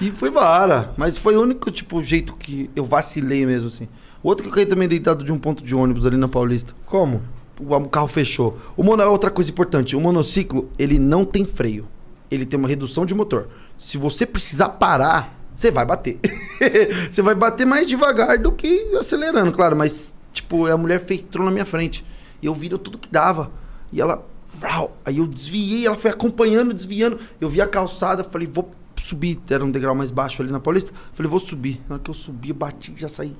e foi embora. Mas foi o único, tipo, jeito que eu vacilei mesmo, assim. Outro que eu caí também deitado de um ponto de ônibus ali na Paulista. Como? O o carro fechou. O mono, é outra coisa importante, o monociclo, ele não tem freio. Ele tem uma redução de motor. Se você precisar parar, você vai bater. [LAUGHS] você vai bater mais devagar do que acelerando, claro. Mas, tipo, a mulher fe- entrou na minha frente. E eu viro tudo que dava. E ela... vrau, Aí eu desviei, ela foi acompanhando, desviando. Eu vi a calçada, falei, vou subir. Era um degrau mais baixo ali na Paulista. Falei, vou subir. Na hora que eu subi, eu bati, já saí.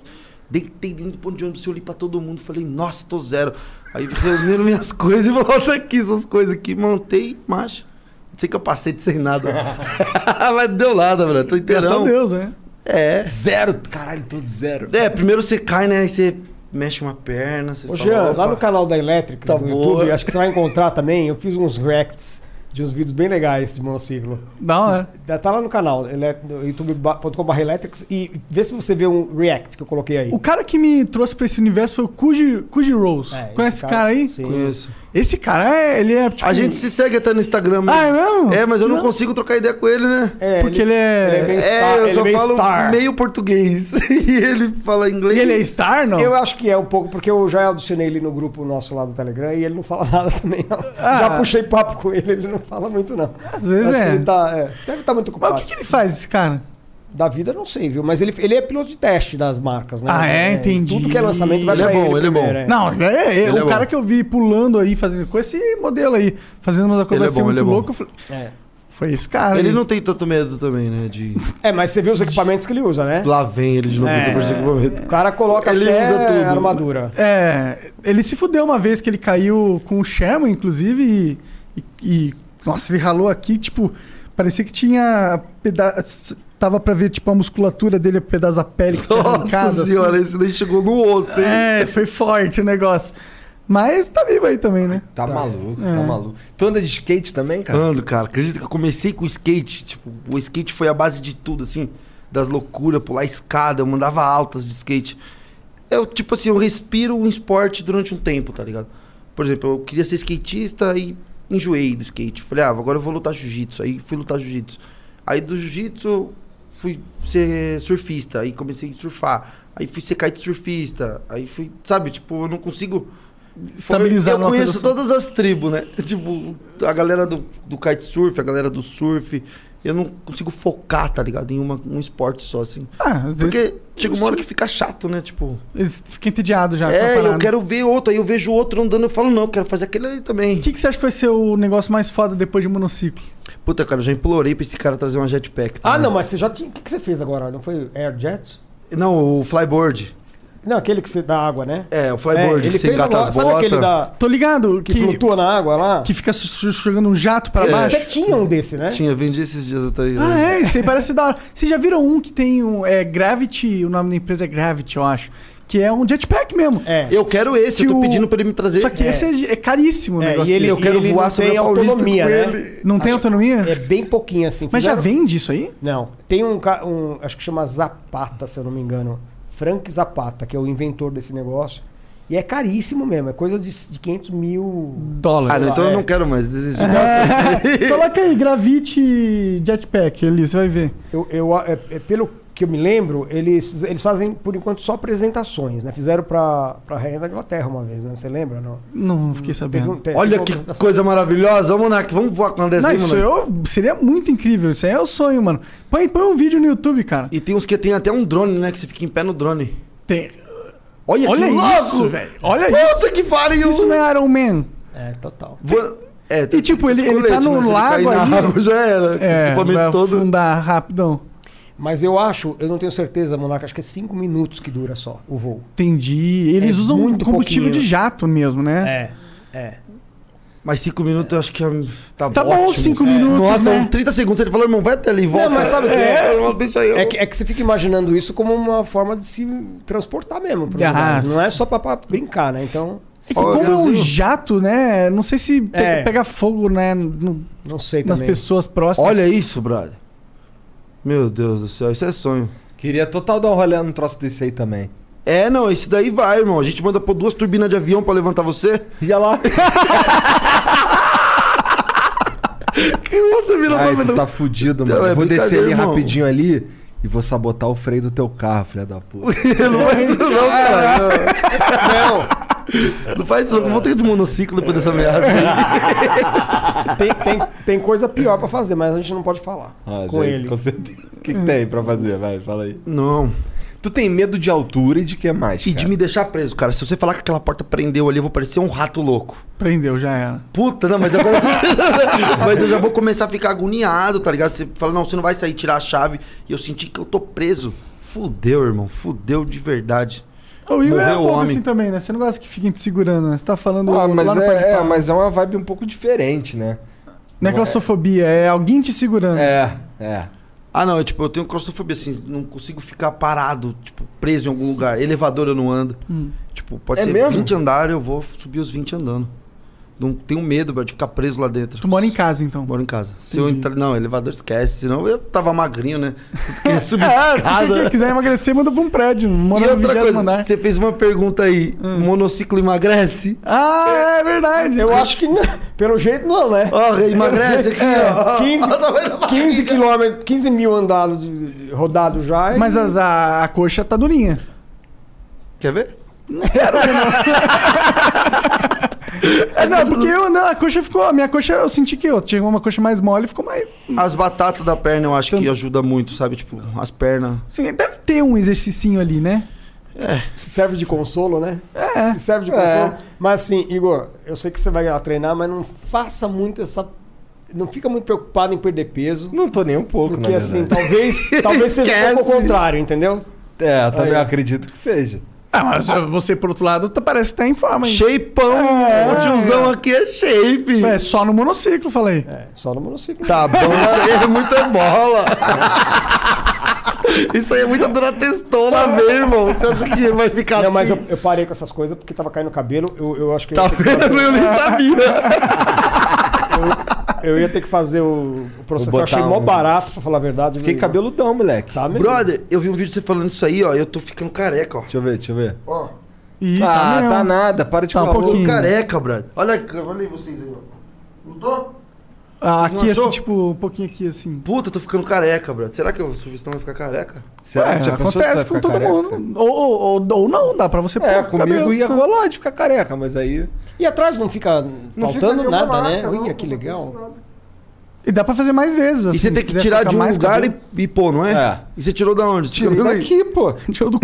Deitei dentro do ponto de ônibus, eu olhei pra todo mundo, falei, nossa, tô zero. Aí reuniram minhas [LAUGHS] coisas e volta aqui, essas coisas aqui, montei, macho. Não sei que eu passei de sem nada. [LAUGHS] Mas deu nada, bro. Tô Graças inteirão. a Deus, né? É. Zero. Caralho, tô zero. É, primeiro você cai, né? Aí você mexe uma perna, você Ô, fala, Jean, lá "Opa." no canal da Elétrica, Tá do boa. YouTube, acho que você vai encontrar também. Eu fiz uns reacts de uns vídeos bem legais de monociclo. Da hora. Você- Tá lá no canal, ele- no youtube.com.br Electrics, e vê se você vê um react que eu coloquei aí. O cara que me trouxe pra esse universo foi o Cuji, Cuji Rose. Conhece É, esse cara, aí? É, sim. Conheço. Esse cara, é, ele é tipo... A gente se segue até no Instagram. Mas... Ah, é mesmo? É, mas eu não, Não. consigo trocar ideia com ele, né? É, Porque ele, é... É, eu só falo meio português. [LAUGHS] e ele fala inglês. E ele é star, não? Eu acho que é um pouco, porque eu já adicionei ele no grupo nosso lá do Telegram e ele não fala [LAUGHS] nada também. não. Ah. Já puxei papo com ele, ele não fala muito, não. Às vezes Acho que é. ele tá, é, Deve estar muito Mas ocupado. o que, que ele faz, esse cara? Da vida eu não sei, viu? Mas ele, ele é piloto de teste das marcas, né? Ah, é? Entendi. Tudo que é lançamento vai Ele é pra bom, ele é bom. primeiro, Não, é, é, Ele o é bom. cara que eu vi pulando aí, fazendo com esse modelo aí, fazendo umas acrobacias bom, muito ele é bom. loucas. eu falei, É. Foi esse cara. Ele aí. não tem tanto medo também, né? De. É, mas você viu os equipamentos que ele usa, né? Lá vem ele de novo. É. eu consigo mover. O cara coloca Ele até usa tudo. armadura. É, ele se fudeu uma vez que ele caiu com o Sherman, inclusive, e, e Nossa, ele ralou aqui, tipo, parecia que tinha. Peda... Tava pra ver, tipo, a musculatura dele, a pedaço da pele que tinha arrancado, Nossa assim. senhora, esse daí chegou no osso, hein? É, foi forte o negócio. Mas tá vivo aí também, né? Tá maluco, É. tá maluco. Tu anda de skate também, cara? Ando, cara. Acredita que eu comecei com skate. Tipo, o skate foi a base de tudo, assim. Das loucuras, pular escada. Eu mandava altas de skate. Eu, tipo assim, eu respiro um esporte durante um tempo, tá ligado? Por exemplo, eu queria ser skatista e enjoei do skate. Falei, ah, agora eu vou lutar jiu-jitsu. Aí fui lutar jiu-jitsu. Aí do jiu-jitsu, fui ser surfista. Aí comecei a surfar. Aí fui ser kite surfista. Aí fui, sabe? Tipo, eu não consigo... Estabilizar Eu numa coisa conheço só. todas as tribos, né? Tipo, a galera do, do kitesurf, a galera do surf. Eu não consigo focar, tá ligado? Em uma, um esporte só, assim. Ah, às Porque vezes- chega uma hora que fica chato, né? Tipo. Eles ficam entediados já. com a é, eu parada. quero ver outro, aí eu vejo outro andando, eu falo, não, eu quero fazer aquele ali também. O que, que você acha que vai ser o negócio mais foda depois de monociclo? Puta, cara, eu já implorei pra esse cara trazer uma jetpack. tá pra Ah, mim. não, mas você já tinha. O que, que você fez agora? Não foi Air Jets? Não, o flyboard. Não, aquele que você dá água, né? É, o flyboard, ele que você fez engata agora, as sabe botas. aquele da. Tô ligado Que, flutua na água lá? Que fica su- su- jogando um jato pra É. baixo. Você tinha um desse, né? Tinha, vendi esses dias né? até aí. Ah, é, isso aí parece da hora. Vocês já viram um que tem um. É Gravity, o nome da empresa é Gravity, eu acho. Que é um jetpack mesmo. É. Eu quero esse, eu tô pedindo pra ele me trazer. Só que É. esse é, é caríssimo o É, negócio e ele, desse. eu quero voar sobre a autonomia, né? Não tem autonomia? É bem pouquinho assim. Mas já vende isso aí? Não. Tem um, ca- um. Acho que chama Zapata, se eu não me engano. Frank Zapata, que é o inventor desse negócio. E é caríssimo mesmo. É coisa de, de 500 mil Ah, Dólares. não, então eu É. não quero mais, desisti. [LAUGHS] Coloca aí, Gravity Jetpack, Eli, você vai ver. Eu, eu- é- é pelo que eu me lembro, eles, eles fazem, por enquanto, só apresentações, né? Fizeram pra, pra Rainha da Inglaterra uma vez, né? Você lembra? Não? Não fiquei Teve um- sabendo. teve Olha uma que apresentação. coisa maravilhosa. Ô, Monark, vamos voar com um dessa É. Não, aí, isso Monark? eu, seria muito incrível. Isso aí é o sonho, mano. Põe, põe um vídeo no YouTube, cara. E tem uns que tem até um drone, né? Que você fica em pé no drone. Tem- Olha, Olha que louco! isso, velho. Olha Puta isso. que pariu! Se isso não é Iron Man. É, total. Vou- É, E tipo, ele, ele tá colete, no né? Se ele lago cair na ali. água, já era. Esse É, equipamento vai todo. afundar rapidão. Mas eu acho, eu não tenho certeza, Monarca, acho que é cinco minutos que dura só o voo. Entendi. Eles É usam muito combustível pouquinho. de jato mesmo, né? É, é. Mas cinco minutos eu acho que é, tá, Tá bom, ótimo. cinco É. minutos, Nossa, né? uns 30 segundos. Ele falou, irmão, vai até ali e volta. Não, mas sabe o que é? irmão, Deixa eu. É que, é que você fica imaginando isso como uma forma de se transportar mesmo. Pro Ah, lugares. Não é só pra, pra brincar, né? Então, É que como é um Brasil. jato, né? Não sei se pe- É. pega fogo, né? no- não sei nas também. pessoas próximas. Olha isso, brother. Meu Deus do céu, isso é sonho. Queria total dar um rolê num troço desse aí também. É, não, esse daí vai, irmão. A gente manda pôr duas turbinas de avião pra levantar você. Ia lá. Que uma turbina Ai, pra tu tá fudido, mano. Não, é Eu vou descer brincadeira, ali irmão. rapidinho ali e vou sabotar o freio do teu carro, filha da puta. [LAUGHS] Não faz isso não, cara. Não. Não faz isso não. Eu vou ter de monociclo depois dessa ameaça. Ah, Tem, tem, tem coisa pior pra fazer, mas a gente não pode falar Ah, com gente, ele. Com certeza. O que, que tem pra fazer? Vai, fala aí. Não. Tu tem medo de altura e de que mais? E de cara? me deixar preso, cara. Se você falar que aquela porta prendeu ali, eu vou parecer um rato louco. Prendeu, já era. Puta, não, mas agora. [LAUGHS] mas eu já vou começar a ficar agoniado, tá ligado? Você fala, não, você não vai sair tirar a chave. E eu senti que eu tô preso. Fudeu, irmão. Fudeu de verdade. O Igor é Morreu um o pouco homem. assim também, né? Você não gosta que fiquem te segurando, né? Você tá falando Ah, lá mas no Pode é, é, Pá. mas é uma vibe um pouco diferente, né? Não é claustrofobia, é alguém te segurando. É, é. Ah, não, eu, tipo, eu tenho claustrofobia, assim, não consigo ficar parado, tipo, preso em algum lugar. Elevador eu não ando. Hum. Tipo, pode É ser mesmo? 20 andares, eu vou subir os 20 andando. Não tenho medo, bro, de ficar preso lá dentro. Tu mora em casa, então. Moro em casa. Se eu Entendi. entrar. Não, elevador esquece, senão eu tava magrinho, né? [LAUGHS] Queria subir É, escada. quem quiser emagrecer, manda pra um prédio. E Mora no outra 20 coisa, andar. você fez uma pergunta aí: monociclo emagrece? Ah, é verdade. Eu acho que não. Pelo jeito não, né? Ah, É, Ó, emagrece aqui, ó. tá 15, tá 15 quilômetros, 15 mil andados de- rodado já. e- Mas as- a, a coxa tá durinha. Quer ver? É, não, porque eu, não, a coxa ficou. A minha coxa, eu senti que eu tinha uma coxa mais mole, ficou mais. As batatas da perna eu acho que ajuda muito, sabe? Tipo, as pernas. assim, deve ter um exercicinho ali, né? Se serve de consolo, né? É. Se serve de consolo. Mas assim, Igor, eu sei que você vai lá treinar, mas não faça muito essa. Não fica muito preocupado em perder peso. Não tô nem um pouco, Porque na assim, verdade. talvez, talvez seja um pouco ao Esquece. contrário, entendeu? É, eu também Aí. acredito que seja. Ah, mas você, por outro lado, tá- parece que tá em forma, hein? Shapeão! O tiozão aqui é shape! É, só no monociclo, falei. É, só no monociclo. Tá bom, isso aí é muita bola. Isso aí é muita duratestona mesmo, irmão. Você acha que vai ficar Não, assim? mas eu, eu parei com essas coisas porque tava caindo o cabelo. Eu, eu acho que eu Tá ia ter que fazer- vendo? Eu nem sabia. Eu ia ter que fazer o, o processo. que Vou Eu achei botar mó um- barato, pra falar a verdade. Fiquei cabeludão, moleque. Tá mesmo. Brother, eu vi um vídeo de você falando isso aí, ó. Eu tô ficando careca, ó. Deixa eu ver, deixa eu ver. Ó. Ih, ah, tá, nada. Para de Tá um falar. pouquinho. Careca, brother. Olha, aqui, olha aí vocês aí, ó. Não tô? Ah, Não aqui, achou? assim, tipo, um pouquinho aqui, assim. Puta, eu tô ficando careca, brother. Será que o Silvestão vai ficar careca? Assim, Ué, É, acontece com todo mundo. Ou, ou, ou- ou não, dá pra você É, o comigo ia tá. rolar de ficar careca, mas aí. E atrás não fica faltando nenhuma nada, marca, né? não, Uia, que legal. E dá pra fazer mais vezes, assim. E você tem que quiser tirar colocar de um mais lugar cabelo. [LAUGHS] e, e pôr, não é? É. E você tirou da onde? Tirei Tirou [LAUGHS] daqui, tá pô. Tirou do...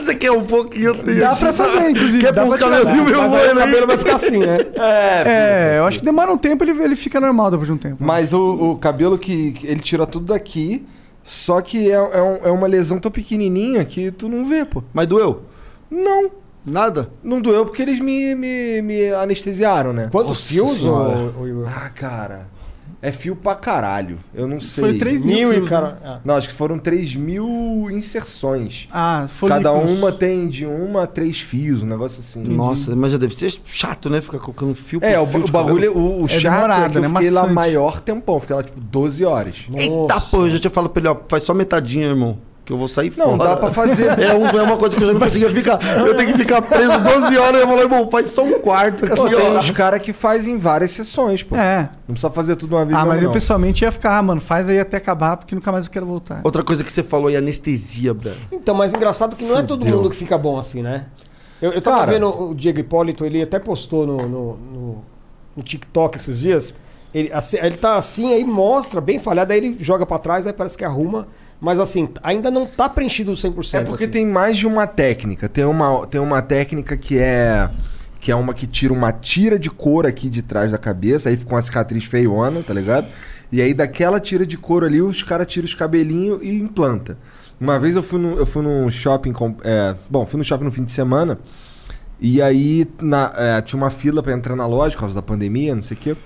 você quer um pouquinho desse? Dá pra fazer, inclusive. Quer dá pôr pra os tirar. cabelinhos meu Mas aí o moendo cabelo aí? vai ficar assim, né? É, eu acho que demora um tempo, ele, ele fica normal depois de um tempo. Mas o, o cabelo que que ele tira tudo daqui, só que é, é um- é uma lesão tão pequenininha que tu não vê, pô. Mas doeu? Não, Nada? não doeu porque eles me, me, me anestesiaram, né? Quantos Nossa fios, ô, senhora. ô, Igor? Ah, cara. É fio pra caralho. Eu não sei. Foi 3 mil, Mil e fios, né? cara. ah. Não, acho que foram 3 mil inserções. Ah, foi Cada com os- uma tem de uma a três fios, um negócio assim. Nossa, mas já deve ser chato, né? Ficar colocando fio É, por o, fio o de bagulho, cabelo. o, o É chato é que demorado, eu né? fiquei lá Maçante. maior tempão. Fiquei lá, tipo, 12 horas. Eita, pô, eu já tinha falado pra ele, ó, faz só metadinha, irmão. Que eu vou sair fora. Não, dá pra fazer. [LAUGHS] É, um- é uma coisa que eu já não conseguia ficar. Eu tenho que ficar [LAUGHS] preso 12 horas. Eu falo, irmão, faz só um quarto. Pô, Assim, tem ó. uns caras que fazem várias sessões, pô. É. Não precisa fazer tudo de uma vez. Ah, mesmo, mas eu não. pessoalmente ia ficar, ah, mano, faz aí até acabar, porque nunca mais eu quero voltar. Outra coisa que você falou aí, anestesia, brother. Então, mas engraçado que não é todo Fudeu. mundo que fica bom assim, né? Eu, eu tava Cara. vendo o Diego Hipólito, ele até postou no, no, no- no TikTok esses dias. Ele, assim, ele tá assim, aí mostra, bem falhado, aí ele joga pra trás, aí parece que arruma. Mas assim, ainda não tá preenchido 100%. É porque assim. tem mais de uma técnica. Tem uma, tem uma técnica que é que é uma que tira uma tira de couro aqui de trás da cabeça, aí fica uma cicatriz feiona, tá ligado? E aí daquela tira de couro ali, os caras tiram os cabelinhos e implanta. Uma vez eu fui num, eu fui num shopping, com- é, bom, fui no shopping no fim de semana, e aí na- é, tinha uma fila pra entrar na loja por causa da pandemia, não sei o quê.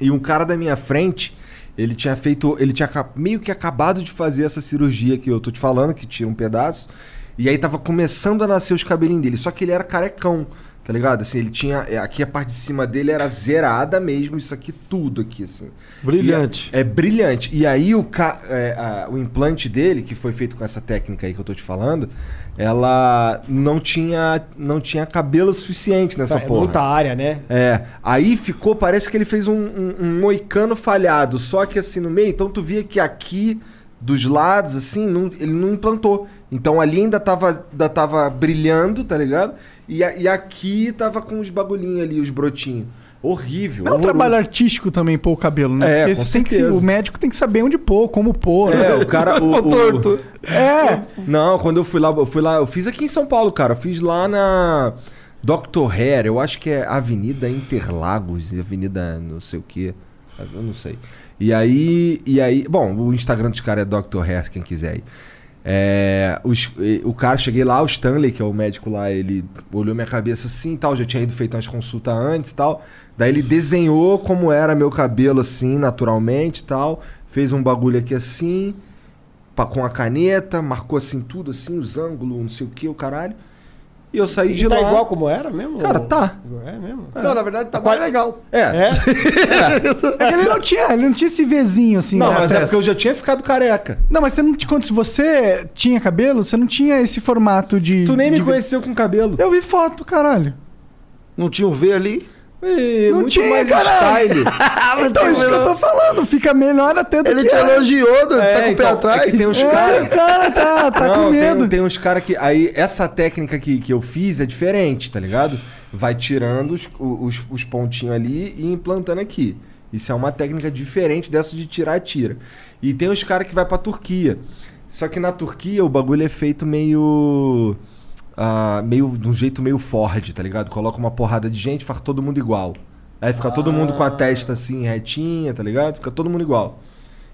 E um cara da minha frente, ele tinha feito. Ele tinha aca- meio que acabado de fazer essa cirurgia que eu tô te falando, que tira um pedaço. E aí tava começando a nascer os cabelinhos dele. Só que ele era carecão, tá ligado? Assim, ele tinha. é, Aqui a parte de cima dele era zerada mesmo, isso aqui tudo aqui, assim. Brilhante. E é, é brilhante. E aí o, ca- é, a- o implante dele, que foi feito com essa técnica aí que eu tô te falando, ela não tinha, não tinha cabelo suficiente nessa é porra. muita área, né? É, aí ficou, parece que ele fez um, um- um moicano falhado, só que assim no meio, então tu via que aqui dos lados, assim, não- ele não implantou. Então ali ainda tava, ainda tava brilhando, tá ligado? E, a- e aqui tava com os bagulhinhos ali, os brotinhos. Horrível. É um horroroso. trabalho artístico também pôr o cabelo, né? É, Porque com você tem que se- certeza. o médico tem que saber onde pôr, como pôr, né? É, o cara. O, Ô, o- torto. É, Não, quando eu fui lá, eu fui lá, eu fiz aqui em São Paulo, cara. Eu fiz lá na Dr. Hair, eu acho que é Avenida Interlagos, Avenida não sei o quê. Eu não sei. E aí, e aí, bom, o Instagram dos caras é Dr. Hair, quem quiser aí. É, os- e- o cara, cheguei lá, o Stanley, que é o médico lá, ele olhou minha cabeça assim e tal, já tinha ido feito umas consultas antes e tal. Daí ele desenhou como era meu cabelo assim, naturalmente e tal. Fez um bagulho aqui assim, pa- com a caneta, marcou assim tudo, assim, os ângulos, não sei o que, o caralho. E eu saí de E tá lá. igual como era mesmo? Cara, tá. É mesmo? Não, na verdade tá mais legal. É. É? [LAUGHS] É que ele não tinha, ele não tinha esse Vzinho assim Não, na mas é testa. porque eu já tinha ficado careca. Não, mas você não te conta, se você tinha cabelo, você não tinha esse formato de... Tu nem me de- conheceu com cabelo. Eu vi foto, caralho. Não tinha um V ali? Ih, Não muito tinha, mais caralho. style. um- então, isso que eu tô falando, fica melhor até do Ele que te era. elogiou, Dan. É, tá com o pé então, é atrás. que tem uns É, cara. o cara tá, tá Não, com tem- um medo. Tem, uns caras que. Aí, essa técnica que, que eu fiz é diferente, tá ligado? Vai tirando os, o- os, os pontinhos ali e implantando aqui. Isso é uma técnica diferente dessa de tirar a tira. E tem os caras que vai pra Turquia. Só que na Turquia o bagulho é feito meio. ah, meio de um jeito meio Ford, tá ligado? Coloca uma porrada de gente, faz todo mundo igual. Aí fica todo mundo Ah. com a testa assim retinha, tá ligado? Fica todo mundo igual.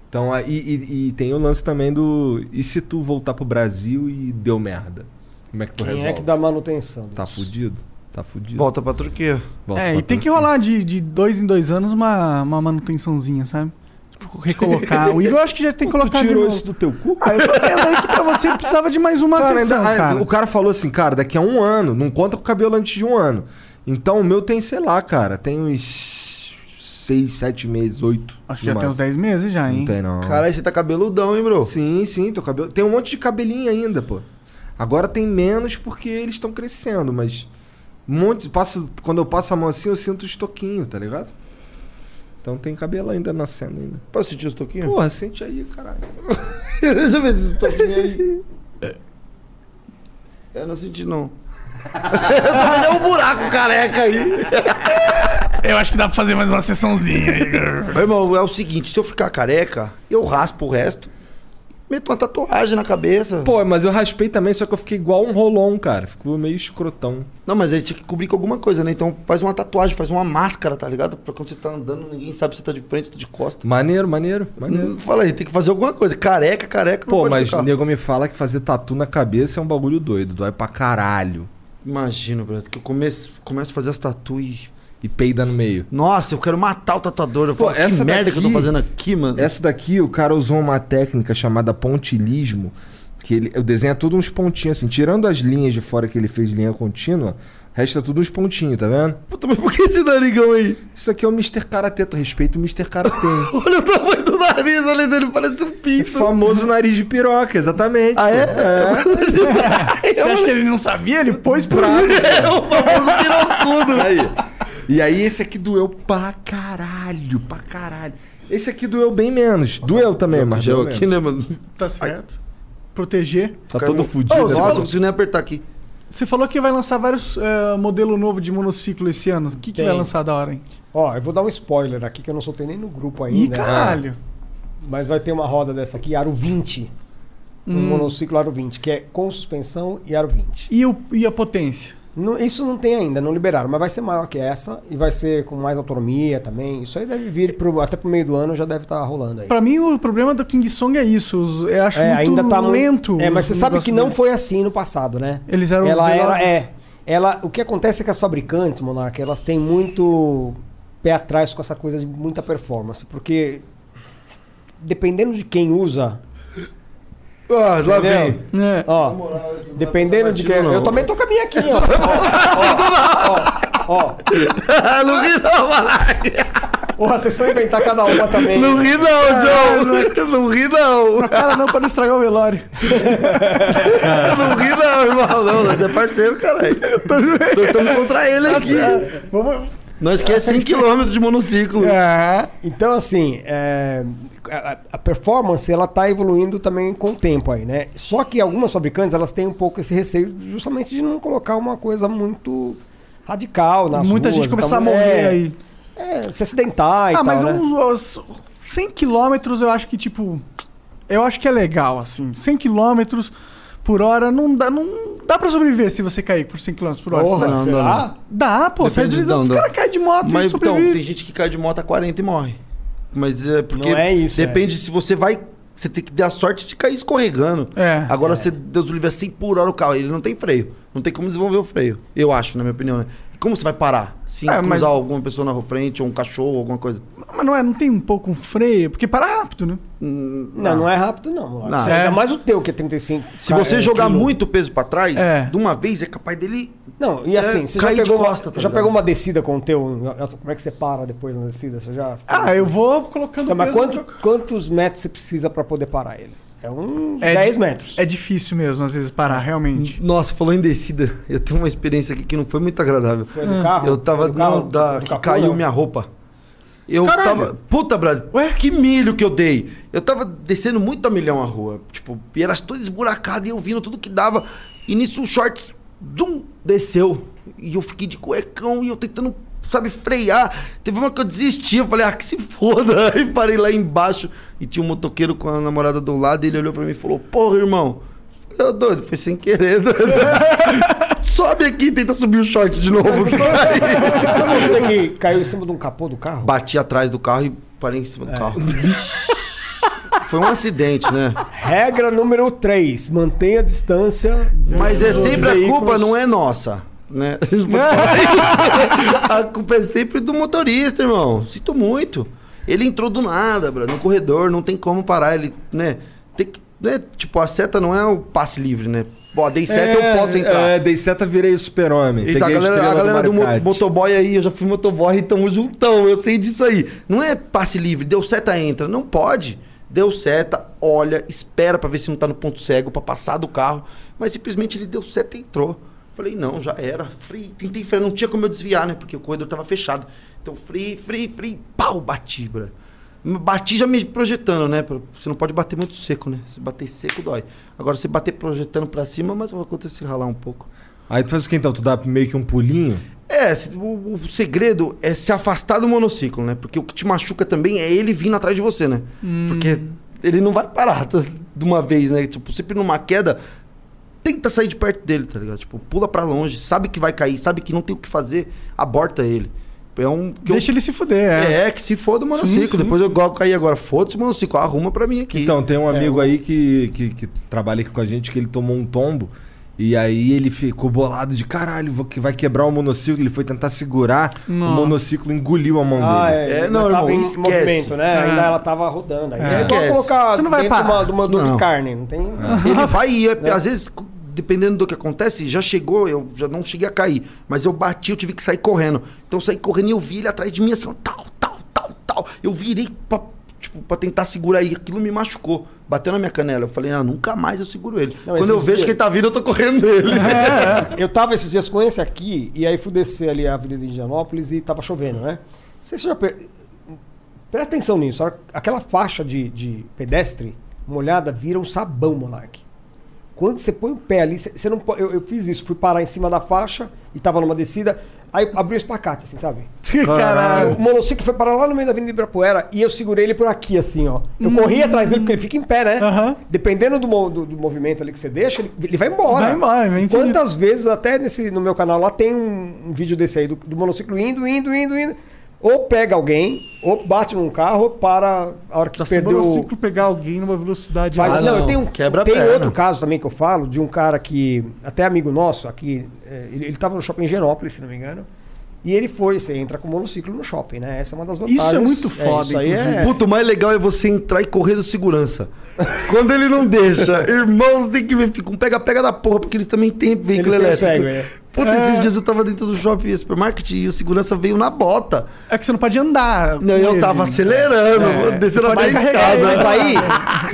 Então, aí, e, e tem o lance também do. E se tu voltar pro Brasil e deu merda? Como é que tu Quem resolve? é que dá manutenção? Tá fudido? Tá fudido. Volta pra Turquia. é, e tem que rolar de, de dois em dois anos uma, uma manutençãozinha, sabe? Tipo, recolocar. O Igor eu acho que já tem que colocar de tirou novo. isso do teu cu? Ah, eu tô vendo aí que pra você precisava de mais uma Cara, sessão, ainda- ah, cara. O cara falou assim, cara, daqui a um ano, não conta com o cabelo antes de um ano. Então o meu tem, sei lá, cara, tem uns seis, sete meses, oito. Acho que já tem uns 10 meses já, hein? Não tem, não. Caralho, você tá cabeludão, hein, bro? Sim, sim, tô cabelo. Tem um monte de cabelinho ainda, pô. Agora tem menos porque eles estão crescendo, mas. Um monte. Passo, quando eu passo a mão assim, eu sinto os toquinhos, tá ligado? Então tem cabelo ainda nascendo ainda. Posso sentir os toquinhos? Porra, sente aí, caralho. [LAUGHS] Deixa eu ver esses toquinhos aí. Eu É, não senti, não. [LAUGHS] Também deu um buraco careca aí. Eu acho que dá pra fazer mais uma sessãozinha, Igor. Meu irmão, é o seguinte, se eu ficar careca, eu raspo o resto. Meto uma tatuagem na cabeça. Pô, mas eu raspei também, só que eu fiquei igual um rolão, cara. Ficou meio escrotão. Não, mas aí tinha que cobrir com alguma coisa, né? Então faz uma tatuagem, faz uma máscara, tá ligado? Pra quando você tá andando, ninguém sabe se você tá de frente, tá de costa. Maneiro, maneiro, maneiro. Hum, Fala aí, tem que fazer alguma coisa. Careca, careca, não Pô, pode mas ficar. o nego me fala que fazer tatu na cabeça é um bagulho doido. Dói pra caralho. Imagino, brother, que eu começo, começo a fazer as tatu e... E peida no meio. Nossa, eu quero matar o tatuador. Eu falo, que merda que eu tô fazendo aqui, mano. Essa daqui, o cara usou uma técnica chamada pontilismo, que ele eu desenho tudo uns pontinhos, assim, tirando as linhas de fora que ele fez de linha contínua, resta tudo uns pontinhos, tá vendo? Puta, mas por que esse narigão aí? Isso aqui é o Mr. Karatê, tu respeita o Mr. Karatê. [LAUGHS] É Olha o tamanho do nariz, olha dele, parece um pinto. Famoso nariz de piroca, exatamente. Ah, é? [LAUGHS] Você acha que ele não sabia? Ele pôs por [LAUGHS] isso. É o É [LAUGHS] um famoso pirocudo. Aí. E aí esse aqui doeu pra caralho, pra caralho. Esse aqui doeu bem menos. Doeu também, mas Gel doeu aqui, menos. né, mano? Tá certo. Proteger. Tá todo fudido. Ô, Nossa, você, eu não falou, consigo nem apertar aqui. você falou que vai lançar vários eh, modelo novo de monociclo esse ano. O que, que Tem. vai lançar da hora, hein? Ó, eu vou dar um spoiler aqui que eu não soltei nem no grupo Ih, ainda. caralho. Mas vai ter uma roda dessa aqui, Aro 20. Um Hum. monociclo Aro 20, que é com suspensão e Aro 20. E, o, e a potência? Não- isso não tem ainda, não liberaram, mas vai ser maior que essa e vai ser com mais autonomia também. Isso aí deve vir pro, até pro meio do ano, já deve estar rolando aí. Pra mim, o problema do King Song é isso. Os- Eu acho É, muito ainda tá mu- lento. É, mas os você sabe que negócios não dele. foi assim no passado, né? Eles eram ela era, velozes. é, ela, o que acontece é que as fabricantes, Monarca, elas têm muito pé atrás com essa coisa de muita performance, porque s- dependendo de quem usa, Ah, lá Entendeu? vem. É. ó, dependendo de quem, não. eu também tô com a minha aqui, ó. [LAUGHS] Ó, ó, ó, ó. Ah, não ri não, Malak. Porra, vocês vão inventar cada uma também. Não ri Ah, não, é John. Não ri não. Pra cara não, pra não estragar o velório. Ah. Não ri não, irmão. Não, nós é parceiro, caralho. Nós estamos contra ele aqui. ah, Vamos... Ah, Nós quer 5km de monociclo. É, então assim, é, a, a performance ela tá evoluindo também com o tempo aí, né? Só que algumas fabricantes elas têm um pouco esse receio justamente de não colocar uma coisa muito radical nas Muita Tá, ruas gente e começar a tal. morrer É, aí. É, se acidentar e ah, tal, mas né? um uns, uns 100 quilômetros eu acho que, tipo... Eu acho que é legal, assim. 100 quilômetros por hora não dá, não dá pra sobreviver se você cair por 100 quilômetros por hora. Porra, Sa- não, Será? não, não. Dá, pô. Sai Depende deslizando, de os onde. caras caem de moto e Mas então, sobrevivem. tem gente que cai de moto a 40 e morre. Mas é porque Não é isso, depende se você vai. Você tem que dar sorte de cair escorregando. É. Agora, se Deus o livre é 100 por hora o carro, ele não tem freio. Não tem como desenvolver o freio. Eu acho, na minha opinião, né? Como você vai parar? Se É, cruzar mas- alguma pessoa na frente, ou um cachorro, alguma coisa. Mas não é, não tem um pouco um freio? Porque para rápido, né? Não, não é rápido não. Mano. Não. Ainda É. mais o teu que é 35. Se você é, jogar quilo. muito peso pra trás, É. de uma vez é capaz dele. Não, e assim, É, você já cair de pegou, costa, tá uma, já ligado? pegou uma descida com o teu, como é que você para depois na descida? Você já assim? Ah, eu vou colocando... Então, mas peso no quanto- troco. quantos metros você precisa pra poder parar ele? É um É 10 di- metros. Hum, É difícil mesmo, às vezes, parar, realmente. Nossa, falou em descida. Eu tenho uma experiência aqui que não foi muito agradável. Foi do carro? Eu tava. Foi do carro? não, da, Do que capô, caiu não? minha roupa. Eu Caralho. tava. Puta, Brad, Ué? que milho que eu dei. Eu tava descendo muito a milhão a rua. Tipo, e era toda esburacada e eu vindo tudo que dava. E nisso o shorts, dum, desceu. E eu fiquei de cuecão e eu tentando, sabe, frear. Teve uma que eu desisti. Eu falei, ah, que se foda. [LAUGHS] Aí parei lá embaixo e tinha um motoqueiro com a namorada do lado. E ele olhou pra mim e falou: Porra, irmão. Eu falei, "Ô, doido, foi sem querer. doido." [LAUGHS] Sobe aqui e tenta subir o short de novo. Você [LAUGHS] cai. Foi você que caiu em cima de um capô do carro? Bati atrás do carro e parei em cima do carro. Foi um acidente, né? Regra número 3, mantenha a distância. Mas é dos sempre a veículos. culpa não é nossa, né? a culpa é sempre do motorista, irmão. Sinto muito. Ele entrou do nada, bro, no corredor, não tem como parar ele, né? Tem que, né? Tipo, a seta não é o passe livre, né? Ó, dei seta, eu posso entrar. É, dei seta, virei super-homem. Então, a Peguei galera, a estrela galera do, mo- Maricate. motoboy aí, eu já fui motoboy, tamo juntão, eu sei disso aí. Não é passe livre, deu seta, entra. Não pode. Deu seta, olha, espera pra ver se não tá no ponto cego, pra passar do carro. Mas simplesmente ele deu seta e entrou. Falei, não, já era. Free, tentei frear, não tinha como eu desviar, né? Porque o corredor tava fechado. Então, free, free, free, pau, bati, bro. Bati já me projetando, né? Pra- Você não pode bater muito seco, né? Se bater seco, dói. Agora, se bater projetando pra cima, mas vai acontecer ralar um pouco. Aí tu faz o que então? Tu dá meio que um pulinho? É, se- o, o segredo é se afastar do monociclo, né? Porque o que te machuca também é ele vindo atrás de você, né? Hum. Porque ele não vai parar [LAUGHS] tá? de uma vez, né? Tipo, sempre numa queda, tenta sair de perto dele, tá ligado? Tipo, pula pra longe, sabe que vai cair, sabe que não tem o que fazer, aborta ele. É um, hum, que Deixa ele se fuder, é. é. É, que se foda o monociclo. Sim, sim, Depois eu gosto cair agora. Foda-se o monociclo, arruma pra mim aqui. Então, tem um É. amigo aí que, que, que trabalha aqui com a gente que ele tomou um tombo. E aí ele ficou bolado de caralho, vou que vai quebrar o monociclo. Ele foi tentar segurar, o Nossa. monociclo engoliu a mão Ah, dele. é, não, tava em movimento, né? Ainda ela tava rodando. Ainda é igual colocar Você não vai dentro de parar. uma, de uma dor Não. de carne, não tem... Ele vai e, é- Né? às vezes, cu- dependendo do que acontece, já chegou, eu já não cheguei a cair. Mas eu bati, eu tive que sair correndo. Então eu saí correndo e eu vi ele atrás de mim assim, ó, tal, tal, tal, tal. Eu virei pra, tipo, pra tentar segurar e aquilo me machucou. Bateu na minha canela. Eu falei, ah, nunca mais eu seguro ele. Não, Quando eu esses vejo dias- que ele tá vindo, eu tô correndo dele. É, é. Eu tava esses dias com esse aqui, e aí fui descer ali a Avenida de Indianópolis e tava chovendo, né? Você já per... Presta atenção nisso. a hora- Aquela faixa de, de pedestre molhada vira um sabão, monarque. Quando você põe o pé ali, você você não pode. Eu, eu fiz isso, fui parar em cima da faixa e tava numa descida. Aí abri o espacate, assim, sabe? [LAUGHS] Caralho. O monociclo foi parar lá no meio da Avenida Ibirapuera e eu segurei ele por aqui, assim, ó. Eu Hum. corri atrás dele, porque ele fica em pé, né? Dependendo do, mo- do- do movimento ali que você deixa, ele, ele vai embora. Vai embora, vai infinito. Quantas vezes, até nesse, no meu canal lá, tem um, um vídeo desse aí do, do monociclo indo, indo, indo, indo. Ou pega alguém, ou bate num carro, ou para a hora que Nossa, perdeu. o Tá monociclo pegar alguém numa velocidade... Faz- Ah, alta. não, eu tenho um, tem outro caso também que eu falo de um cara que, até amigo nosso aqui, é, ele, ele tava no shopping em Genópolis, se não me engano. E ele foi, você entra com o monociclo no shopping, né? Essa é uma das vantagens. isso aí é- [LAUGHS] Puto, o mais legal é você entrar e correr do segurança. Quando ele não deixa, [LAUGHS] irmãos, tem que ver. Fica um pega-pega da porra, porque eles também têm né? veículo têm o elétrico. cego, é. Puta, É. esses dias eu tava dentro do shopping supermarket e o segurança veio na bota. É que você não pode andar. Não, É. eu tava acelerando, descendo a Pode escada. carregar ele, É, [LAUGHS] Mas aí,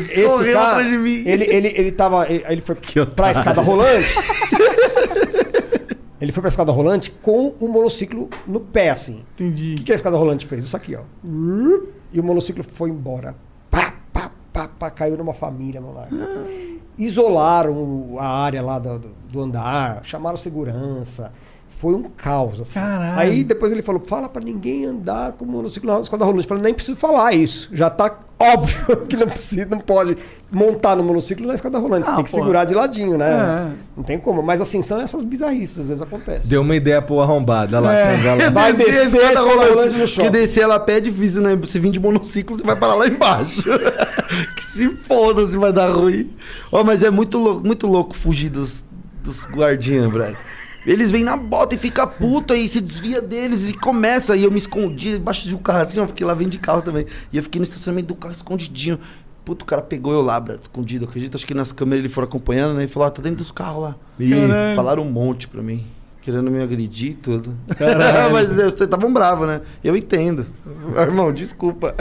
esse né? Correu cara, atrás de mim. ele, ele, ele tava, ele, aí ele foi pra escada rolante. [LAUGHS] ele foi pra escada rolante com o monociclo no pé, assim. Entendi. O que, que a escada rolante fez? Isso aqui, ó. E o monociclo foi embora. Pá, pá, pá, pá, caiu numa família, mano. Isolaram o- a área lá do, do- do andar, chamaram segurança. Foi um caos, assim. Caralho. Aí depois ele falou: fala pra ninguém andar com o monociclo na escada rolante. Eu falei, nem preciso falar isso. Já tá óbvio [LAUGHS] que não precisa, não pode montar no monociclo na escada rolante. Você Ah, tem que porra. segurar de ladinho, né? É. Não tem como. Mas assim, são essas bizarrices, às vezes acontece. Deu uma ideia pro arrombado, olha lá. É. tá, vai lá. [LAUGHS] Vai Descer a descer escada a escada rolante. rolante no Porque shopping. descer ela a pé é difícil, né? Você vir de monociclo, você vai parar lá embaixo. [LAUGHS] que se foda se vai dar ruim. Ó, mas é muito louco, muito louco fugir dos, dos guardinhas, velho. Eles vêm na bota e fica puto aí, se desvia deles e começa. E eu me escondi embaixo de um carro assim, ó, porque lá vem de carro também. E eu fiquei no estacionamento do carro escondidinho. Puto, o cara pegou eu lá, brad, escondido. Acredito, acho que nas câmeras ele foram acompanhando, né? E falou, ah, tá dentro dos carros lá. Ih. Caralho. falaram um monte pra mim, querendo me agredir e tudo. Caralho. [LAUGHS] Mas eu- vocês estavam bravos, né? Eu entendo. Ah, Irmão, [LAUGHS] desculpa.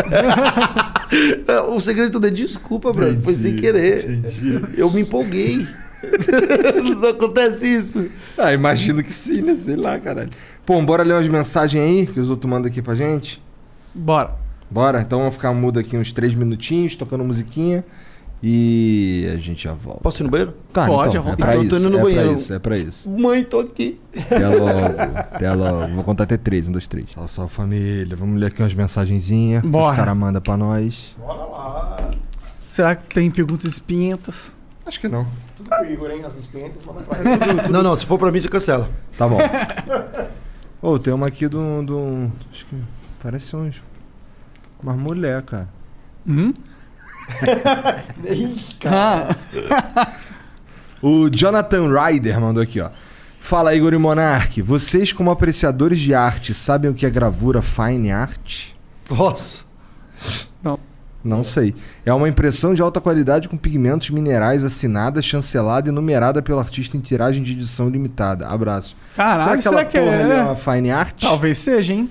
o segredo tudo é desculpa, brother. Foi sem querer. Eu me empolguei. [LAUGHS] Não acontece isso. Ah, imagino que sim, né? Sei lá, caralho. Pô, bora ler umas mensagens aí que os outros mandam aqui pra gente? é? Bora. Bora, então vamos ficar mudo aqui uns três minutinhos, tocando musiquinha. E a gente já volta. Posso ir no banheiro? Claro, Pode, então, à é vontade. pra Então eu tô isso, indo no é banheiro. pra isso, é pra isso. Mãe, tô aqui. Até logo, até logo. Vou contar até três, um, dois, três. Salve, salve família. Vamos ler aqui umas mensagenzinhas. que Bora. Os caras mandam pra nós. Será que tem perguntas espinhentas? Acho que não. Tudo com o Igor, hein? As experiências, manda pra Não, não, se for pra mim, você cancela. Tá bom. [LAUGHS] Ô, tem uma aqui do, do. Acho que. Parece uns. Umas mulher, cara. Hum? O Jonathan Ryder mandou aqui, ó. Fala, Igor e Monark. Vocês, como apreciadores de arte, sabem o que é gravura fine art? Nossa. Não. Não sei. É uma impressão de alta qualidade com pigmentos minerais assinada, chancelada e numerada pelo artista em tiragem de edição limitada. Abraço. Ah, Caralho, será será que que aquela é? porra ali é uma fine art? Talvez seja, hein?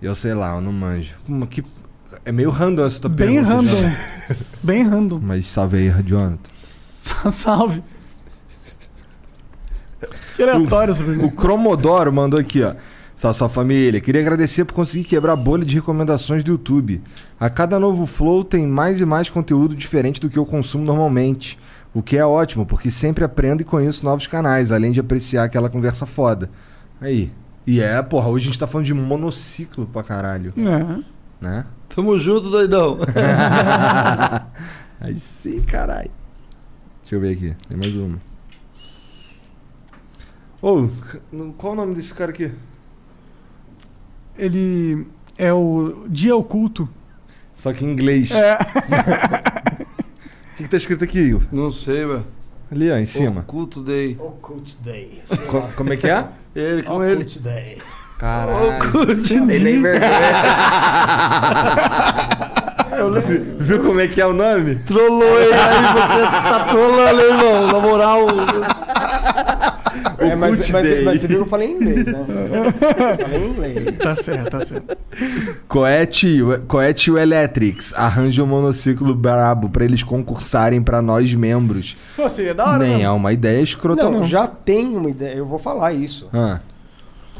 Eu sei lá, eu não manjo. Uma que... É meio random essa tua Bem pergunta. random. Jonathan. [LAUGHS] Bem random. Mas salve aí, Jonathan. Salve. Que aleatório essa pergunta. O Cromodoro mandou aqui, ó. Salve sua família. Queria agradecer por conseguir quebrar a bolha de recomendações do YouTube. A cada novo flow tem mais e mais conteúdo diferente do que eu consumo normalmente. O que é ótimo, porque sempre aprendo e conheço novos canais, além de apreciar aquela conversa foda. Aí. E é, porra, hoje a gente tá falando de monociclo pra caralho. É. Né? Tamo junto, [LAUGHS] doidão. Aí sim, caralho. Deixa eu ver aqui. Tem mais uma. Ô, qual o nome desse cara aqui? Ele é o Dia Oculto. Só que em inglês. É. [LAUGHS] O que, que tá escrito aqui, Igor? Não sei, velho. Ali, ó, em cima. Oculto Day. Occult Day. Co- como é que [LAUGHS] é? Ele, com ele. Occult Day. Caralho. Tem nem Viu, viu como é que é o nome? Trollou ele aí, você [LAUGHS] tá trollando, irmão. Na moral. É, mas, Occult mas- Day. mas você viu que eu falei em inglês, né? Eu falei em inglês. Tá certo, tá certo. Coete, Coete Electrics. Arranja um monociclo brabo pra eles concursarem pra nós membros. Pô, seria da hora, Nem né? é uma ideia escrota, Não, não. já tem uma ideia, eu vou falar isso. Ah,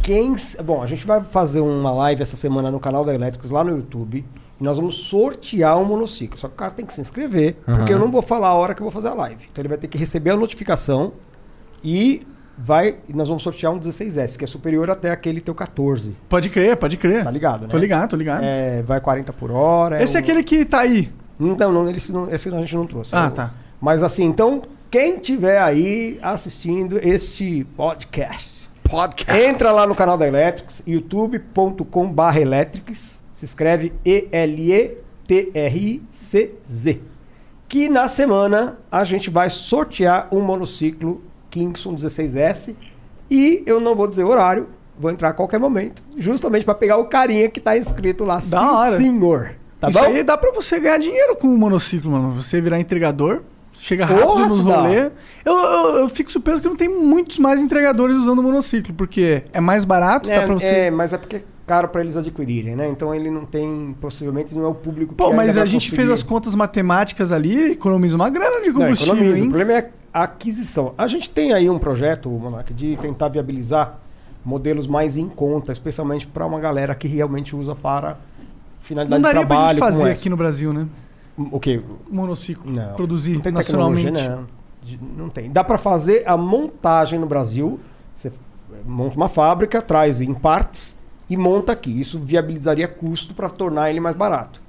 Quem. s- Bom, a gente vai fazer uma live essa semana no canal da Elétricos lá no YouTube. E nós vamos sortear um monociclo. Só que o cara tem que se inscrever, Aham. porque eu não vou falar a hora que eu vou fazer a live. Então ele vai ter que receber a notificação e vai. e nós vamos sortear um 16S, que é superior até aquele teu 14. Pode crer, pode crer. Tá ligado, né? Tô ligado, tô ligado. É, vai 40 por hora. Esse é aquele que tá aí. Não, Então, não, esse, não esse a gente não trouxe. Ah, Eu- tá. Mas assim, então, quem tiver aí assistindo este podcast, podcast. entra lá no canal da Electrics, youtube.com.br Electrics, se escreve E-L-E-T-R-I-C-Z. Que na semana a gente vai sortear um monociclo Kingston 16S e eu não vou dizer o horário, vou entrar a qualquer momento, justamente para pegar o carinha que tá inscrito lá. Sim, hora. senhor. Tá Isso bom? aí dá pra você ganhar dinheiro com o monociclo, mano. Você virar entregador, chega rápido Porra, nos se dá. rolê. Eu, eu, eu fico surpreso que não tem muitos mais entregadores usando monociclo, porque é mais barato, É, dá pra você... é, mas é porque é caro pra eles adquirirem, né? Então ele não tem, possivelmente não é o público Pô, que mas ainda a vai gente fez conseguir. as contas matemáticas ali e economiza uma grana de Não, combustível, economiza. O hein? problema é a aquisição. A gente tem aí um projeto, Monark, de tentar viabilizar modelos mais em conta, especialmente pra uma galera que realmente usa para Não finalidade de daria pra gente trabalho. como fazer essa. aqui no Brasil, né? O quê? Monociclo. Não. Produzir não tem nacionalmente. tecnologia, Não. De- não tem. Dá para fazer a montagem no Brasil. Você eh, monta uma fábrica, traz em partes e monta aqui. Isso viabilizaria custo para tornar ele mais barato.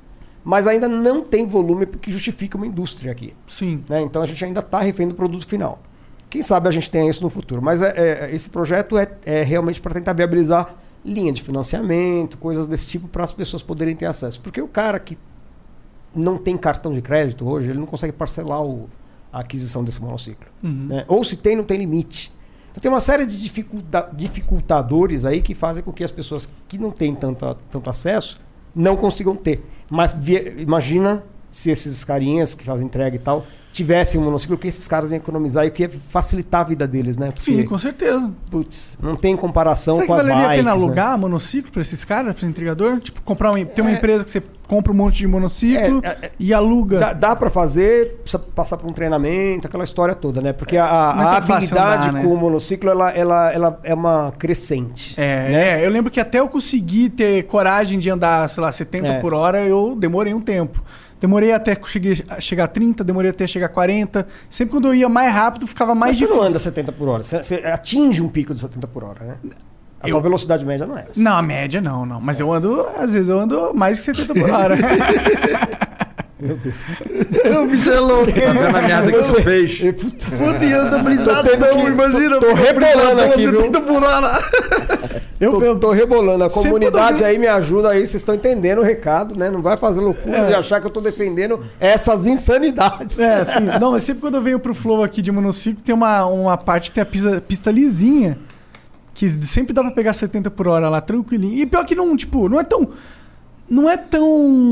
Mas ainda não tem volume que justifica uma indústria aqui. Sim. Então a gente ainda está refém do produto final. Quem sabe a gente tenha isso no futuro. Mas é- é- esse projeto é, é realmente para tentar viabilizar linha de financiamento, coisas desse tipo, para as pessoas poderem ter acesso. Porque o cara que não tem cartão de crédito hoje, ele não consegue parcelar o- a aquisição desse monociclo. Uhum. né? Ou se tem, não tem limite. Então tem uma série de dificulta- dificultadores aí que fazem com que as pessoas que não têm tanta, tanto acesso não consigam ter. Mas via- imagina se esses carinhas que fazem entrega e tal tivessem um monociclo, o que esses caras iam economizar e o que ia facilitar a vida deles, né? Porque, Sim, com certeza. Putz, não tem comparação Será que Então, com as valeria a pena bikes, né? alugar monociclo pra esses caras, pra entregador? Tipo, comprar uma, ter uma É. empresa que você compra um monte de monociclo e aluga. Dá, dá para fazer, precisa passar por um treinamento, aquela história toda, né? Porque a, a- Não é a tão fácil habilidade andar, né? com o monociclo, ela, ela, ela é uma crescente. É, né? é, eu lembro que até eu consegui ter coragem de andar, sei lá, 70 É. por hora, eu demorei um tempo. Demorei até cheguei a chegar a 30, demorei até chegar a 40. Sempre quando eu ia mais rápido, ficava é mais Mas você difícil. não anda 70 por hora, você, você atinge um pico de 70 por hora, né? A tua velocidade média não é [LAUGHS] essa. [LAUGHS] Não, a média não, não. Mas eu ando, às vezes eu ando mais que 70 por hora. Meu Deus. O bicho é louco. Tá vendo a merda que isso fez? Puta, Puta, e anda Tô tendo brisadão, que- imagina. tô rebolando Tá aqui, viu? 70 por hora. Eu tô, tô rebolando. A Sempre comunidade quando eu aí me ajuda aí. Vocês estão entendendo o recado, né? Não vai fazer loucura É. de achar que eu tô defendendo essas insanidades. [LAUGHS] Ah, É, assim, não, mas sempre quando eu venho pro flow aqui de monociclo, tem uma, uma parte que tem a pista, pista lisinha, que sempre dá pra pegar 70 por hora lá, tranquilinho. E pior que não, tipo, não é tão... Não é tão...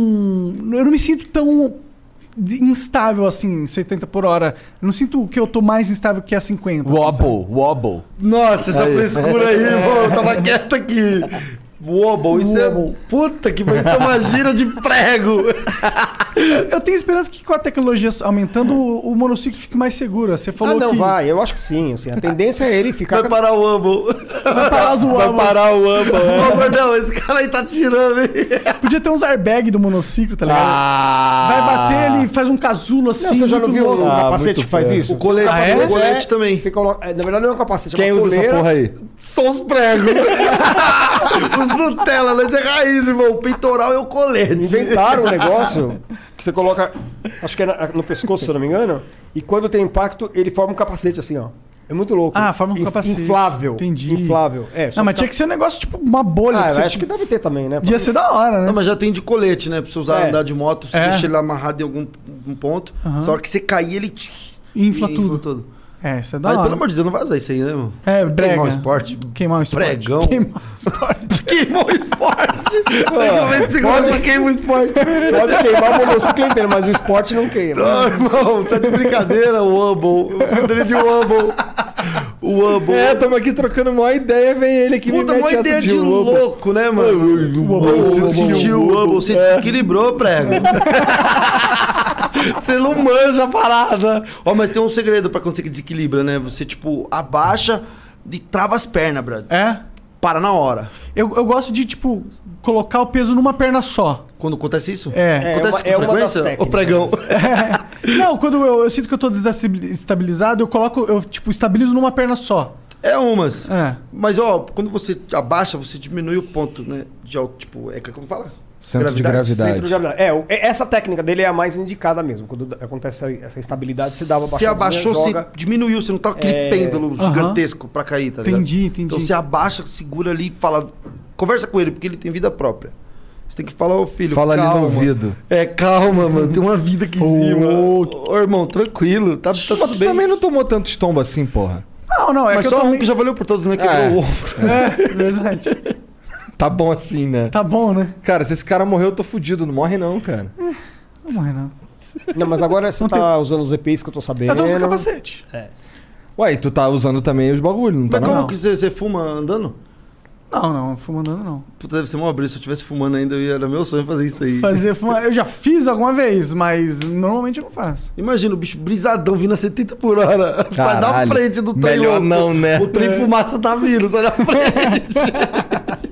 Eu não me sinto tão de- instável assim, 70 por hora. Eu não sinto que eu tô mais instável que a 50. assim, Wobble, wobble. Nossa, essa Aí. frescura aí, irmão. Eu tava quieto aqui. Wobble, isso é. Puta que pariu, isso é uma gira de prego. Eu- Eu tenho esperança que com a tecnologia aumentando, o o monociclo fique mais seguro. Você falou ah, não, que... vai. Eu acho que sim. Assim, a tendência é ele ficar... Vai parar o Ambo. Vai parar os Vai Wobbles. parar o Ambo. Ô, Bordão, esse cara aí tá tirando, hein? Podia ter uns airbag do monociclo, tá ligado? Ah! Vai bater, ele faz um casulo assim. Não, você já não muito viu louco. o capacete que faz isso? Ah, Capacete é- também. na verdade, não é um capacete. é Quem uma usa essa coleira. porra aí? Só os pregos. [LAUGHS] os Nutella, nós é raiz, irmão. O peitoral é o colete. [LAUGHS] Inventaram um negócio que você coloca, acho que é na- no pescoço, se eu não me engano, e quando tem impacto, ele forma um capacete assim, ó. É muito louco. Ah, forma um Inf- capacete. Inflável. Entendi. Inflável. É, só Não, mas que tinha que ser um negócio tipo uma bolha. Ah, que você- acho que deve ter também, né? Podia ser da hora, né? Não, mas já tem de colete, né? Pra você usar É. andar de moto, você É. deixa ele amarrado em algum um ponto. Aham. Só que você cair, ele. Infla e- tudo. É, isso é da Aí, hora. pelo amor de Deus, não vai usar isso aí, né, irmão? É, Vai brega. Queimar o [LAUGHS] esporte. Queimar o esporte. Pregão. Queimar o esporte. Queimou o um esporte. Regulamento de segurança pode- queima o um esporte. Pode queimar o monociclo inteiro, mas o esporte não queima. Não, irmão, tá de brincadeira o Wumble. Eu de Wumble. O Wumble. É, tamo aqui trocando uma ideia, vem ele aqui Puta, me mete uma essa ideia de Wobble. louco, né, mano? Wobble, Você Wobble, sentiu o Wobble. Wumble, você É. desequilibrou, prego. [LAUGHS] Você não manja a parada. Ó, mas tem um segredo pra quando você desequilibra, né? Você, tipo, abaixa e trava as pernas, brother. É? Para na hora. Eu, eu gosto de, tipo, colocar o peso numa perna só. Quando acontece isso? É. Acontece é uma- é com uma das frequência? Ô, técnicas. pregão. Não, quando eu, eu sinto que eu tô desestabilizado, eu coloco, eu, tipo, estabilizo numa perna só. É umas. É. Mas, ó, quando você abaixa, você diminui o ponto, né? De alto, tipo, é que- como fala? Centro de gravidade. Centro de gravidade. É, o- é- essa técnica dele é a mais indicada mesmo. Quando d- acontece essa- essa instabilidade, você dá uma Você baixadinha, abaixou, você joga. diminuiu, você não tá com aquele É. pêndulo Aham. gigantesco pra cair, tá ligado? Entendi, entendi. Então você abaixa, segura ali e fala. Conversa com ele, porque ele tem vida própria. Você tem que falar, ô filho. Fala ali no calma. ouvido. É, calma, mano. Tem uma vida aqui em cima. Ô, irmão, tranquilo. Tá, tá tudo Tu bem. também não tomou tanto estombo assim, porra. Não, não, é Mas que só eu um que já valeu por todos, né? Quebrou É. o ombro. É, verdade. Tá bom assim, né? Tá bom, né? Cara, se esse cara morrer, eu tô fudido. Não morre não, cara. Não morre, não. Não, mas agora você tá usando os EPIs que eu tô sabendo. Ah, Eu tô usando capacete. Ué, e tu tá usando também os bagulhos, não tá Mas não? como que você, você fuma andando? Não, não, fumando não. Puta, deve ser mó abrigo. Se eu estivesse fumando ainda, eu ia- era meu sonho fazer isso aí. Fazer fumar, eu já fiz alguma vez, mas normalmente eu não faço. Imagina o bicho brisadão vindo a 70 por hora. [LAUGHS] Sai da Caralho. frente do trem. Melhor louco. não, né? O trem É. fumaça tá vindo, sai [LAUGHS] da frente.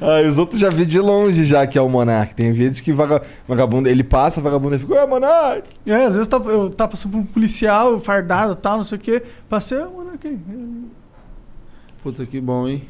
Ah, e os outros já vi de longe já que é o Monark. Tem vezes que vaga- vagabundo, ele passa, vagabundo fica, ué, Monark! É, às vezes tá- eu tá passando por um policial fardado e tal, não sei o quê. Passei, ah, mano, ok. Puta que bom, [LAUGHS] hein?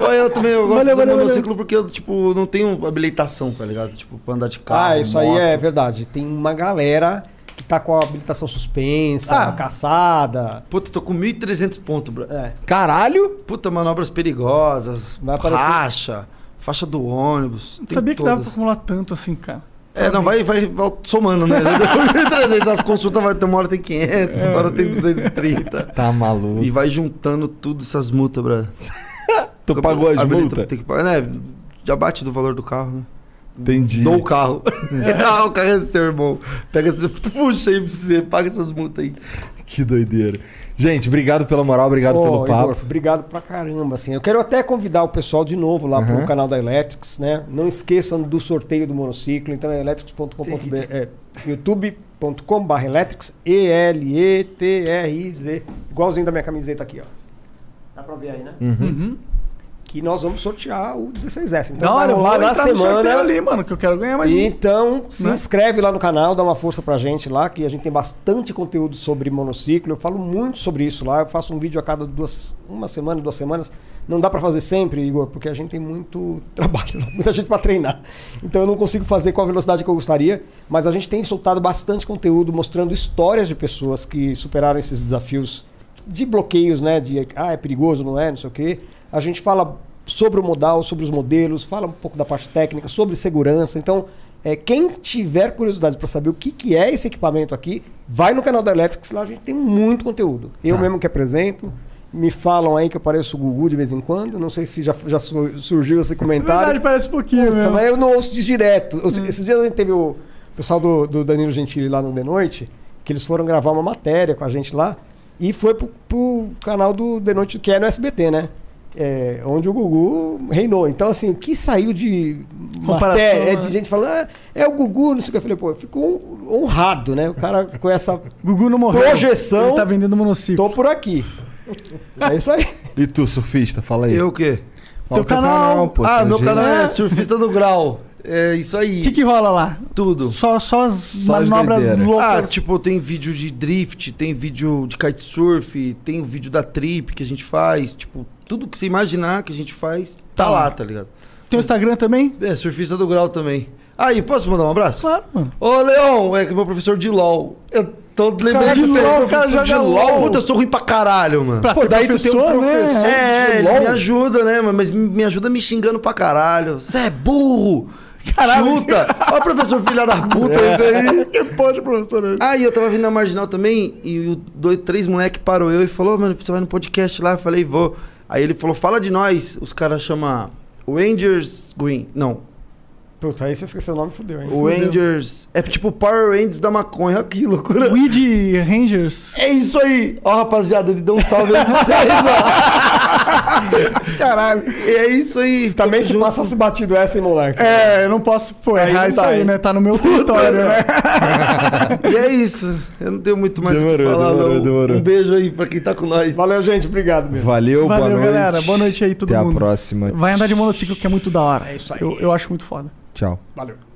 Olha, eu também eu gosto Valeu, do valeu, monociclo porque eu, tipo, não tenho habilitação, tá ligado? Tipo, pra andar de carro. Ah, isso aí moto. é verdade. Tem uma galera que tá com a habilitação suspensa, Ah. caçada. Puta, tô com 1.300 pontos, bro. É. Caralho! Puta, manobras perigosas, Vai aparecer- racha, faixa do ônibus. Não tem sabia que dava pra todas. acumular tanto assim, cara. É, não, vai, vai, vai somando, né? 1.300, as consultas vai ter uma hora tem 500, outra hora tem 230. Tá maluco. E vai juntando tudo essas multas, bro. Tu Porque pagou as habilita- multas? Tem que pagar, né? Já bate do valor do carro, né? Entendi. Dou o carro. [LAUGHS] ah, o carro é seu, irmão. Pega esse, puxa aí pra você, paga essas multas aí. Que doideira. Gente, obrigado pela moral, obrigado Ô, pelo Igor, papo. obrigado pra caramba, assim. Eu quero até convidar o pessoal de novo lá pro Uhum. canal da Electrics, né? Não esqueçam do sorteio do monociclo, então é electrics.com.br, é youtube.com.br electrics, E-L-E-T-R-I-Z, igualzinho da minha camiseta aqui, ó. Dá pra ver aí, né? Uhum. Que nós vamos sortear o 16S. Então Da hora, eu vou vai rolar entrar na no sorteio semana. ali, mano, que eu quero ganhar mais E um. então, se Né? inscreve lá no canal, dá uma força pra gente lá, que a gente tem bastante conteúdo sobre monociclo. Eu falo muito sobre isso lá. Eu faço um vídeo a cada duas, uma semana, duas semanas, Não dá para fazer sempre, Igor, porque a gente tem muito [LAUGHS] trabalho, muita gente para treinar. Então eu não consigo fazer com a velocidade que eu gostaria, mas a gente tem soltado bastante conteúdo mostrando histórias de pessoas que superaram esses desafios de bloqueios, né? De ah, é perigoso, não é, não sei o quê. A gente fala sobre o modal, sobre os modelos, fala um pouco da parte técnica, sobre segurança. Então, é, quem tiver curiosidade para saber o que, que é esse equipamento aqui, vai no canal da Electrics, lá a gente tem muito conteúdo. Eu mesmo que apresento. Me falam aí que eu pareço o Gugu de vez em quando. Não sei se já, já su- surgiu esse comentário. verdade, parece um pouquinho mesmo. Mas eu não ouço de direto. Eu- Hum. Esses dias a gente teve o pessoal do, do Danilo Gentili lá no The Noite, que eles foram gravar uma matéria com a gente lá. E foi pro, pro canal do The Noite, que é no SBT, né? É, onde o Gugu reinou. Então, assim, o que saiu de Comparação, matéria, é né? de gente falando, ah, é o Gugu, não sei o que. Eu falei, pô, eu fico hon- honrado, né? O cara com essa Gugu não morreu. projeção. Ele tá vendendo monociclo. Tô por aqui. É isso aí. E tu, surfista, fala aí. Eu o quê? Fala o teu canal. pô, ah, tem meu gente- canal é Surfista do Grau. É isso aí. O que, que rola lá? Tudo. Só, só as Só as manobras doideiras. loucas. Ah, tipo, tem vídeo de drift, tem vídeo de kitesurf, tem o vídeo da trip que a gente faz. Tipo, tudo que você imaginar que a gente faz, tá, Tá. lá, tá ligado? Tem o Instagram também? É, surfista do grau também. Aí, posso mandar um abraço? Claro, mano. Ô, Leon, é que meu professor de LOL. Eu tô lembrando de você, LOL, o cara professor joga LOL. Puta, eu sou ruim pra caralho, mano. Pra ter professor, né? É, De ele LOL. me ajuda, né? mano? Mas me ajuda me xingando pra caralho. Você é burro! Caralho. É. Chuta! Olha o professor filha da puta, esse aí. Que pode, professor. Aí eu tava vindo na marginal também e o dois, três moleque parou eu e falou: "Ô, mano, você vai no podcast lá? Eu falei: vou. Aí ele falou: fala de nós. Os caras chamam Rangers Green. Não, Puta, aí você esqueceu o nome, fudeu, hein? o Rangers. É tipo Power Rangers da maconha. [LAUGHS] Olha Que loucura. Weed Rangers. É isso aí. Ó, rapaziada, ele deu um salve [LAUGHS] aí pra vocês, Fudeu. Caralho. ó. É isso aí. Tá- Também se passasse batido essa, hein, moleque? É, eu não posso pô, Aí errar não isso dá, aí, hein? né? Tá no meu território, né? E é isso. Eu não tenho muito mais o que Demorou, falar, demorou, não. demorou. Um beijo aí pra quem tá com nós. Valeu, gente. Obrigado mesmo. Valeu, boa Valeu, noite. galera. Boa noite aí, todo Até mundo. a próxima. Vai andar de monociclo que é muito da hora. É isso aí. Eu, eu acho muito foda. Tchau. Valeu.